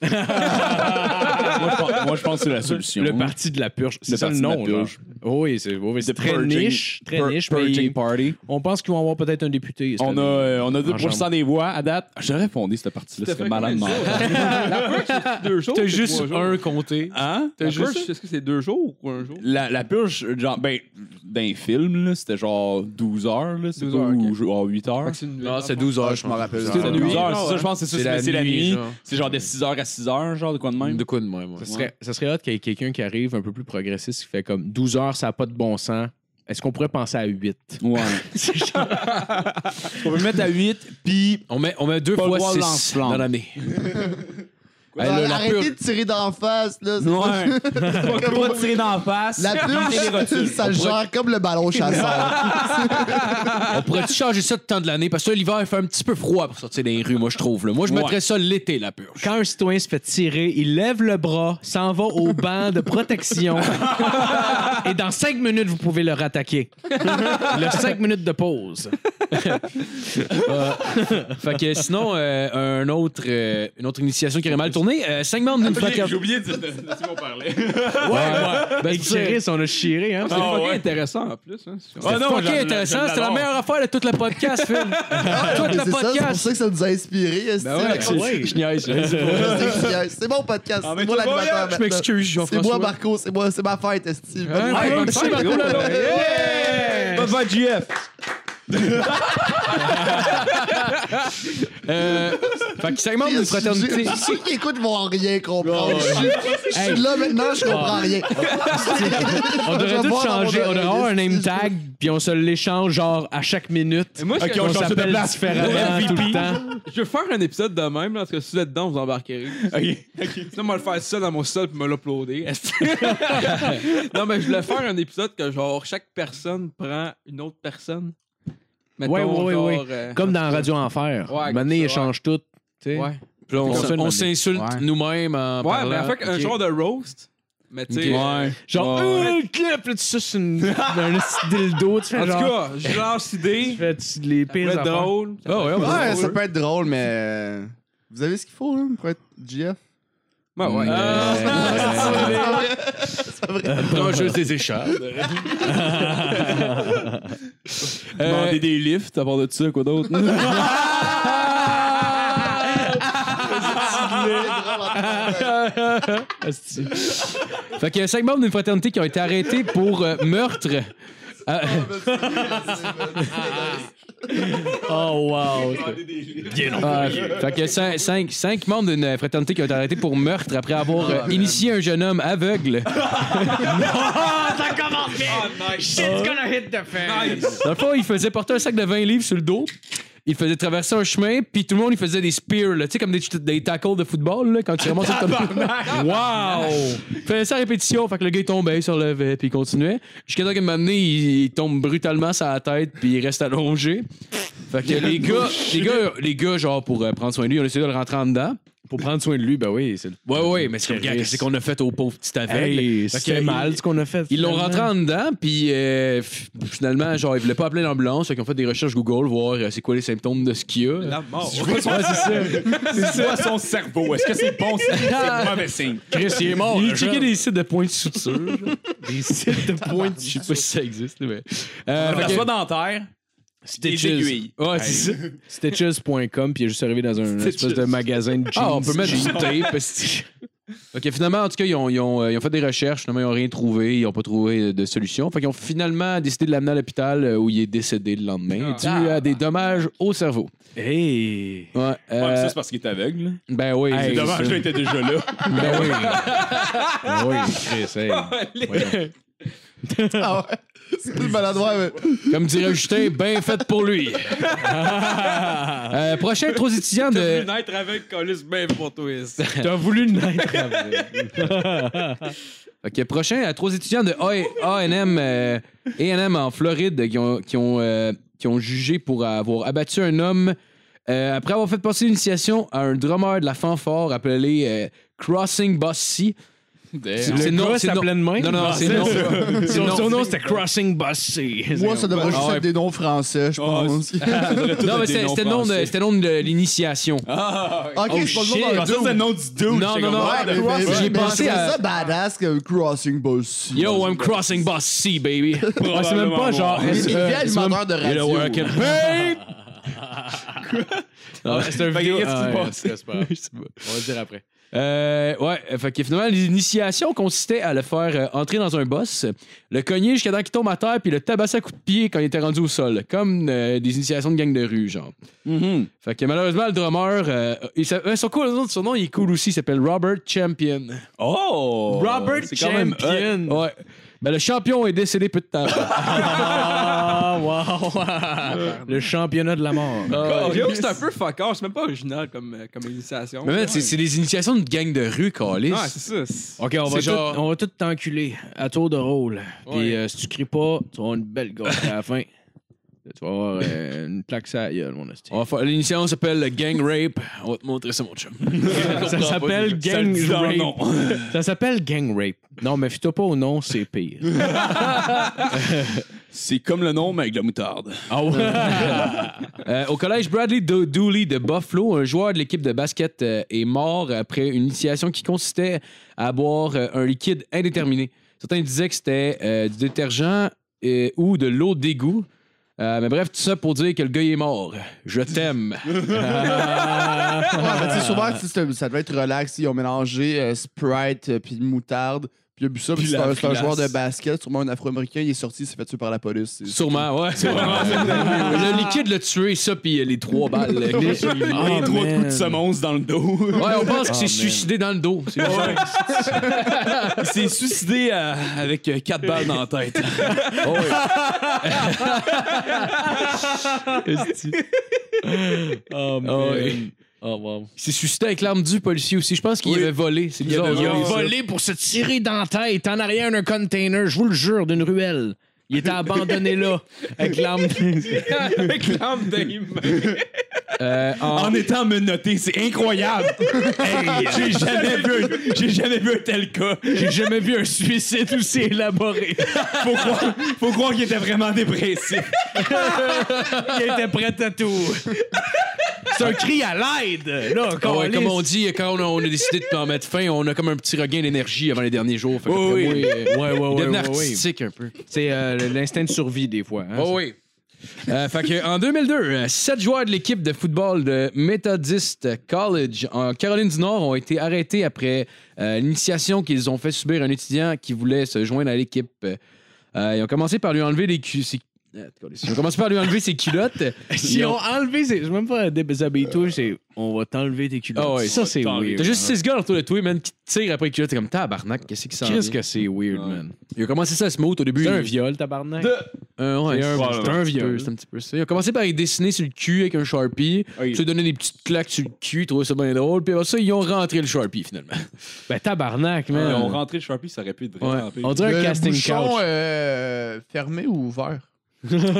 Speaker 6: moi, je pense, moi, je pense que c'est la solution.
Speaker 4: Le parti de la purge. C'est
Speaker 6: Le
Speaker 4: ça le
Speaker 6: parti de la
Speaker 4: nom,
Speaker 6: purge.
Speaker 4: genre. Oh oui, c'est oh oui, c'est
Speaker 6: The
Speaker 4: très
Speaker 6: purging-
Speaker 4: niche. Très
Speaker 6: Pur-
Speaker 4: niche, mais
Speaker 6: purging party.
Speaker 4: on pense qu'ils vont avoir peut-être un député. cette
Speaker 6: On
Speaker 4: année.
Speaker 6: a, euh, on a 2%
Speaker 4: chambre.
Speaker 6: des voix à date. J'aurais fondé cette partie-là,
Speaker 2: T'as
Speaker 6: c'était
Speaker 2: fait
Speaker 6: malade
Speaker 2: combien de
Speaker 6: mental.
Speaker 2: Deux
Speaker 6: Oh,
Speaker 2: jours?
Speaker 3: T'as juste un compté.
Speaker 4: Ah,
Speaker 6: Hein?
Speaker 3: T'as juste.
Speaker 2: Est-ce que c'est deux jours ou un jour?
Speaker 6: La, la purge, genre, ben, d'un film, là, c'était genre 12 heures, là, c'est
Speaker 2: 12
Speaker 6: pas,
Speaker 2: heures,
Speaker 6: ou
Speaker 2: ok.
Speaker 6: genre 8 heures.
Speaker 3: Non, c'est 12
Speaker 5: Ah,
Speaker 3: heures,
Speaker 5: je m'en rappelle.
Speaker 6: C'est
Speaker 5: Ah,
Speaker 6: 12
Speaker 5: ouais.
Speaker 6: heures, c'est ça, je pense, c'est ça,
Speaker 3: C'est
Speaker 6: mais
Speaker 3: la
Speaker 6: c'est la
Speaker 3: nuit,
Speaker 6: nuit.
Speaker 3: genre.
Speaker 6: C'est genre de 6 heures à 6 heures, genre de quoi de même.
Speaker 3: De quoi de même, ouais.
Speaker 4: Ça serait, ça serait hot qu'il y ait quelqu'un qui arrive un peu plus progressiste qui fait comme 12 heures, ça n'a pas de bon sens. Est-ce qu'on pourrait penser à 8?
Speaker 6: Ouais. On peut mettre à 8, puis
Speaker 3: On met, on met deux
Speaker 6: Pas le
Speaker 3: fois
Speaker 6: droit
Speaker 3: six
Speaker 6: de lance-flamme.
Speaker 3: dans l'année. Hey, là, la
Speaker 5: Arrêtez
Speaker 3: pure-
Speaker 5: de tirer d'en face, là. c'est pas-
Speaker 6: Ouais. Faut pas tirer d'en face.
Speaker 5: La pub, ça se gère comme le ballon chasseur.
Speaker 3: On pourrait-tu changer ça de temps de l'année? Parce que là, l'hiver, il fait un petit peu froid pour sortir des rues, moi, je trouve. là. Moi, je
Speaker 6: Ouais.
Speaker 3: mettrais ça l'été, la purge.
Speaker 4: Quand un citoyen se fait tirer, il lève le bras, s'en va au banc de protection. et dans 5 minutes, vous pouvez le rattaquer. le 5 minutes de pause.
Speaker 3: Fait que sinon, euh, un autre, euh, une autre initiation qui aurait mal tourné, euh, cinq membres d'une
Speaker 6: J'ai
Speaker 3: fac-
Speaker 6: j'ai oublié de dire de- de ce qu'on parlait.
Speaker 3: Ouais, ouais. Ben,
Speaker 4: Et
Speaker 3: c'est
Speaker 4: Chérisse, on a chiré, hein?
Speaker 2: C'est
Speaker 6: Ah,
Speaker 2: fucking
Speaker 6: ouais.
Speaker 2: intéressant en plus. Hein, si on-
Speaker 6: Ah, non,
Speaker 3: fucking
Speaker 6: je- je-
Speaker 3: intéressant. C'est la
Speaker 6: je l'adore.
Speaker 3: meilleure affaire de tout le podcast, Phil. tout
Speaker 5: Mais
Speaker 3: le
Speaker 5: C'est ça, c'est pour
Speaker 3: podcast.
Speaker 5: ça que ça nous a inspiré.
Speaker 3: Ah
Speaker 5: esti.
Speaker 3: Ben
Speaker 4: ouais.
Speaker 6: Je niaise, je niaise.
Speaker 5: C'est- C'est mon podcast.
Speaker 6: Ah, mais
Speaker 5: C'est moi
Speaker 6: tout va bien,
Speaker 5: l'animateur.
Speaker 3: Je
Speaker 5: maintenant.
Speaker 3: m'excuse,
Speaker 5: C'est moi,
Speaker 3: Jean-François.
Speaker 5: Marco. C'est moi, c'est ma fête, Steve.
Speaker 3: Ouais, ouais, bonne fête, gros, là.
Speaker 6: Bye bye, GF.
Speaker 3: Euh, fait que cinq membres d'une fraternité.
Speaker 5: Ceux qui écoutent vont rien comprendre. Je suis là maintenant, je comprends rien.
Speaker 4: On devrait tout changer. On devrait avoir un name tag, puis on se l'échange genre à chaque minute.
Speaker 2: Et Moi, je,
Speaker 6: Ok,
Speaker 4: on
Speaker 6: on change de
Speaker 4: s'appelle
Speaker 6: place.
Speaker 4: différemment tout le
Speaker 1: MVP.
Speaker 4: temps.
Speaker 2: je veux faire un épisode de même, là, parce que si vous êtes dedans, vous embarquerez. Sinon, moi, le faire seul dans mon sol puis me l'uploader. Est-ce que- non, mais je voulais faire un épisode que genre chaque personne prend une autre personne. Mettons,
Speaker 4: Ouais, ouais, ouais,
Speaker 2: genre,
Speaker 4: ouais.
Speaker 2: euh,
Speaker 4: Comme dans Radio Enfer.
Speaker 2: Ouais,
Speaker 4: Maintenant, ils
Speaker 2: ouais.
Speaker 4: échangent tout. tu sais.
Speaker 2: Ouais,
Speaker 3: Puis là, on
Speaker 4: On
Speaker 3: s-
Speaker 4: s'insulte.
Speaker 3: on s'insulte
Speaker 4: Ouais.
Speaker 3: nous-mêmes en
Speaker 2: ouais mais en
Speaker 3: parlant.
Speaker 2: fait, un
Speaker 3: Ok.
Speaker 2: genre de roast. Mais tu sais.
Speaker 6: Ouais.
Speaker 4: Genre, euh, le clip, là, tu suces une, un petit dildo, tu fais
Speaker 2: En
Speaker 4: genre...
Speaker 2: tout cas, je lance
Speaker 4: tu
Speaker 2: l'idée.
Speaker 4: fais tu- les
Speaker 2: Ça peut
Speaker 4: pires
Speaker 2: être
Speaker 4: affaires.
Speaker 2: drôle.
Speaker 3: Ah
Speaker 2: ça peut
Speaker 3: ouais,
Speaker 2: être
Speaker 3: ouais.
Speaker 5: Ouais, ça
Speaker 2: drôle.
Speaker 5: peut être drôle, mais. euh, Vous avez ce qu'il faut, là, pour être GF?
Speaker 2: Ouais, ouais.
Speaker 3: Euh, Ah,
Speaker 5: Ah,
Speaker 3: Dangereuse des écharpes.
Speaker 6: Demander des lifts à part de ça, quoi d'autre.
Speaker 4: Asti.
Speaker 3: Fait qu'il y a cinq membres d'une fraternité qui ont été arrêtés pour euh, meurtre. Ah,
Speaker 4: Oh, wow.
Speaker 3: ah, fait que cinq, cinq- cinq membres d'une fraternité qui ont été arrêtés pour meurtre après avoir euh, initié un jeune homme aveugle. Dans le fond, il faisait porter un sac de 20 livres sur le dos. Il faisait traverser un chemin, puis tout le monde, il faisait des spears, là, tu sais, comme des, des tackles de football, là, quand tu remontes sur le
Speaker 4: Ah,
Speaker 3: Wow! Il faisait ça à répétition, fait que le gars, il tombait, il se relevait, puis il continuait. Jusqu'à temps qu'à un moment donné, il, il tombe brutalement sur la tête, puis il reste allongé. Fait que les gars, les gars, les gars, genre, pour euh, prendre soin de lui, on essayé de le rentrer en dedans.
Speaker 4: Pour prendre soin de lui, ben oui, c'est...
Speaker 3: Ouais, ouais, mais c'est comme,
Speaker 4: Chris.
Speaker 3: regarde, qu'est-ce qu'on a fait au pauvre petit aveugle?
Speaker 4: Ah, Hey,
Speaker 3: Fait que
Speaker 4: c'est
Speaker 3: il-
Speaker 4: mal ce qu'on a fait.
Speaker 3: ils l'ont
Speaker 4: finalement.
Speaker 3: rentré en dedans, puis euh, f- finalement, genre, ils voulaient pas appeler l'ambulance, fait qu'ils ont fait des recherches Google, voir euh, c'est quoi les symptômes de ce qu'il y a.
Speaker 2: La mort.
Speaker 6: C'est quoi son cerveau? Est-ce que c'est bon signe? C'est mauvais signe.
Speaker 3: Chris, il est mort. Il
Speaker 4: le
Speaker 3: a checké des sites de points de suture. genre. des sites de points de suture. Je sais pas si ça existe, mais. Euh, fait que-
Speaker 6: Soit dentaire, des
Speaker 4: Stitches.
Speaker 6: aiguilles.
Speaker 3: Ouais, c'est ça.
Speaker 4: Stitches.com, puis il est juste arrivé dans un espèce de magasin de jeans.
Speaker 3: Ah, on peut mettre du tape. esti. Ok, finalement, en tout cas, ils ont, ils ont, euh, ils ont fait des recherches, finalement, ils n'ont rien trouvé, ils n'ont pas trouvé euh, de solution. Fait qu'ils ont finalement décidé de l'amener à l'hôpital euh, où il est décédé le lendemain, dû à des dommages au cerveau.
Speaker 4: Hey!
Speaker 3: Ouais,
Speaker 6: Ah. Ouais,
Speaker 3: euh,
Speaker 6: mais ça, c'est parce qu'il est aveugle.
Speaker 3: ben oui.
Speaker 6: C'est dommage,
Speaker 3: ça.
Speaker 6: il était déjà là.
Speaker 3: Ben oui. Ben
Speaker 4: Ah oui, Chris, hey.
Speaker 5: Ah ouais. C'est plus maladroit, mais.
Speaker 3: Comme dirait Justin, bien fait pour lui. Euh, prochain, trois étudiants de.
Speaker 2: Naître avec Colis, ben pour twist.
Speaker 4: T'as voulu naître avec.
Speaker 3: Ok, prochain, à trois étudiants de A- A&M euh, A&M en Floride qui ont, qui, ont, euh, qui ont jugé pour avoir abattu un homme euh, après avoir fait passer l'initiation à un drummer de la fanfare appelé euh, Crossing Bossy. C'est
Speaker 4: Le gars
Speaker 3: c'est non, c'est non.
Speaker 4: s'appelait de même?
Speaker 3: Non, non, Ah, c'est non. C'est
Speaker 4: Son
Speaker 3: non.
Speaker 4: surnom, c'était Crossing Bossy.
Speaker 5: Moi, ça devrait
Speaker 3: Ah
Speaker 5: juste
Speaker 3: ouais.
Speaker 5: être des noms français, je
Speaker 6: Ah,
Speaker 5: pense.
Speaker 3: Non, mais c'était c'était le nom de- c'était le nom de l'initiation.
Speaker 6: Ah,
Speaker 5: Ok,
Speaker 3: Oh,
Speaker 5: c'est pas
Speaker 3: shit.
Speaker 5: le nom
Speaker 6: ça,
Speaker 5: d'un
Speaker 6: c'est le
Speaker 5: dude.
Speaker 6: nom du dude.
Speaker 3: Non,
Speaker 6: J'étais
Speaker 3: non,
Speaker 6: comme,
Speaker 3: non,
Speaker 6: ouais,
Speaker 5: Ouais, ben, mais-
Speaker 6: mais-
Speaker 3: Crossing-
Speaker 5: mais-
Speaker 3: j'ai
Speaker 5: mais
Speaker 3: pensé
Speaker 5: je trouvais
Speaker 3: à-
Speaker 5: ça badass que Crossing Boss.
Speaker 3: Yo, I'm crossing Bossy, baby.
Speaker 4: Ah, c'est même pas
Speaker 6: probablement
Speaker 4: genre.
Speaker 5: Il est
Speaker 4: S- euh, c'est même-
Speaker 5: animateur de radio.
Speaker 4: Ah, C'est un
Speaker 6: Fait que
Speaker 4: vidéo.
Speaker 6: qu'est-ce qui
Speaker 4: Ah,
Speaker 6: se
Speaker 4: ouais,
Speaker 6: passe?
Speaker 4: c'est pas grave. On va le dire après.
Speaker 3: Euh, ouais, euh, fait que finalement, l'initiation consistait à le faire euh, entrer dans un boss, le cogner jusqu'à temps qu'il tombe à terre, puis le tabasser à coups de pied quand il était rendu au sol, comme euh, des initiations de gang de rue, genre.
Speaker 6: Mhm.
Speaker 3: Fait que malheureusement, le drummer, euh, il s'a- euh, son, cool, son nom, il est cool aussi, il s'appelle Robert Champion.
Speaker 6: Oh!
Speaker 4: Robert
Speaker 6: C'est quand même hot.
Speaker 4: Champion.
Speaker 3: Ouais. Ben, le champion est décédé peu de temps. après.
Speaker 4: Ah, wow! le championnat de la mort.
Speaker 3: Ah,
Speaker 2: Oh, Yo, c'est un peu fuckard, c'est même pas original comme, euh, comme initiation.
Speaker 3: Mais man, c'est c'est des initiations de gang de rue, Calis.
Speaker 2: Ouais, c'est ça. c'est-
Speaker 4: Ok, on va,
Speaker 3: C'est genre-
Speaker 4: tout, on va tout t'enculer à tour de rôle. Puis
Speaker 2: Ouais.
Speaker 4: euh, si tu cries pas, tu vas avoir une belle gosse à la fin. Tu vas avoir euh, une plaque sur la gueule, mon hostie.
Speaker 3: On va faire- L'initiation s'appelle le gang rape. On va te montrer ça, mon chum.
Speaker 4: Ça s'appelle
Speaker 6: Ça le
Speaker 4: gang
Speaker 6: dit dans le nom.
Speaker 4: rape. Ça s'appelle gang rape. Non, mais fais-toi pas au nom, c'est pire.
Speaker 6: C'est comme le nom, mais avec de la moutarde.
Speaker 3: Ah ouais. Euh, au collège Bradley Do- Dooley de Buffalo, un joueur de l'équipe de basket euh, est mort après une initiation qui consistait à boire euh, un liquide indéterminé. Certains disaient que c'était euh, du détergent euh, ou de l'eau d'égout. Euh, mais bref, tout ça pour dire que le gars il est mort. Je t'aime.
Speaker 5: Ouais, mais tu sais, souvent, tu sais, c'est- ça devait être relax. Ils ont mélangé euh, Sprite euh, puis moutarde. Puis il a bu ça. Puis
Speaker 6: Puis
Speaker 5: c'est
Speaker 6: la
Speaker 5: un, c'est un
Speaker 6: frilasse.
Speaker 5: joueur de basket, sûrement un afro-américain. Il est sorti, il s'est fait tuer par la police. C'est-
Speaker 3: Sûrement, ouais. le liquide l'a tué, ça, puis euh, les trois balles. euh, qui l'ont suivi.
Speaker 6: Les
Speaker 4: Oh,
Speaker 6: trois
Speaker 4: man.
Speaker 6: coups de semonce dans le dos.
Speaker 3: Ouais, on pense qu'il s'est
Speaker 4: man.
Speaker 3: suicidé dans le dos. C'est
Speaker 6: Il s'est suicidé euh, avec euh, quatre balles dans la tête.
Speaker 4: Oh,
Speaker 3: Ah oui. Il s'est suicidé avec l'arme du policier aussi. Je pense qu'il
Speaker 6: Oui.
Speaker 3: avait volé. C'est bizarre. hein.
Speaker 6: avait
Speaker 4: Ils
Speaker 3: Il
Speaker 4: ont
Speaker 3: a volé.
Speaker 4: volé pour se tirer dans la tête en arrière d'un container, je vous le jure, d'une ruelle. Il était abandonné là, avec l'arme.
Speaker 2: Avec l'âme d'Aïm.
Speaker 3: Euh, en-
Speaker 6: En étant menotté, c'est incroyable. Hey, j'ai jamais vu, un- j'ai jamais vu un tel cas.
Speaker 4: J'ai jamais vu un suicide aussi élaboré.
Speaker 6: Faut croire, faut croire qu'il était vraiment dépressif.
Speaker 4: Il était prêt à tout. C'est un cri à l'aide. Là,
Speaker 3: Ah ouais,
Speaker 4: câlisse.
Speaker 3: comme on dit, quand on a, on a décidé de en mettre fin, on a comme un petit regain d'énergie avant les derniers jours. Fait que
Speaker 4: Oui,
Speaker 3: après
Speaker 4: oui.
Speaker 3: moi, euh,
Speaker 4: Ouais, ouais,
Speaker 3: il
Speaker 4: ouais,
Speaker 3: devenait
Speaker 4: ouais, ouais.
Speaker 3: artistique un peu.
Speaker 4: C'est euh, l'instinct de survie des fois. hein.
Speaker 3: Oh oui. Euh, fait que, en 2002, euh, sept joueurs de l'équipe de football de Methodist College en Caroline du Nord ont été arrêtés après euh, l'initiation qu'ils ont fait subir à un étudiant qui voulait se joindre à l'équipe. Euh, ils ont commencé par lui enlever les cu- ses... Euh, Ils ont commencé par lui enlever ses culottes.
Speaker 4: Si
Speaker 3: Ils
Speaker 4: on
Speaker 3: ont-
Speaker 4: enlevé, c'est c'est même pas déshabille-toi, c'est on va t'enlever tes culottes.
Speaker 3: Ah ouais,
Speaker 4: ça, c'est
Speaker 6: t'enlever.
Speaker 4: weird.
Speaker 3: T'as juste six gars autour de toi, man, qui te tirent après les culottes. T'es comme tabarnak, qu'est-ce qui s'en
Speaker 4: Qu'est-ce
Speaker 3: vient?
Speaker 4: que c'est weird,
Speaker 6: Ouais.
Speaker 4: man?
Speaker 3: Il a commencé ça à se moutre au début.
Speaker 4: C'est un
Speaker 3: il-
Speaker 4: viol, tabarnak.
Speaker 3: Euh, ouais,
Speaker 4: C'est un-
Speaker 3: c'est
Speaker 4: c'est un
Speaker 3: un petit
Speaker 4: viol.
Speaker 3: peu- C'est un petit peu ça. Il a commencé par y dessiner sur le cul avec un Sharpie.
Speaker 6: Oui.
Speaker 3: Tu lui donnais des petites claques sur le cul, il trouvait ça bien drôle. Puis après ça, ils ont rentré le Sharpie finalement.
Speaker 4: Ben, tabarnak, man.
Speaker 6: on rentrait le Sharpie, ça aurait pu être vraiment pire.
Speaker 4: On dirait
Speaker 5: Le
Speaker 4: un casting
Speaker 5: bouchon,
Speaker 4: couch.
Speaker 5: euh, fermé ou ouvert?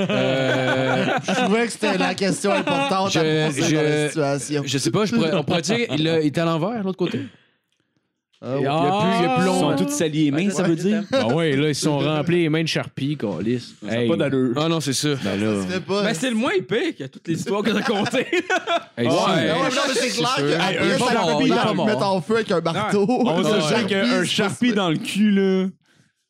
Speaker 3: Euh,
Speaker 5: Je trouvais que c'était la question importante
Speaker 3: Je-
Speaker 5: à poser dans la
Speaker 3: je-
Speaker 5: situation.
Speaker 3: Je sais pas, je pourrais- on pourrait dire il, a- il était à l'envers, l'autre côté.
Speaker 5: Ah, ouais.
Speaker 4: Ah,
Speaker 3: il y a plus
Speaker 6: Ils sont
Speaker 3: longtemps.
Speaker 6: tous saliés les mains, ça veut dire?
Speaker 4: Ah ouais, là, ils se sont remplis les mains de Sharpie, câlisse.
Speaker 6: Ça a
Speaker 4: Hey.
Speaker 6: Pas d'allure.
Speaker 3: Ah non, c'est ça.
Speaker 4: Ben
Speaker 5: Ça
Speaker 4: là.
Speaker 5: se fait pas.
Speaker 2: Ben, c'est le moins épais que toutes les histoires que t'as contées.
Speaker 3: Hey,
Speaker 6: Ouais.
Speaker 3: c'est-
Speaker 5: Ah ouais, non, mais c'est clair que après,
Speaker 3: un
Speaker 5: ça
Speaker 3: pas mort,
Speaker 5: fait
Speaker 3: un
Speaker 5: bien
Speaker 3: pas
Speaker 5: de
Speaker 3: mort.
Speaker 5: mettre en feu avec un marteau.
Speaker 6: On
Speaker 5: Un
Speaker 6: se jette un
Speaker 5: c'est pas-
Speaker 6: Sharpie dans le cul, là.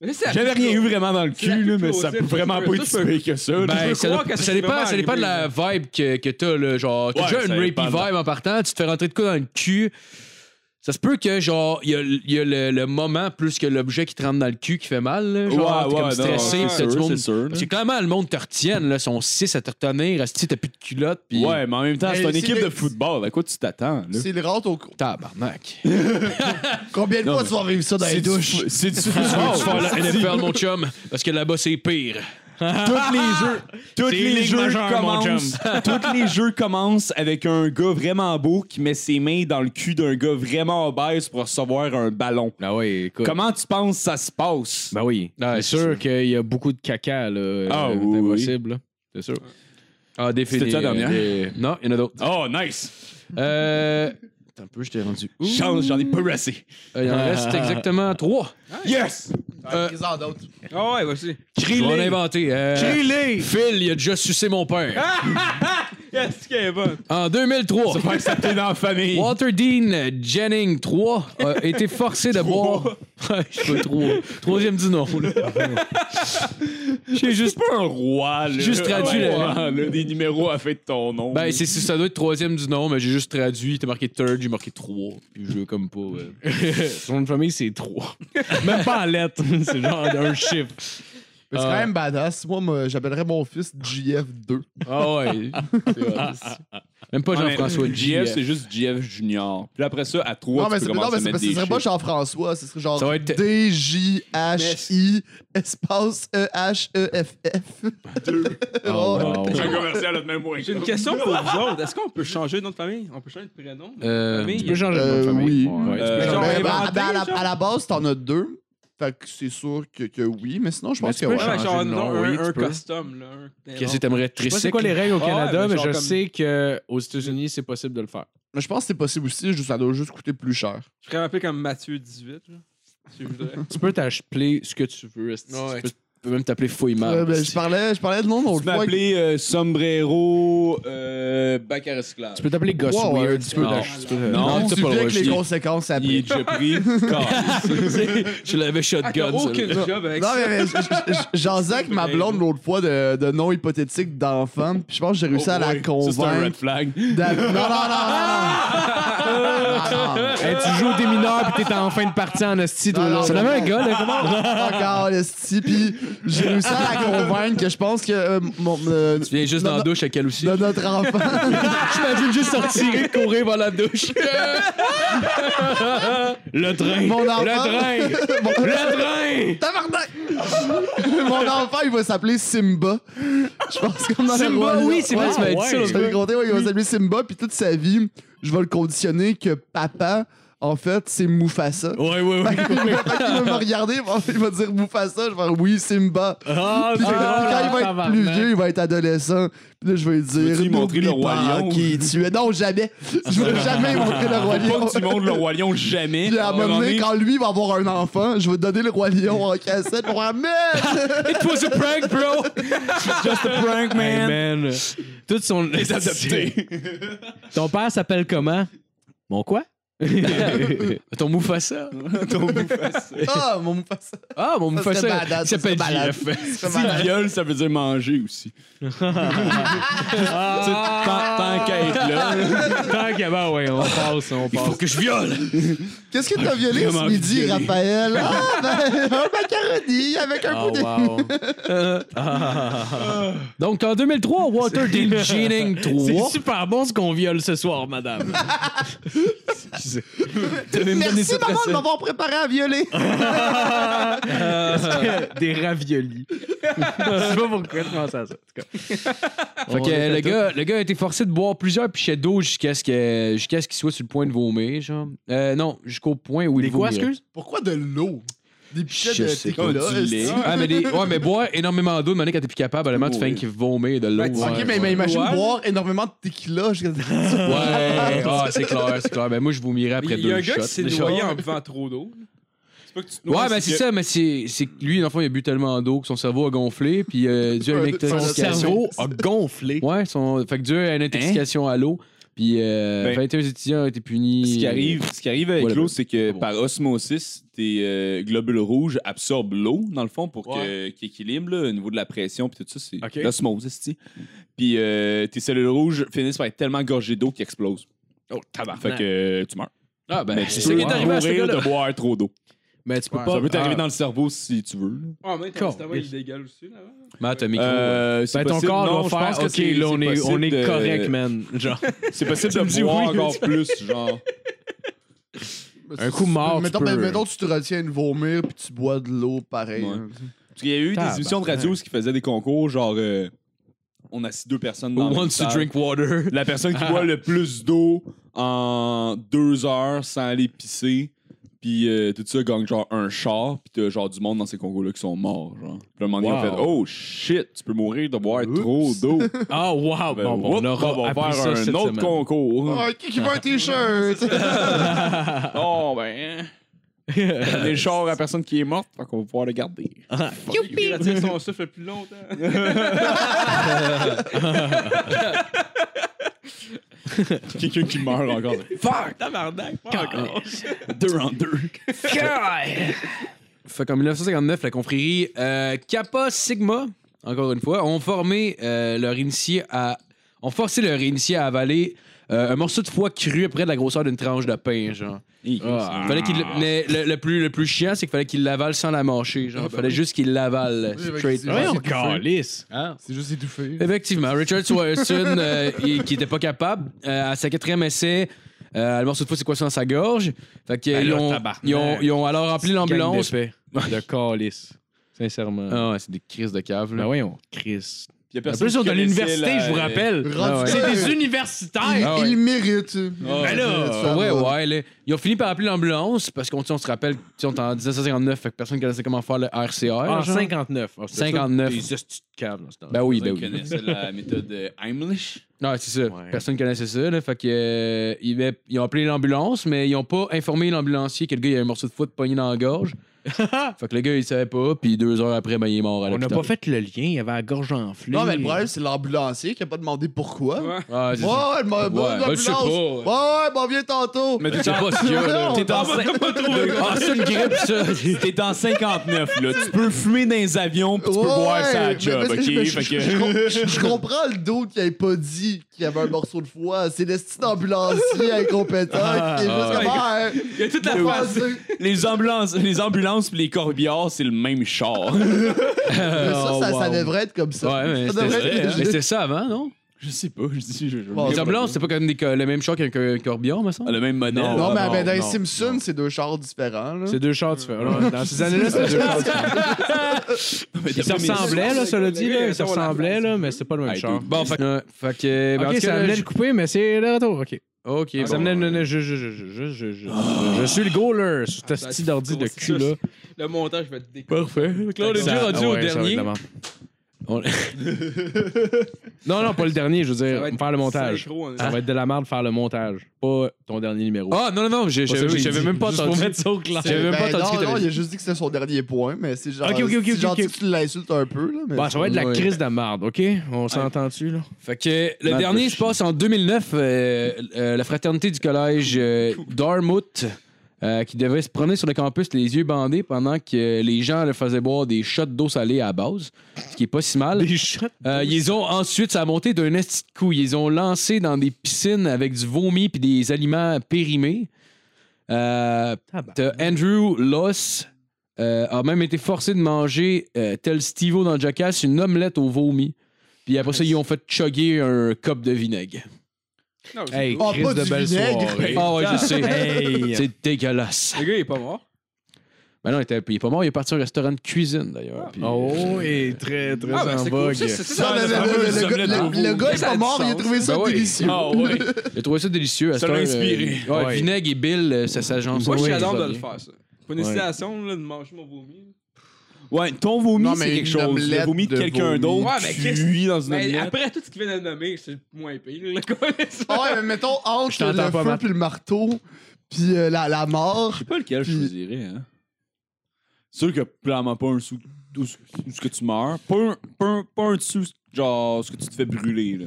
Speaker 2: Mais ça,
Speaker 6: J'avais rien eu
Speaker 2: c'est-
Speaker 6: vraiment dans le
Speaker 2: la
Speaker 6: cul, là, mais
Speaker 2: plus
Speaker 6: ça peut
Speaker 2: plausible,
Speaker 6: vraiment
Speaker 2: ça,
Speaker 6: pas
Speaker 2: ça,
Speaker 6: être
Speaker 2: ça,
Speaker 6: si pire que ça.
Speaker 3: Ben,
Speaker 6: là.
Speaker 2: peux
Speaker 3: ça, dépend-
Speaker 2: croire que ça
Speaker 3: ça
Speaker 2: s'est
Speaker 3: dépend,
Speaker 2: vraiment
Speaker 3: ça dépend de la vibe que, que t'as, là. Genre, t'as
Speaker 6: Ouais,
Speaker 3: déjà une
Speaker 6: ça
Speaker 3: rapey
Speaker 6: dépend de la-
Speaker 3: vibe en partant, tu te fais rentrer de quoi dans le cul. Ça se peut que, genre, il y a, l- il y a le, le moment plus que l'objet qui te rentre dans le cul qui fait mal, là. Genre, t'es comme stressé,
Speaker 6: non,
Speaker 3: pis t'as
Speaker 6: c'est
Speaker 3: du
Speaker 6: sûr,
Speaker 3: monde.
Speaker 6: c'est sûr, là.
Speaker 3: Parce que clairement, le monde te retienne, là. Sont six à te retenir, si t'as plus de culotte, pis.
Speaker 6: Ouais, mais en même temps,
Speaker 5: Mais
Speaker 6: c'est une
Speaker 5: c'est
Speaker 6: équipe
Speaker 5: le-
Speaker 6: de football. À quoi tu t'attends, là?
Speaker 5: C'est le rare, au-
Speaker 3: Tabarnak.
Speaker 5: combien de
Speaker 6: Non,
Speaker 5: fois
Speaker 6: mais-
Speaker 5: tu vas vivre ça dans les
Speaker 6: C'est du
Speaker 5: douches?
Speaker 6: fou- C'est du
Speaker 3: Ah,
Speaker 6: football.
Speaker 3: tu vas faire la NFL, mon chum, parce que là-bas, c'est pire.
Speaker 6: Tous les jeux, tous les
Speaker 4: ligue
Speaker 6: jeux
Speaker 4: majeure, mon
Speaker 6: commencent, tous les jeux commencent avec un gars vraiment beau qui met ses mains dans le cul d'un gars vraiment obèse pour recevoir un ballon.
Speaker 4: Ben oui, écoute.
Speaker 6: Comment tu penses que ça se passe?
Speaker 4: Ben oui.
Speaker 3: Ah, Ouais,
Speaker 4: c'est
Speaker 3: c'est
Speaker 4: sûr qu'il y a beaucoup de caca, là.
Speaker 6: Ah
Speaker 4: euh,
Speaker 6: oui, oui.
Speaker 4: impossible, là. C'est sûr.
Speaker 3: Ah, défini.
Speaker 6: C'était-tu la dernière?
Speaker 3: euh, des- Non, il y en a d'autres.
Speaker 6: Oh, nice!
Speaker 3: Euh. Attends un peu, je t'ai rendu. où?
Speaker 6: Chance, j'en ai pas assez.
Speaker 3: Euh, Il en reste exactement trois.
Speaker 6: Yes!
Speaker 5: Ah, ils en d'autres.
Speaker 2: Ah ouais, voici.
Speaker 3: Je vais en inventer. Euh, Phil, il a déjà sucé mon père.
Speaker 2: Qu'est-ce qu'elle est bonne?
Speaker 3: En 2003,
Speaker 6: Pas accepté dans la famille.
Speaker 3: Walter Dean euh, Jennings 3 a été forcé de boire. Ouais, Je sais pas trop. Troisième du nom. là.
Speaker 6: J'ai juste pas un roi, là.
Speaker 3: Juste traduit,
Speaker 6: Ouais,
Speaker 3: là.
Speaker 6: là, Des numéros à fait de ton nom.
Speaker 3: Ben, c'est, c'est- ça doit être troisième du nom, mais j'ai juste traduit. T'as marqué third, j'ai marqué 3. Puis je veux comme pas. ouais.
Speaker 4: Son famille, c'est trois. Même pas en lettres. c'est genre un chiffre.
Speaker 5: Mais C'est quand même badass. Moi, moi, j'appellerais mon fils JF2.
Speaker 3: Ah ouais. Même pas
Speaker 6: Ouais,
Speaker 3: Jean-François
Speaker 6: mais
Speaker 3: J. euh,
Speaker 6: JF, c'est juste JF Junior. Puis après ça, à
Speaker 5: Non,
Speaker 6: trois,
Speaker 5: mais
Speaker 6: tu
Speaker 5: c'est
Speaker 6: peux
Speaker 5: non,
Speaker 6: commencer
Speaker 5: mais
Speaker 6: à
Speaker 5: c'est-
Speaker 6: mettre
Speaker 5: mais ce
Speaker 6: des
Speaker 5: serait pas
Speaker 6: chiffres.
Speaker 5: Jean-François, ce serait genre
Speaker 3: Ça va être-
Speaker 5: D-J-H-I espace E E-H-E-F-F.
Speaker 3: Oh, wow.
Speaker 6: Un commercial a de même moyen.
Speaker 2: J'ai une question pour vous autres. Est-ce qu'on peut changer notre famille? On peut changer de prénom? de
Speaker 3: Euh,
Speaker 2: famille?
Speaker 4: Tu peux changer de nom de
Speaker 5: Euh,
Speaker 4: famille.
Speaker 5: oui.
Speaker 3: Ouais.
Speaker 4: Ouais.
Speaker 6: Euh,
Speaker 5: Mais
Speaker 2: genre
Speaker 5: ben,
Speaker 2: inventé,
Speaker 5: ben, à, la,
Speaker 2: genre?
Speaker 5: à la base, t'en as deux. Fait que c'est sûr que, que oui, mais sinon, je pense
Speaker 4: tu
Speaker 5: que
Speaker 4: peux
Speaker 5: ouais.
Speaker 2: Ouais,
Speaker 4: changer
Speaker 2: genre,
Speaker 4: de
Speaker 2: non,
Speaker 4: nom,
Speaker 2: un,
Speaker 4: oui, tu
Speaker 2: un
Speaker 4: peux.
Speaker 2: custom, là. un-
Speaker 3: Qu'est-ce que t'aimerais
Speaker 4: Je sais pas c'est quoi
Speaker 3: tricycle?
Speaker 4: les règles au
Speaker 2: Ah ouais,
Speaker 4: Canada,
Speaker 2: mais
Speaker 4: mais,
Speaker 2: genre
Speaker 4: je
Speaker 2: comme-
Speaker 4: sais qu'aux États-Unis, c'est possible de le faire.
Speaker 5: Mais je pense que c'est possible aussi, juste, ça doit juste coûter plus cher.
Speaker 2: Je pourrais m'appeler comme Mathieu 18, là. Si je voudrais.
Speaker 4: Tu peux t'acheter ce que tu veux. esti.
Speaker 3: Ouais.
Speaker 4: Tu peux-
Speaker 3: Tu peux même t'appeler Fouillement.
Speaker 5: Ouais, ben, je, parlais, je parlais de nom
Speaker 6: Tu
Speaker 5: l'autre
Speaker 6: m'as
Speaker 5: fois.
Speaker 6: appelé euh, Sombrero, euh, bac à recyclage.
Speaker 4: Tu peux t'appeler Goss
Speaker 5: Ouais, ouais,
Speaker 4: Weird.
Speaker 5: tu
Speaker 4: Tu
Speaker 5: peux
Speaker 4: peux
Speaker 3: Non.
Speaker 4: t'acheter- tu peux-
Speaker 5: Non,
Speaker 3: Non, t'as pas le
Speaker 5: tu vis
Speaker 3: droit.
Speaker 5: avec les
Speaker 3: Il-
Speaker 5: conséquences
Speaker 6: Il est
Speaker 5: après.
Speaker 6: déjà pris. Calme.
Speaker 3: Je l'avais
Speaker 2: Ah, t'as
Speaker 3: shotgun.
Speaker 2: aucun
Speaker 3: celle-là.
Speaker 2: job avec
Speaker 5: Non,
Speaker 2: ça.
Speaker 5: mais, mais j- j- j- j'en disais avec ma blonde l'autre fois de, de nom hypothétique d'enfant, puis je pense que j'ai réussi à la
Speaker 6: Oh Ça, c'est un red
Speaker 5: convaincre.
Speaker 6: flag.
Speaker 5: d'a- Non, non, non, non, non, non. non.
Speaker 4: Hey, tu joues au des mineurs puis t'es en fin de partie en esti.
Speaker 5: Non, non,
Speaker 4: Ça
Speaker 5: non,
Speaker 4: avait un
Speaker 5: non.
Speaker 4: gars, là.
Speaker 5: Encore, esti, puis j'ai réussi à la convaincre que je pense que euh, mon, euh,
Speaker 3: Tu viens juste dans
Speaker 5: Non,
Speaker 3: la douche avec elle aussi.
Speaker 5: de notre enfant.
Speaker 3: J'imagine juste sortir et courir vers la douche.
Speaker 4: Le train.
Speaker 5: Mon enfant.
Speaker 4: Le train.
Speaker 5: Mon-
Speaker 4: Le train.
Speaker 5: Tabarnak! Mon enfant, il va s'appeler Simba. Je pense qu'on en a
Speaker 4: Simba, oui, c'est vrai, tu m'avais dit ça,
Speaker 5: Je t'avais compté, ouais, il va s'appeler Simba, puis toute sa vie, je vais le conditionner que papa, en fait, c'est Mufasa.
Speaker 4: Ouais, ouais,
Speaker 5: Fait
Speaker 4: ouais.
Speaker 5: qu'il va- fait qu'il va me regarder, il va- il va dire Mufasa, je vais dire oui, Simba.
Speaker 4: Ah,
Speaker 5: Puis
Speaker 4: c'est
Speaker 5: quand il
Speaker 4: drôle,
Speaker 5: va être plus
Speaker 4: tabarnak.
Speaker 5: vieux, il va être adolescent. Puis là, je vais lui dire.
Speaker 6: Veux-tu lui montrer le
Speaker 5: n'oublie
Speaker 6: Roi
Speaker 5: pas
Speaker 6: Lion?
Speaker 5: Qui tu es. Non, jamais. Je veux jamais montrer le Roi
Speaker 6: Pas
Speaker 5: Lion.
Speaker 6: que tu montes le Roi Lion jamais.
Speaker 5: Puis à un moment donné,
Speaker 6: Vraiment,
Speaker 5: quand lui va avoir un enfant, je vais te donner le Roi Lion en cassette. Pour un merde!
Speaker 4: It was a prank, bro.
Speaker 6: Just a prank,
Speaker 4: Hey,
Speaker 6: man.
Speaker 4: man. Toutes sont.
Speaker 6: Les adoptés.
Speaker 4: Ton père s'appelle comment? Mon quoi?
Speaker 3: Ton Mufasa.
Speaker 6: Ton bouffassin.
Speaker 5: Ah, mon Mufasa.
Speaker 4: Ah, mon
Speaker 5: Ça serait
Speaker 4: Mufasa.
Speaker 5: badass,
Speaker 4: Il
Speaker 5: ça serait
Speaker 4: s'appelle
Speaker 5: malade.
Speaker 4: JF.
Speaker 5: Ça serait
Speaker 6: Si
Speaker 5: malade.
Speaker 6: viol, ça veut dire manger aussi. Tu sais, Tant tant qu'à être là.
Speaker 4: Tant qu'il y a- ben ouais, on passe, on passe.
Speaker 3: que je viole.
Speaker 5: Qu'est-ce que t'as violé
Speaker 6: vraiment
Speaker 5: ce midi,
Speaker 6: violé.
Speaker 5: Raphaël? Ah, ben, un macaroni avec un
Speaker 4: Oh,
Speaker 5: coup de...
Speaker 4: wow.
Speaker 3: Oh, Donc, en 2003, Waterdeep Jeaning 3.
Speaker 4: C'est super bon ce qu'on viole ce soir, madame.
Speaker 5: Merci, maman, de m'avoir préparé à violer.
Speaker 4: Des raviolis. Je sais pas pourquoi je pense à ça. en tout cas.
Speaker 3: Fait
Speaker 4: On
Speaker 3: que
Speaker 4: était
Speaker 3: le
Speaker 4: tous-
Speaker 3: gars, le gars a été forcé de boire plusieurs pichets d'eau jusqu'à ce que- jusqu'à ce qu'il soit sur le point de vomir. Genre. Euh, non, jusqu'au point où
Speaker 4: Des
Speaker 3: il
Speaker 4: quoi,
Speaker 3: vomirait.
Speaker 4: excuse?
Speaker 5: Pourquoi de l'eau? Des pichets
Speaker 3: Je
Speaker 5: de
Speaker 3: sais
Speaker 5: tequila.
Speaker 6: pas, du
Speaker 5: est-ce que-
Speaker 6: lait.
Speaker 3: Ah, mais des- ouais, mais boire énormément d'eau, de manière quand t'es plus capable, vraiment, tu fais
Speaker 6: Ouais.
Speaker 3: un qui vomit de l'eau.
Speaker 2: Ben, tu-
Speaker 5: Ok,
Speaker 3: ouais,
Speaker 5: mais,
Speaker 3: ouais.
Speaker 5: mais imagine
Speaker 2: Ouais.
Speaker 5: boire énormément de tequila. jusqu'à-
Speaker 3: Ouais, ah, c'est clair, c'est clair. Ben, moi, je vomirais après
Speaker 2: Il y a
Speaker 3: deux
Speaker 2: un gars
Speaker 3: shots.
Speaker 2: qui s'est
Speaker 3: mais genre-
Speaker 2: noyé en buvant trop d'eau. C'est pas que tu te noies,
Speaker 3: Ouais, ben c'est
Speaker 2: que-
Speaker 3: ça, mais c'est c'est que lui, l'enfant, il a bu tellement d'eau que son cerveau a gonflé, puis euh, dû à une
Speaker 5: Ouais, son
Speaker 4: Son
Speaker 3: intoxication.
Speaker 4: cerveau a gonflé.
Speaker 3: Ouais, son... fait que dû à une intoxication à l'eau, puis euh,
Speaker 6: Ben,
Speaker 3: 21 étudiants ont été punis.
Speaker 6: Ce qui arrive, ce qui arrive avec
Speaker 3: Voilà.
Speaker 6: l'eau, c'est que
Speaker 3: Ah bon.
Speaker 6: par osmosis, tes euh, globules rouges absorbent l'eau, dans le fond, pour que- qu'ils équilibrent là, au niveau de la pression, puis tout ça, c'est
Speaker 4: Ok.
Speaker 6: l'osmose, c'est-tu. Puis euh, tes cellules rouges finissent par être tellement gorgées d'eau qu'ils explosent. Oh, tabarnak. Fait que euh, tu meurs.
Speaker 3: Ah, ben,
Speaker 6: Mais
Speaker 3: c'est
Speaker 6: tu
Speaker 3: ça
Speaker 6: peux
Speaker 3: qui est arrivé à ce
Speaker 6: mourir
Speaker 3: gars-là.
Speaker 6: de boire trop d'eau.
Speaker 4: Mais tu peux pas.
Speaker 6: Ça peut t'arriver
Speaker 4: Ah.
Speaker 6: dans le cerveau si tu veux. là.
Speaker 2: Ah, mais ton cerveau, il dégale aussi, là. hein.
Speaker 3: Matt, t'as micro. ouais.
Speaker 6: Euh, c'est
Speaker 4: Ben, ton
Speaker 6: possible-
Speaker 4: corps
Speaker 6: non,
Speaker 4: va
Speaker 6: je
Speaker 4: faire,
Speaker 6: pense que
Speaker 4: ok,
Speaker 6: c'est-
Speaker 4: là, on
Speaker 6: c'est
Speaker 4: est, on
Speaker 6: possible
Speaker 4: est
Speaker 6: de-
Speaker 4: correct, man. Genre,
Speaker 6: C'est possible
Speaker 4: Tu me dis
Speaker 6: de boire
Speaker 4: oui, là,
Speaker 6: encore plus, genre.
Speaker 4: Un coup mort, tu
Speaker 5: Mettons,
Speaker 4: peux.
Speaker 5: ben, mettons, tu te retiens de vomir puis tu bois de l'eau pareil. hein.
Speaker 6: Ouais. Parce qu'il y a eu des
Speaker 4: Tabarnak.
Speaker 6: émissions de radio où qui faisaient des concours, genre euh, on assit deux personnes
Speaker 3: Who
Speaker 6: dans la même
Speaker 3: wants to
Speaker 6: salle.
Speaker 3: drink water?
Speaker 6: La personne qui boit le plus d'eau en deux heures sans aller pisser, puis euh, tout ça gagne genre un char, puis t'as genre du monde dans ces concours-là qui sont morts. Genre. Puis à un moment donné,
Speaker 4: Wow.
Speaker 6: on fait Oh shit, tu peux mourir de boire trop d'eau.
Speaker 4: ah, wow.
Speaker 6: Ben,
Speaker 4: Bon, bon,
Speaker 6: whoop,
Speaker 4: on aura
Speaker 6: on va
Speaker 4: appris
Speaker 6: faire
Speaker 4: ça
Speaker 6: un
Speaker 4: cette
Speaker 6: autre
Speaker 4: semaine.
Speaker 6: concours.
Speaker 5: Ah, qui qui veut un t-shirt?
Speaker 6: Oh ben. Les chars à la personne qui est morte, fait qu'on va pouvoir le garder.
Speaker 2: Il retient son souffle le plus longtemps.
Speaker 6: Quelqu'un qui meurt encore.
Speaker 2: Fuck! Tabarnak! fuck.
Speaker 6: deux en deux.
Speaker 3: Fait qu'en 1959, la confrérie euh, Kappa Sigma, encore une fois, ont formé euh, leur initié à ont forcé leur initié à avaler euh, un morceau de foie cru à peu près de la grosseur d'une tranche de pain, genre. Ah.
Speaker 6: Hi.
Speaker 4: Ah.
Speaker 3: Fallait qu'il, mais le, le plus, le plus chiant, c'est qu'il fallait qu'il l'avale sans la mâcher,
Speaker 4: Ah, ben
Speaker 3: genre. fallait juste qu'il l'avale.
Speaker 5: Straight.
Speaker 4: Ouais, on
Speaker 5: C'est juste étouffé.
Speaker 3: Effectivement, Richard Swanson, euh, il- qui était pas capable, euh, à sa quatrième essai, euh, le morceau de foie, c'est quoi ça dans sa gorge? Fait qu'ils
Speaker 4: Ben là,
Speaker 3: ont,
Speaker 4: tabarnak.
Speaker 3: ils ont, ils ont alors appelé l'ambulance.
Speaker 4: De calice. Sincèrement.
Speaker 3: Ah ouais, c'est des crises de cave,
Speaker 4: Ben
Speaker 3: là.
Speaker 4: voyons, Chris.
Speaker 6: Il y a
Speaker 4: En
Speaker 6: personne
Speaker 4: plus, on
Speaker 6: qui
Speaker 4: de
Speaker 6: connaissait
Speaker 4: l'université,
Speaker 6: la-
Speaker 4: je vous rappelle.
Speaker 5: Rendu
Speaker 3: ouais.
Speaker 5: là,
Speaker 4: C'est des
Speaker 5: euh, il-
Speaker 4: universitaires.
Speaker 5: Il mérite.
Speaker 3: Ben là, pour vrai, ouais, là, ils ont fini par appeler l'ambulance parce qu'on tu sais, on se rappelle, tu sais, on est en 1959, fait que personne ne connaissait comment faire le RCR.
Speaker 4: En
Speaker 3: genre.
Speaker 4: 59. Ah, c'est ça,
Speaker 3: 59.
Speaker 4: Des astuces de câble, dans ce temps-là.
Speaker 3: Ben oui, ben
Speaker 6: Personne
Speaker 3: oui.
Speaker 6: connaissait la méthode euh, Heimlich.
Speaker 3: Non, c'est ça.
Speaker 4: Ouais.
Speaker 3: Personne ne connaissait ça. Là, fait que, euh, ils, avaient- ils ont appelé l'ambulance, mais ils n'ont pas informé l'ambulancier que le gars il avait un morceau de foot pogné dans la gorge. fait que le gars, il savait pas, puis deux heures après, ben, il est mort à
Speaker 4: On n'a
Speaker 3: l'hôpital.
Speaker 4: pas fait le lien, il y avait la gorge enflée.
Speaker 5: Non, mais le problème, c'est l'ambulancier qui a pas demandé pourquoi. Ouais,
Speaker 3: Ah, c'est ça.
Speaker 5: ouais, bon,
Speaker 3: Ouais, ben, je sais
Speaker 5: ambulance.
Speaker 3: pas,
Speaker 5: Ouais,
Speaker 3: ouais.
Speaker 5: ouais, bon, viens tantôt.
Speaker 3: Mais tu sais pas ce qu'il y a, là.
Speaker 5: T'es dans
Speaker 3: Ah, c'est une grippe, ça.
Speaker 6: T'es dans 59, là. Tu peux fumer dans les avions, puis tu peux boire ça à la job, OK? Fait
Speaker 5: Je
Speaker 6: que...
Speaker 5: je- je comprends le doute qui avait pas dit qu'il y avait un morceau de foie. C'est le style ambulancier incompétent qui est
Speaker 3: ah,
Speaker 5: juste comme. Ah, hein,
Speaker 6: Il y a toute la
Speaker 5: il a
Speaker 6: face.
Speaker 5: passé.
Speaker 6: Les ambulances, les ambulances pis les corbillards, c'est le même char.
Speaker 5: Mais ça, ça, ça devrait être comme ça.
Speaker 3: Ouais, mais
Speaker 5: ça
Speaker 3: c'était
Speaker 5: devrait
Speaker 3: ça, hein.
Speaker 5: être
Speaker 3: Mais c'était ça avant, non?
Speaker 6: je sais pas, je dis. Je, je-
Speaker 5: Bon,
Speaker 3: Les ambulances, c'était pas comme des co- le même choc qu'un co- corbillard, me semble?
Speaker 6: Ah, le même modèle.
Speaker 5: Non, mais ben, dans les
Speaker 4: non,
Speaker 5: Simpsons, c'est deux chars différents. là.
Speaker 4: C'est deux chars différents. Dans ces années-là, c'était deux chars différents.
Speaker 6: Ah, mais
Speaker 4: Ils se ressemblaient, là, cela dit. Là, ils se ressemblaient, là, mais c'était pas le même
Speaker 6: Hey,
Speaker 4: char.
Speaker 3: Bon, fait, ouais, fait que. ben, en
Speaker 4: Ok,
Speaker 3: tout cas,
Speaker 4: ça
Speaker 3: là,
Speaker 4: venait
Speaker 3: je-
Speaker 4: de couper, mais c'est le retour. Ok.
Speaker 3: Ok,
Speaker 4: Ça
Speaker 3: bon.
Speaker 4: venait de. Je, je, je, je, je, je, je, je suis le goaler sur ta style d'ordi de cul, là.
Speaker 2: Le montage va être découvert.
Speaker 4: Parfait.
Speaker 2: Là, on est déjà rendu au dernier.
Speaker 4: On- non, non, pas le dernier, je veux
Speaker 2: Ça va
Speaker 4: dire,
Speaker 2: être
Speaker 4: faire le montage.
Speaker 2: hein.
Speaker 4: Ah. Ça va être de la merde faire le montage, pas ton dernier numéro.
Speaker 3: Ah, non, non, non, j'ai-
Speaker 4: Pas Oh, ça que
Speaker 3: j'avais
Speaker 4: j'ai
Speaker 3: j'avais
Speaker 4: dit,
Speaker 3: même pas
Speaker 4: juste
Speaker 3: entendu.
Speaker 4: pour mettre ça au clair.
Speaker 3: J'avais même pas
Speaker 5: Ben,
Speaker 3: entendu ce que
Speaker 5: Non, non,
Speaker 3: t'avais
Speaker 5: il a
Speaker 3: dit.
Speaker 5: juste dit que c'était son dernier point, mais c'est genre.
Speaker 4: Ok, ok, ok,
Speaker 5: c'est
Speaker 4: ok,
Speaker 5: genre
Speaker 4: ok.
Speaker 5: que tu l'insultes un peu, là. Mais...
Speaker 4: Bon, ça va être de la
Speaker 3: Ouais.
Speaker 4: crise de la merde, OK? On s'entend-tu, là?
Speaker 3: Fait que le
Speaker 4: Not
Speaker 3: dernier
Speaker 4: the
Speaker 3: se passe en 2009, euh, euh, la fraternité du collège euh, Dartmouth, euh, qui devait se promener sur le campus les yeux bandés pendant que les gens leur faisaient boire des shots d'eau salée à la base, ce qui est pas si mal.
Speaker 4: shots.
Speaker 3: Euh, ils ont ensuite, ça a monté d'un esti de coup. Ils ont lancé dans des piscines avec du vomi puis des aliments périmés. Euh, t'as Andrew Loss euh, a même été forcé de manger, euh, tel Stivo dans Jackass, une omelette au vomi. Puis après ça, ils ont fait chugger un cop de vinaigre.
Speaker 4: Hey,
Speaker 5: Ah,
Speaker 4: crise
Speaker 5: pas
Speaker 4: de
Speaker 5: du
Speaker 4: belle
Speaker 5: vinaigre.
Speaker 4: soirée.
Speaker 3: Ah ouais, je sais.
Speaker 4: Hey!
Speaker 3: C'est dégueulasse.
Speaker 2: Le gars, il est pas mort.
Speaker 3: Ben non, il, était, il est pas mort, il est parti au restaurant de cuisine d'ailleurs. puis- euh,
Speaker 4: Oh, et très, très
Speaker 2: Ah, ben,
Speaker 4: en
Speaker 2: c'est
Speaker 4: vogue.
Speaker 2: cool. Ça, c'est
Speaker 5: Non,
Speaker 2: ça.
Speaker 5: mais le-
Speaker 6: ça, ça,
Speaker 5: le- le-
Speaker 6: ça,
Speaker 5: le-
Speaker 6: ça,
Speaker 5: le- le gars est
Speaker 2: ça a
Speaker 5: pas
Speaker 2: du
Speaker 5: mort, il a
Speaker 2: sens.
Speaker 5: trouvé ça
Speaker 3: Ben ouais.
Speaker 5: délicieux.
Speaker 6: Ah ouais.
Speaker 3: J'ai trouvé ça délicieux. à
Speaker 6: Ça
Speaker 3: cette
Speaker 6: l'a
Speaker 3: heure,
Speaker 6: inspiré.
Speaker 3: euh, ouais,
Speaker 4: Ouais.
Speaker 3: Vinaigre et Bill, euh, ça s'agence.
Speaker 2: Moi, je suis
Speaker 3: Ouais,
Speaker 2: adore
Speaker 3: ça va
Speaker 2: de le
Speaker 3: bien.
Speaker 2: faire, ça. Pour une
Speaker 4: Ouais.
Speaker 2: hésitation, là, de manger mon vomi.
Speaker 6: Ouais, ton vomi,
Speaker 5: Non, mais
Speaker 6: c'est quelque
Speaker 5: une
Speaker 6: chose. Le
Speaker 5: omelette
Speaker 6: vomi de
Speaker 5: de
Speaker 6: quelqu'un
Speaker 5: vomi.
Speaker 6: d'autre,
Speaker 2: Ouais, mais
Speaker 6: tu
Speaker 2: qu'est-ce-
Speaker 6: vis dans une
Speaker 2: Mais
Speaker 6: omelette.
Speaker 2: après tout ce qu'il vient de nommer, c'est moins pire. là, quoi.
Speaker 5: Ah ouais, mais mettons,
Speaker 4: Je
Speaker 5: entre
Speaker 4: t'entends
Speaker 5: le
Speaker 4: pas,
Speaker 5: feu
Speaker 4: Matt.
Speaker 5: puis le marteau, puis euh, la, la mort.
Speaker 6: Je sais pas lequel je
Speaker 5: Puis-
Speaker 6: choisirais, hein. C'est sûr que clairement pas un sou où ce que tu meurs. Pas un, pas un, pas un dessous, genre, ce que tu te fais brûler, là.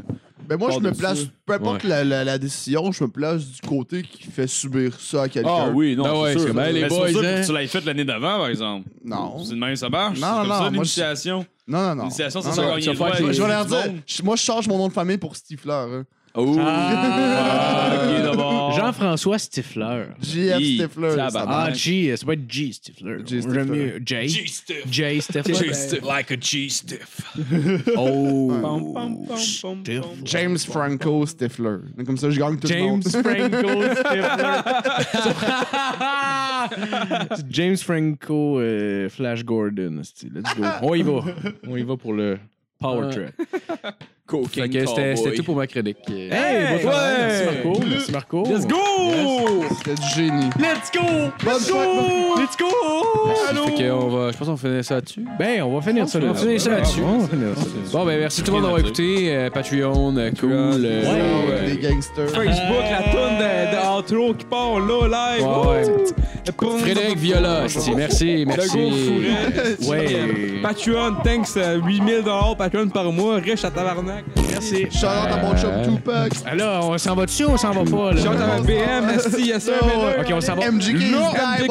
Speaker 5: Ben moi, je me
Speaker 6: Par-dessus.
Speaker 5: place, peu importe la, la- la décision, je me place du côté qui fait subir ça à quelqu'un.
Speaker 6: Ah oui, non,
Speaker 3: Ah ouais,
Speaker 6: c'est
Speaker 3: c'est
Speaker 6: sûr.
Speaker 3: bien, les
Speaker 6: Mais c'est
Speaker 3: boys,
Speaker 6: pour ça
Speaker 3: hein.
Speaker 6: que tu l'avais fait l'année d'avant, par exemple.
Speaker 5: Non.
Speaker 6: C'est de même, ça marche.
Speaker 5: Non,
Speaker 6: c'est
Speaker 5: non,
Speaker 6: comme
Speaker 5: non,
Speaker 6: ça,
Speaker 5: moi,
Speaker 6: l'initiation.
Speaker 5: Non, non, non.
Speaker 6: L'initiation, c'est
Speaker 5: Non,
Speaker 6: ça
Speaker 5: non,
Speaker 6: gagner
Speaker 3: tu vas
Speaker 6: le
Speaker 3: faire
Speaker 6: droit.
Speaker 3: que-
Speaker 5: Je vais leur
Speaker 6: leur
Speaker 5: dire, je- moi, je change mon nom de famille pour Stifler. hein.
Speaker 6: Oh!
Speaker 4: Euh,
Speaker 6: Ah, ok, d'abord.
Speaker 4: Jean-François Stifler.
Speaker 5: JF
Speaker 6: Hi,
Speaker 5: Stifler.
Speaker 6: tabarnak.
Speaker 5: ça va.
Speaker 4: Ah, G, ça va être G Stifler.
Speaker 5: ben. G.
Speaker 4: J'aime mieux J. J Stifler. J
Speaker 6: Oh.
Speaker 4: Stifler.
Speaker 3: Like a cheese stiff.
Speaker 6: Oh.
Speaker 2: Pom, pom, pom, pom, pom.
Speaker 5: James Franco Stifler. Donc, Comme ça, je gagne tout le
Speaker 4: James
Speaker 5: monde.
Speaker 4: Franco Stifler. C'est James Franco euh, Flash Gordon. c'est- Let's go. On y va. On y va pour le Power
Speaker 3: Ouais.
Speaker 4: Trip.
Speaker 3: Fait que c'était c'était tout pour ma chronique.
Speaker 4: Hey, bon travail. Merci Marco. Merci Marco. Let's go.
Speaker 5: C'était du génie.
Speaker 4: Let's go.
Speaker 5: Bonne soirée.
Speaker 4: Let's go.
Speaker 3: Fait que on va, je pense qu'on finit ça là-dessus.
Speaker 4: Ben, on va finir ça
Speaker 3: On va
Speaker 4: là. Ah,
Speaker 3: finir ça là-dessus.
Speaker 4: On va finir ça là-dessus.
Speaker 3: Bon, ben merci tout le monde d'avoir écouté. Euh, Patreon, euh, cool. euh,
Speaker 5: Ouais,
Speaker 3: ouais.
Speaker 5: Des gangsters.
Speaker 2: Facebook, la toune de, de Outro qui part là, live.
Speaker 3: Ouais, ouais.
Speaker 2: Wouh!
Speaker 3: Frédéric Viola, esti, merci,
Speaker 2: Le gros
Speaker 3: merci.
Speaker 2: fourret.
Speaker 4: Ouais.
Speaker 2: Patreon, thanks, euh, 8000 Patreon par mois, riche à tabarnak.
Speaker 4: Merci.
Speaker 5: Shout out à mon chum Tupac.
Speaker 4: Alors, on s'en va dessus ou on s'en va pas? là?
Speaker 2: Chante à ma BM, merci, yes sir,
Speaker 5: Oh,
Speaker 2: mais là,
Speaker 4: Ok, on s'en va.
Speaker 5: MJK is
Speaker 2: Non,
Speaker 5: dying.